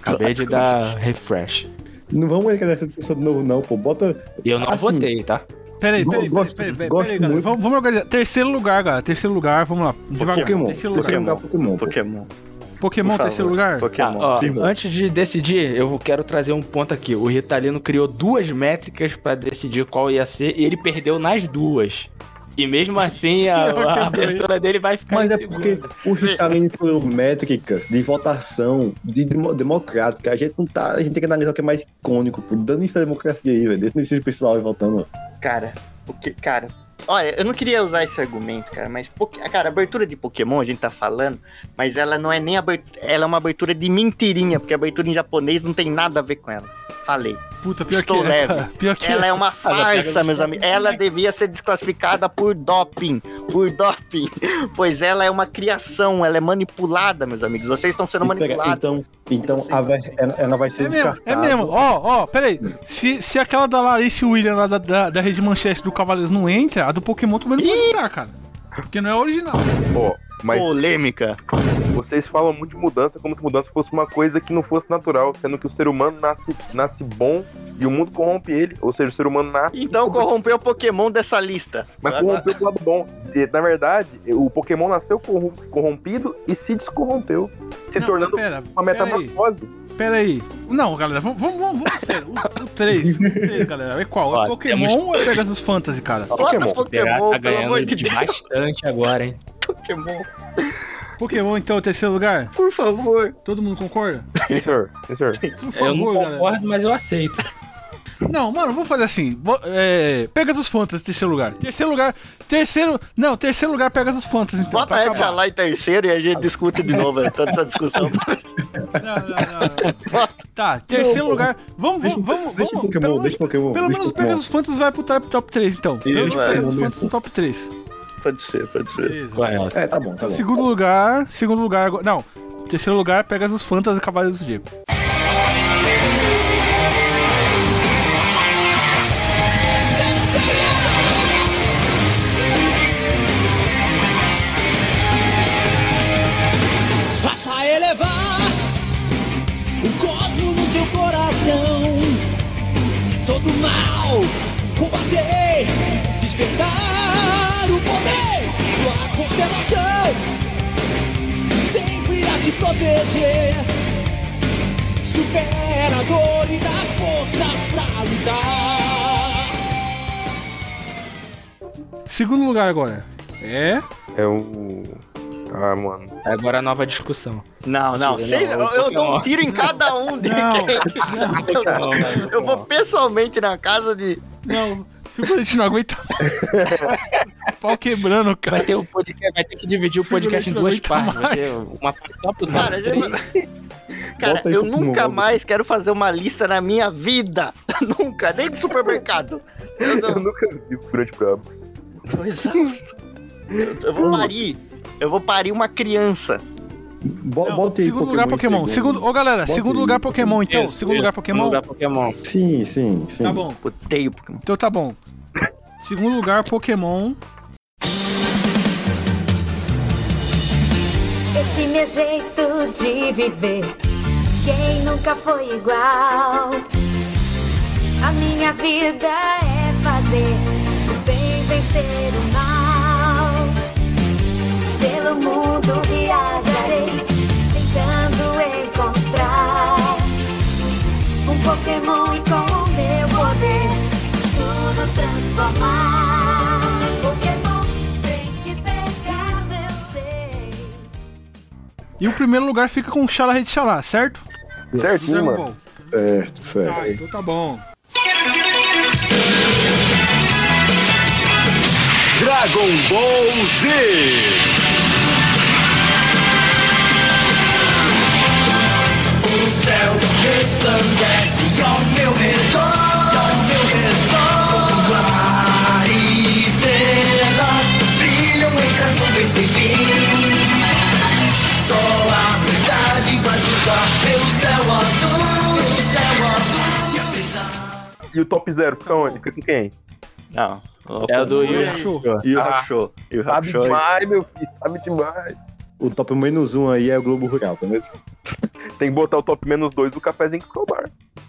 Speaker 6: Acabei de dar refresh.
Speaker 4: Não vamos entrar nessa discussão de novo, não, pô. Bota.
Speaker 6: E eu não
Speaker 4: Assim,
Speaker 6: votei, tá?
Speaker 2: Peraí,
Speaker 4: Go-
Speaker 2: peraí, peraí,
Speaker 4: gosto-
Speaker 2: peraí, peraí,
Speaker 4: gosto
Speaker 2: peraí, galera.
Speaker 4: muito.
Speaker 2: Vamos, vamos organizar. Terceiro lugar, galera. Terceiro lugar, vamos lá. Devagar.
Speaker 4: Pokémon.
Speaker 2: Terceiro
Speaker 4: Terceiro
Speaker 2: lugar.
Speaker 4: lugar, Pokémon. pô.
Speaker 3: Pokémon.
Speaker 2: Pokémon,
Speaker 3: por favor.
Speaker 2: terceiro lugar?
Speaker 6: Tá,
Speaker 3: Pokémon.
Speaker 6: ó,
Speaker 4: sim, mano.
Speaker 6: antes de decidir, eu quero trazer um ponto aqui. O Ritalino criou duas métricas pra decidir qual ia ser e ele perdeu nas duas. E mesmo assim, a,
Speaker 2: Eu
Speaker 6: a
Speaker 2: acabei.
Speaker 6: abertura dele vai ficar.
Speaker 4: Mas
Speaker 6: em
Speaker 4: é
Speaker 6: segundo.
Speaker 4: porque o Ritalino escolheu métricas de votação de demo- democrática. A gente não tá. A gente tem que analisar o que é mais icônico, pô. Dando isso da democracia aí, velho. Desse nesse pessoal aí votando.
Speaker 3: Cara, o que, cara. Olha, eu não queria usar esse argumento, cara, mas Poké- cara, a abertura de Pokémon a gente tá falando, mas ela não é nem abertura, ela é uma abertura de mentirinha, porque a abertura em japonês não tem nada a ver com ela. Falei.
Speaker 2: Puta, pior
Speaker 3: Estou
Speaker 2: que
Speaker 3: leve.
Speaker 2: Pior que
Speaker 3: Ela é uma
Speaker 6: pega
Speaker 3: farsa,
Speaker 6: no
Speaker 3: meus amigos. Ela devia ser desclassificada por doping, por doping, pois ela é uma criação, ela é manipulada, meus amigos. Vocês estão sendo
Speaker 4: Espera,
Speaker 3: manipulados.
Speaker 4: Então, então a ver- ela, ela vai ser
Speaker 2: É
Speaker 3: tá
Speaker 2: mesmo, é
Speaker 4: descartada.
Speaker 2: mesmo. Ó, ó, peraí. Se, se aquela da Larissa William lá da, da, da Rede Manchester do Cavaleiros não entra, a do Pokémon também não pode entrar, cara. Porque não é original.
Speaker 5: Ó, mas
Speaker 3: Polêmica.
Speaker 5: vocês falam muito de mudança como se mudança fosse uma coisa que não fosse natural, sendo que o ser humano nasce, nasce bom e o mundo corrompe ele. Ou seja, o ser humano nasce.
Speaker 3: Então corrompeu o Pokémon dessa lista.
Speaker 5: Mas corrompeu pro lado bom. E, na verdade, o Pokémon nasceu corrom- corrompido e se descorrompeu, se
Speaker 2: Não,
Speaker 5: tornando
Speaker 2: pera,
Speaker 5: uma
Speaker 2: peraí,
Speaker 5: metamorfose.
Speaker 2: peraí. Não, galera, vamos, vamos, vamos, vamos sério. O- O 3, o 3, galera, é qual?
Speaker 6: Ó,
Speaker 2: É Pokémon ou é Pegasus Fantasy, cara?
Speaker 3: Bota
Speaker 5: Pokémon.
Speaker 6: Pegar, tá
Speaker 3: Pokémon, pelo amor
Speaker 6: ganhando
Speaker 3: de
Speaker 6: de
Speaker 3: Deus,
Speaker 6: bastante agora, hein?
Speaker 3: Pokémon.
Speaker 2: Pokémon, então, é o terceiro lugar?
Speaker 3: Por favor.
Speaker 2: Então Todo mundo concorda?
Speaker 5: Sim, senhor. Sim, senhor.
Speaker 2: Por
Speaker 6: eu não
Speaker 2: favor,
Speaker 6: concordo,
Speaker 2: galera.
Speaker 6: mas eu aceito.
Speaker 2: Não, mano, vamos fazer assim. Vou, é, Pegasus Fantasy, terceiro lugar. Terceiro lugar. Terceiro. Não, terceiro lugar Pegasus Fantasy, então.
Speaker 3: Bota
Speaker 2: pra
Speaker 3: a
Speaker 2: acabar.
Speaker 3: Etia lá em terceiro e a gente discute de novo né, toda essa discussão.
Speaker 2: Não, não, não, não. Tá, terceiro
Speaker 4: Não,
Speaker 2: lugar. Vamos,
Speaker 4: deixa-
Speaker 2: vamos, vamos.
Speaker 4: deixa
Speaker 2: vamos-
Speaker 4: Pokémon,
Speaker 2: pelo
Speaker 4: deixa Pokémon,
Speaker 2: Pelo
Speaker 4: deixa
Speaker 2: menos o
Speaker 4: Pokémon.
Speaker 2: Pegasus Fantasy vai pro top, top 3, então. Pelo menos o
Speaker 3: vai.
Speaker 2: Pegasus Fantasy no top 3.
Speaker 3: pode ser, pode ser.
Speaker 2: Beleza.
Speaker 6: Correto.
Speaker 4: É, tá bom, tá bom.
Speaker 2: Segundo lugar. Segundo lugar. agora- Não. Terceiro lugar, Pegasus Fantasy e Cavaleiros do Diego.
Speaker 7: Faça elevar o cosmo no seu coração. Todo mal combater, despertar o poder, sua constelação. Sempre irá te proteger. Supera a dor e dá forças pra lutar.
Speaker 2: Segundo lugar agora. É.
Speaker 5: É o. Ah, mano.
Speaker 6: Agora a nova discussão.
Speaker 3: Não, não, vocês- eu, eu dou um tiro em cada um de
Speaker 2: Não,
Speaker 3: quem. eu,
Speaker 6: não,
Speaker 3: vou,
Speaker 6: não.
Speaker 3: eu vou pessoalmente na casa de.
Speaker 2: Não. Fico a gente não aguenta. Pau quebrando, cara.
Speaker 6: Vai ter, o podcast, vai ter que dividir o podcast em duas
Speaker 2: Figurante não
Speaker 6: partes.
Speaker 2: aguenta
Speaker 6: Vai ter uma parte só pro
Speaker 3: Cara, é
Speaker 6: top
Speaker 3: eu,
Speaker 6: três.
Speaker 3: cara,
Speaker 4: Bota aí
Speaker 3: eu
Speaker 4: pro Pokémon
Speaker 3: nunca
Speaker 4: logo.
Speaker 3: mais quero fazer uma lista na minha vida. nunca, nem de supermercado. Eu
Speaker 5: Eu
Speaker 3: não,
Speaker 5: nunca vi o grande brabo.
Speaker 3: tô exausto. Eu, eu vou parir. Eu vou parir uma criança.
Speaker 4: Bo-
Speaker 2: Não,
Speaker 4: bota aí
Speaker 2: segundo lugar Pokémon.
Speaker 4: em
Speaker 2: Segundo, ô galera,
Speaker 4: Bota
Speaker 2: segundo
Speaker 4: aí.
Speaker 2: lugar Pokémon então.
Speaker 6: Isso,
Speaker 2: segundo
Speaker 6: isso.
Speaker 2: lugar Pokémon.
Speaker 6: Lugar Pokémon.
Speaker 4: Sim, sim, sim.
Speaker 2: Tá bom.
Speaker 3: Odeio Pokémon.
Speaker 2: Então tá bom. Segundo lugar Pokémon.
Speaker 9: Esse meu jeito de viver, quem nunca foi igual? A minha vida é fazer o bem vencer o mal. Pelo mundo viajarei, tentando encontrar um Pokémon e com o meu poder, tudo transformar. Pokémon tem que pegar, eu sei.
Speaker 2: E o primeiro lugar fica com Xala Red Xalá, certo?
Speaker 5: Certinho, mano.
Speaker 2: Ball.
Speaker 4: Certo, certo.
Speaker 2: Ah, então tá bom.
Speaker 10: Dragon Ball Z! O céu resplandece ao meu redor, ao meu redor. Ar e estrelas brilham entre as nuvens sem fim. Só a verdade vai cruzar pelo céu azul, pelo céu azul. E a verdade-
Speaker 5: E o top zero fica onde? Fica com quem?
Speaker 3: Não.
Speaker 6: É o do
Speaker 2: E
Speaker 6: Yu.
Speaker 2: aí, show.
Speaker 3: E o
Speaker 5: Ah,
Speaker 3: Rachou. E o
Speaker 4: Tá
Speaker 5: Sabe
Speaker 3: Rachou.
Speaker 5: demais, meu filho. Sabe demais.
Speaker 4: O top menos um aí é o Globo Rural, tá mesmo?
Speaker 5: Tem que botar o top menos dois do cafezinho que roubar.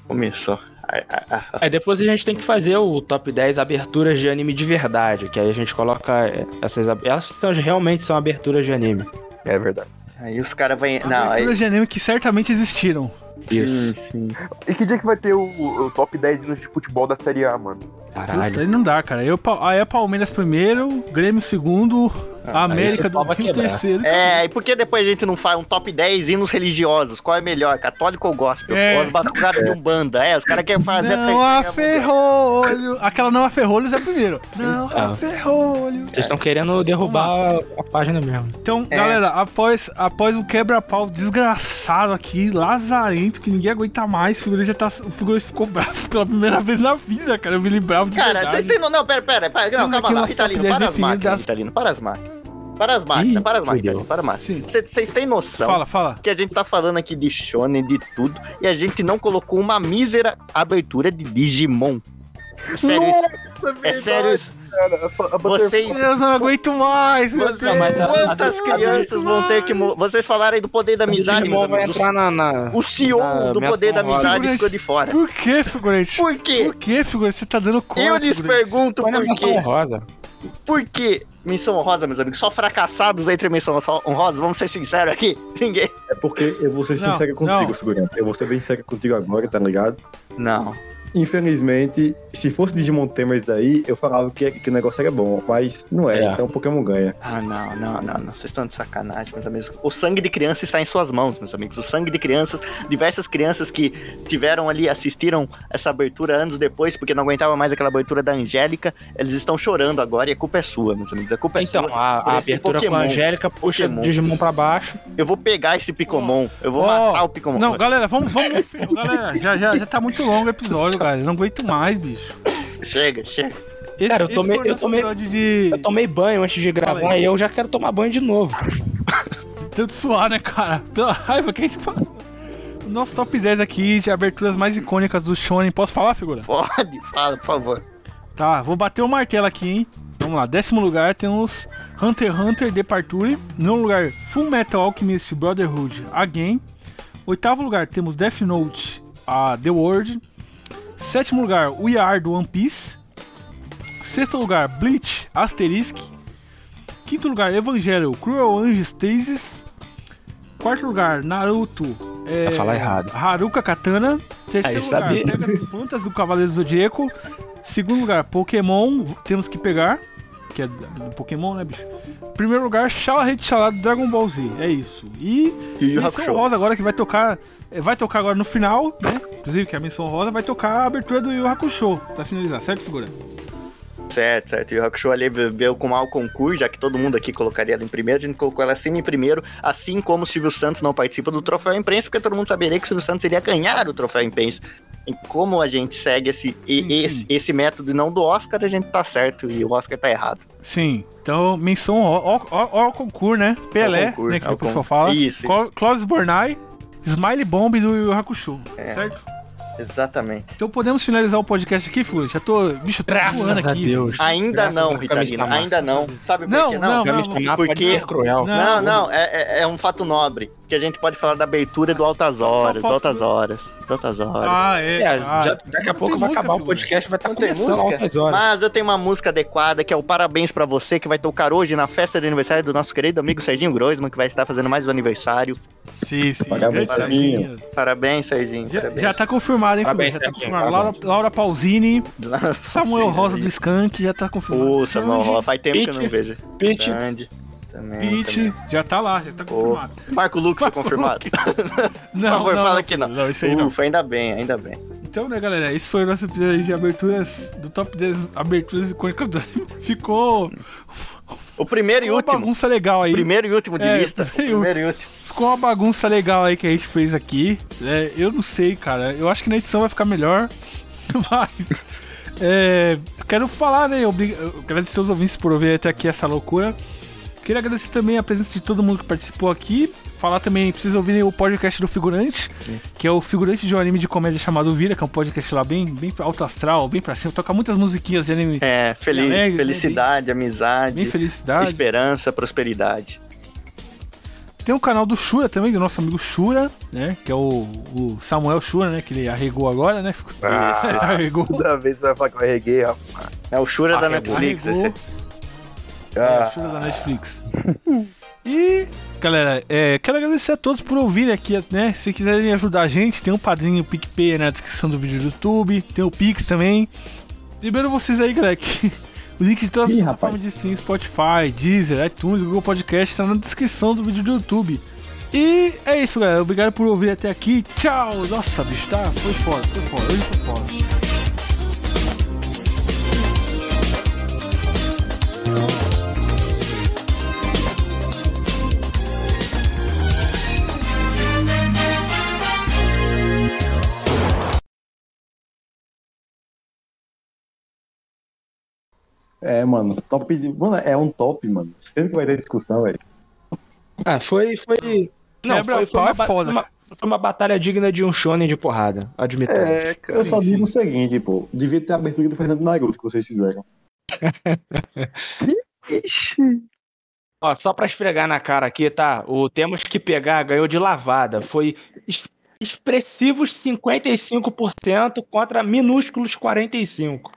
Speaker 3: Começou. Ai, ai, ai.
Speaker 6: Aí depois a gente tem que fazer o top 10 aberturas de anime de verdade, que aí a gente coloca é, essas ab- elas são, realmente são aberturas de anime.
Speaker 5: É verdade.
Speaker 3: Aí os caras vão. Não, aí.
Speaker 2: Aberturas de anime que certamente existiram.
Speaker 3: Sim, sim.
Speaker 5: E que dia que vai ter o, o top 10 hinos de futebol da Série A, mano?
Speaker 2: Puta,
Speaker 6: Caralho.
Speaker 2: aí não dá, cara. Eu, pa- aí é Palmeiras primeiro, Grêmio segundo,
Speaker 3: Ah,
Speaker 2: América
Speaker 6: esse
Speaker 2: do
Speaker 6: pau vai
Speaker 2: Rio
Speaker 6: quebrar.
Speaker 2: terceiro.
Speaker 3: É, e por que depois a gente não faz um top 10 hinos religiosos? Qual é melhor, católico ou gospel?
Speaker 2: É.
Speaker 3: Ou Os batucados de Umbanda? É, os caras querem fazer
Speaker 2: Não
Speaker 3: a
Speaker 2: há
Speaker 3: terceira mundial.
Speaker 2: ferrolho. Aquela não há ferrolhos é primeiro. Não há
Speaker 6: Ah.
Speaker 2: ferrolho.
Speaker 6: Vocês estão querendo derrubar a, a página mesmo.
Speaker 2: Então,
Speaker 3: É.
Speaker 2: galera, após, após um quebra-pau desgraçado aqui, lazarento, que ninguém aguenta mais, o figurante, já tá, o figurante ficou bravo pela primeira vez na vida, cara. Eu me lembrava de
Speaker 3: Cara,
Speaker 2: verdade.
Speaker 3: vocês têm. no- Não, pera, pera, pera. Não,
Speaker 2: Temos
Speaker 3: calma
Speaker 2: aqui
Speaker 3: lá.
Speaker 2: nosso
Speaker 3: Italino,
Speaker 2: top 10
Speaker 3: para as máquinas.
Speaker 2: definidas.
Speaker 3: Italino, para as máquinas. Para as máquinas,
Speaker 6: Ih,
Speaker 3: para as máquinas,
Speaker 6: fudeu.
Speaker 3: para as
Speaker 2: Sim.
Speaker 3: máquinas. Vocês- Vocês têm noção
Speaker 2: Fala, fala.
Speaker 3: que a gente tá falando aqui de Shonen, de tudo, e a gente não colocou uma mísera abertura de Digimon. É sério isso? É sério isso? Vocês.
Speaker 2: Meu Deus, eu não aguento mais. meu
Speaker 3: Vocês-
Speaker 2: Deus.
Speaker 6: mas a-
Speaker 3: quantas
Speaker 6: a-
Speaker 3: crianças vão ter que. mo- Vocês falaram aí do poder da amizade, meus
Speaker 6: Digimon vai
Speaker 3: amigos.
Speaker 6: entrar na, na-
Speaker 3: O CEO
Speaker 6: na
Speaker 3: do
Speaker 6: minha
Speaker 3: poder da
Speaker 6: forma.
Speaker 3: amizade
Speaker 2: Segura
Speaker 3: ficou
Speaker 2: isso.
Speaker 3: de fora.
Speaker 2: Por que, figurante?
Speaker 3: Por quê?
Speaker 2: Por que, figurante? Você tá dando conta.
Speaker 3: Eu lhes pergunto
Speaker 6: Põe na
Speaker 3: por
Speaker 6: menção
Speaker 3: quê.
Speaker 6: rosa.
Speaker 3: Por quê? Missão honrosa, meus amigos. Só fracassados entre missão honrosa, vamos ser sinceros aqui. Ninguém.
Speaker 4: É porque eu vou ser
Speaker 2: Não,
Speaker 4: sincero
Speaker 2: não.
Speaker 4: contigo, figurante. Eu vou ser bem sincero contigo agora, tá ligado?
Speaker 3: Não.
Speaker 4: Infelizmente, se fosse Digimon Tamers daí, eu falava que, que o negócio era bom, mas não é,
Speaker 6: É.
Speaker 4: então Pokémon ganha.
Speaker 3: Ah, não, não, não, não. Vocês estão de sacanagem, meus amigos. O sangue de crianças está em suas mãos, meus amigos. O sangue de crianças, diversas crianças que tiveram ali, assistiram essa abertura anos depois, porque não aguentava mais aquela abertura da Angélica. Eles estão chorando agora e a culpa é sua, meus amigos. A culpa é
Speaker 6: Então,
Speaker 2: um
Speaker 3: sua.
Speaker 6: a, a
Speaker 3: Esse
Speaker 6: abertura com
Speaker 3: Pokémon.
Speaker 6: a Angélica puxa
Speaker 3: Pokémon.
Speaker 6: o Digimon pra baixo.
Speaker 3: Eu vou pegar esse Picomon. Eu vou
Speaker 2: Ó,
Speaker 3: matar o Picomon.
Speaker 2: Não, galera, vamos. vamos galera, já, já, já tá muito longo o episódio, cara. Eu não aguento mais, bicho.
Speaker 3: Chega, chega.
Speaker 2: Esse,
Speaker 6: Cara, eu tomei-
Speaker 2: foi o
Speaker 6: eu
Speaker 2: nosso
Speaker 6: tomei-
Speaker 2: episódio de.
Speaker 6: Eu tomei banho antes de
Speaker 2: Fala
Speaker 6: gravar
Speaker 2: aí. Ah,
Speaker 6: e eu já quero tomar banho de novo.
Speaker 2: Tanto suar, né, cara? Pela raiva que a gente passa. O Nosso top 10 aqui de aberturas mais icônicas do Shonen. Posso falar, figura?
Speaker 3: Pode, fala, por favor.
Speaker 2: Tá, vou bater o martelo aqui, hein? Vamos lá, décimo lugar temos Hunter x Hunter Departure. No lugar, Full Metal Alchemist Brotherhood Again. Oitavo lugar temos Death Note a The World. Sétimo lugar, We Are do One Piece. Sexto lugar, Bleach Asterisk. Quinto lugar, Evangelho Cruel Anges Thesis. Quarto lugar, Naruto. É,
Speaker 6: Vai falar errado.
Speaker 2: Haruka Katana. Terceiro
Speaker 6: Aí,
Speaker 2: lugar,
Speaker 6: sabia.
Speaker 2: Pegasus Fantas do Cavaleiro Zodíaco. Segundo lugar, Pokémon, temos que pegar. Que é do Pokémon, né, bicho? Primeiro lugar, Shala Rede Shala do Dragon Ball Z. É isso. E,
Speaker 3: E o
Speaker 2: Menção
Speaker 3: Hakusho.
Speaker 2: Rosa agora que vai tocar. eh, Vai tocar agora no final, né? Inclusive, que a Menção Rosa vai tocar a abertura do Yu Yu Hakusho. Pra finalizar, certo, figura?
Speaker 3: Certo, certo. E o Hakusho ali veio com mal concurso, já que todo mundo aqui colocaria ela em primeiro, a gente colocou ela semi em primeiro, assim como o Silvio Santos não participa do troféu imprensa, porque todo mundo saberia que o Silvio Santos iria ganhar o troféu imprensa. E como a gente segue esse, e-
Speaker 2: Sim,
Speaker 3: esse,
Speaker 2: sim.
Speaker 3: esse método e não do Oscar, a gente tá certo e o Oscar tá errado.
Speaker 2: Sim. Então, menção ó, ó, ó, ó o concurso, né? Pelé,
Speaker 3: Ao concurso,
Speaker 2: né? Que
Speaker 6: é
Speaker 3: ao
Speaker 2: o pessoal
Speaker 3: concurso.
Speaker 2: fala.
Speaker 3: Isso,
Speaker 2: Cla- Clóvis Bornai, Smiley Bomb do Yu Yu Hakusho.
Speaker 3: É.
Speaker 2: Certo?
Speaker 3: exatamente.
Speaker 2: Então podemos finalizar o podcast aqui, Figura? Já tô. Bicho, eu tô suando
Speaker 6: Graças a
Speaker 2: aqui.
Speaker 6: Deus.
Speaker 3: Ainda
Speaker 6: Graças
Speaker 3: não,
Speaker 6: a Deus,
Speaker 3: Ritalina,
Speaker 6: camisa
Speaker 3: ainda não. Sabe por
Speaker 2: Não,
Speaker 3: quê?
Speaker 2: não,
Speaker 6: Pra me
Speaker 2: não,
Speaker 6: chamar pode
Speaker 3: porque-
Speaker 6: ser cruel.
Speaker 2: Não.
Speaker 3: Não, não, é, é- é um fato nobre. Que a gente pode falar da abertura do Altas Horas, do
Speaker 2: falta-
Speaker 3: Altas Horas, do Altas Horas.
Speaker 2: Ah, é.
Speaker 6: É,
Speaker 2: ah,
Speaker 6: já- daqui
Speaker 2: Não
Speaker 6: a pouco
Speaker 2: tem
Speaker 6: vai
Speaker 2: música,
Speaker 6: acabar o
Speaker 2: figura.
Speaker 6: podcast, vai estar
Speaker 3: Não tem
Speaker 6: começando a
Speaker 3: Tá música?
Speaker 6: altas horas.
Speaker 3: Mas eu tenho uma música adequada que é o Parabéns pra você que vai tocar hoje na festa de aniversário do nosso querido amigo Serginho Groisman, que vai estar fazendo mais um aniversário.
Speaker 2: Sim, sim.
Speaker 4: Parabéns,
Speaker 2: grande
Speaker 4: Serginho.
Speaker 2: Serginho.
Speaker 3: Parabéns, Serginho.
Speaker 2: Já,
Speaker 3: parabéns.
Speaker 2: já tá confirmado, hein, Figura?
Speaker 6: Parabéns,
Speaker 2: Já tá
Speaker 6: Serginho,
Speaker 2: confirmado. Laura,
Speaker 6: parabéns.
Speaker 2: Laura Pausini, Samuel
Speaker 3: Sim,
Speaker 2: Rosa do
Speaker 3: aí.
Speaker 2: Skank, já tá confirmado.
Speaker 3: Ô, Samuel
Speaker 2: Sanji,
Speaker 3: Rosa, faz tempo que eu não
Speaker 6: Pete,
Speaker 3: vejo.
Speaker 6: Pete,
Speaker 3: Sandy, também,
Speaker 2: Pete,
Speaker 3: também.
Speaker 2: já tá lá, já tá confirmado.
Speaker 3: Marco Luque foi confirmado.
Speaker 2: Não,
Speaker 3: favor,
Speaker 2: não,
Speaker 3: fala
Speaker 2: não,
Speaker 3: que não.
Speaker 2: Não, isso aí não.
Speaker 3: Ufa, ainda bem, ainda bem.
Speaker 2: Então, né, galera, esse foi o nosso episódio de aberturas do top 10 aberturas icônicas do anime. Ficou
Speaker 3: O primeiro e
Speaker 2: uma
Speaker 3: último.
Speaker 2: bagunça legal aí.
Speaker 3: Primeiro e último de
Speaker 2: É,
Speaker 3: lista. O
Speaker 2: primeiro e
Speaker 3: Primeiro e último.
Speaker 2: Ficou uma bagunça legal aí que a gente fez aqui. É, eu não sei, cara. Eu acho que na edição vai ficar melhor. Mas. é, quero falar, né? obri- eu Agradecer aos ouvintes por ouvir até aqui essa loucura. Queria agradecer também a presença de todo mundo que participou aqui. Falar também, pra vocês ouvirem o podcast do Figurante, que é o Figurante de um anime de comédia chamado Vira, que é um podcast lá bem, bem alto astral, bem pra cima. Toca muitas musiquinhas de anime.
Speaker 3: É, feliz,
Speaker 2: Alegre, né,
Speaker 3: felicidade,
Speaker 2: Bem
Speaker 3: amizade,
Speaker 2: felicidade.
Speaker 3: esperança, prosperidade.
Speaker 2: Tem o canal do Shura também, do nosso amigo Shura, né? Que é o, o Samuel Shura, né? Que ele arregou agora, né? Ficou-
Speaker 5: Ah,
Speaker 2: arregou.
Speaker 5: toda vez você vai falar que eu arreguei, rapaz.
Speaker 3: É o
Speaker 2: Ah,
Speaker 3: Shura da Netflix.
Speaker 2: Arregou.
Speaker 3: esse.
Speaker 2: É, o
Speaker 5: Ah,
Speaker 2: Shura da Netflix. E, galera, é, quero agradecer a todos por ouvirem aqui, né? Se quiserem ajudar a gente, tem um padrinho PicPay na descrição do vídeo do YouTube, tem o Pix também. Lembrando vocês aí, galera, que o link de todas as
Speaker 4: Ih,
Speaker 2: plataformas de stream, Spotify, Deezer, iTunes, Google Podcast, está na descrição do vídeo do YouTube. E é isso, galera. Obrigado por ouvir até aqui. Tchau! Nossa, bicho, tá? Foi foda, foi foda, hoje foi foda.
Speaker 4: É, mano, top. de- Mano, é um top, mano. Sempre que vai ter discussão, velho.
Speaker 6: Ah, foi. foi... Não,
Speaker 2: Quebra
Speaker 6: foi,
Speaker 2: pau é
Speaker 6: ba-
Speaker 2: foda,
Speaker 6: Uma, foi uma batalha digna de um shonen de porrada, admitamos.
Speaker 5: é, cara.
Speaker 4: Eu só
Speaker 2: sim.
Speaker 4: digo o seguinte, pô. Devia ter a abertura do Fernando Naruto que vocês fizeram.
Speaker 6: Ó, só pra esfregar na cara aqui, tá? O Temos que Pegar ganhou de lavada. Foi es- expressivos 55% contra minúsculos 45%.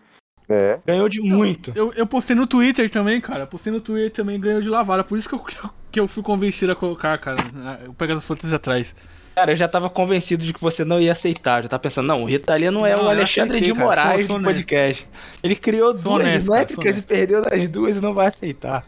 Speaker 5: É.
Speaker 6: Ganhou de muito.
Speaker 2: Eu, eu postei no Twitter também, cara. Postei no Twitter né, também, ganhou de lavada. Por isso que eu, que eu fui convencido a colocar, cara. Eu pego as fotos atrás.
Speaker 6: Cara, eu já tava convencido de que você não ia aceitar. Eu já tava pensando, não, o Ritalino não é
Speaker 2: Não,
Speaker 6: o
Speaker 2: eu
Speaker 6: Alexandre
Speaker 2: aceitei,
Speaker 6: de
Speaker 2: cara,
Speaker 6: Moraes
Speaker 2: sou- sou
Speaker 6: do
Speaker 2: honesto.
Speaker 6: podcast. Ele criou
Speaker 2: Sou
Speaker 6: duas
Speaker 2: honesto, cara, sou
Speaker 6: métricas e
Speaker 2: honesto.
Speaker 6: perdeu das duas e não vai aceitar.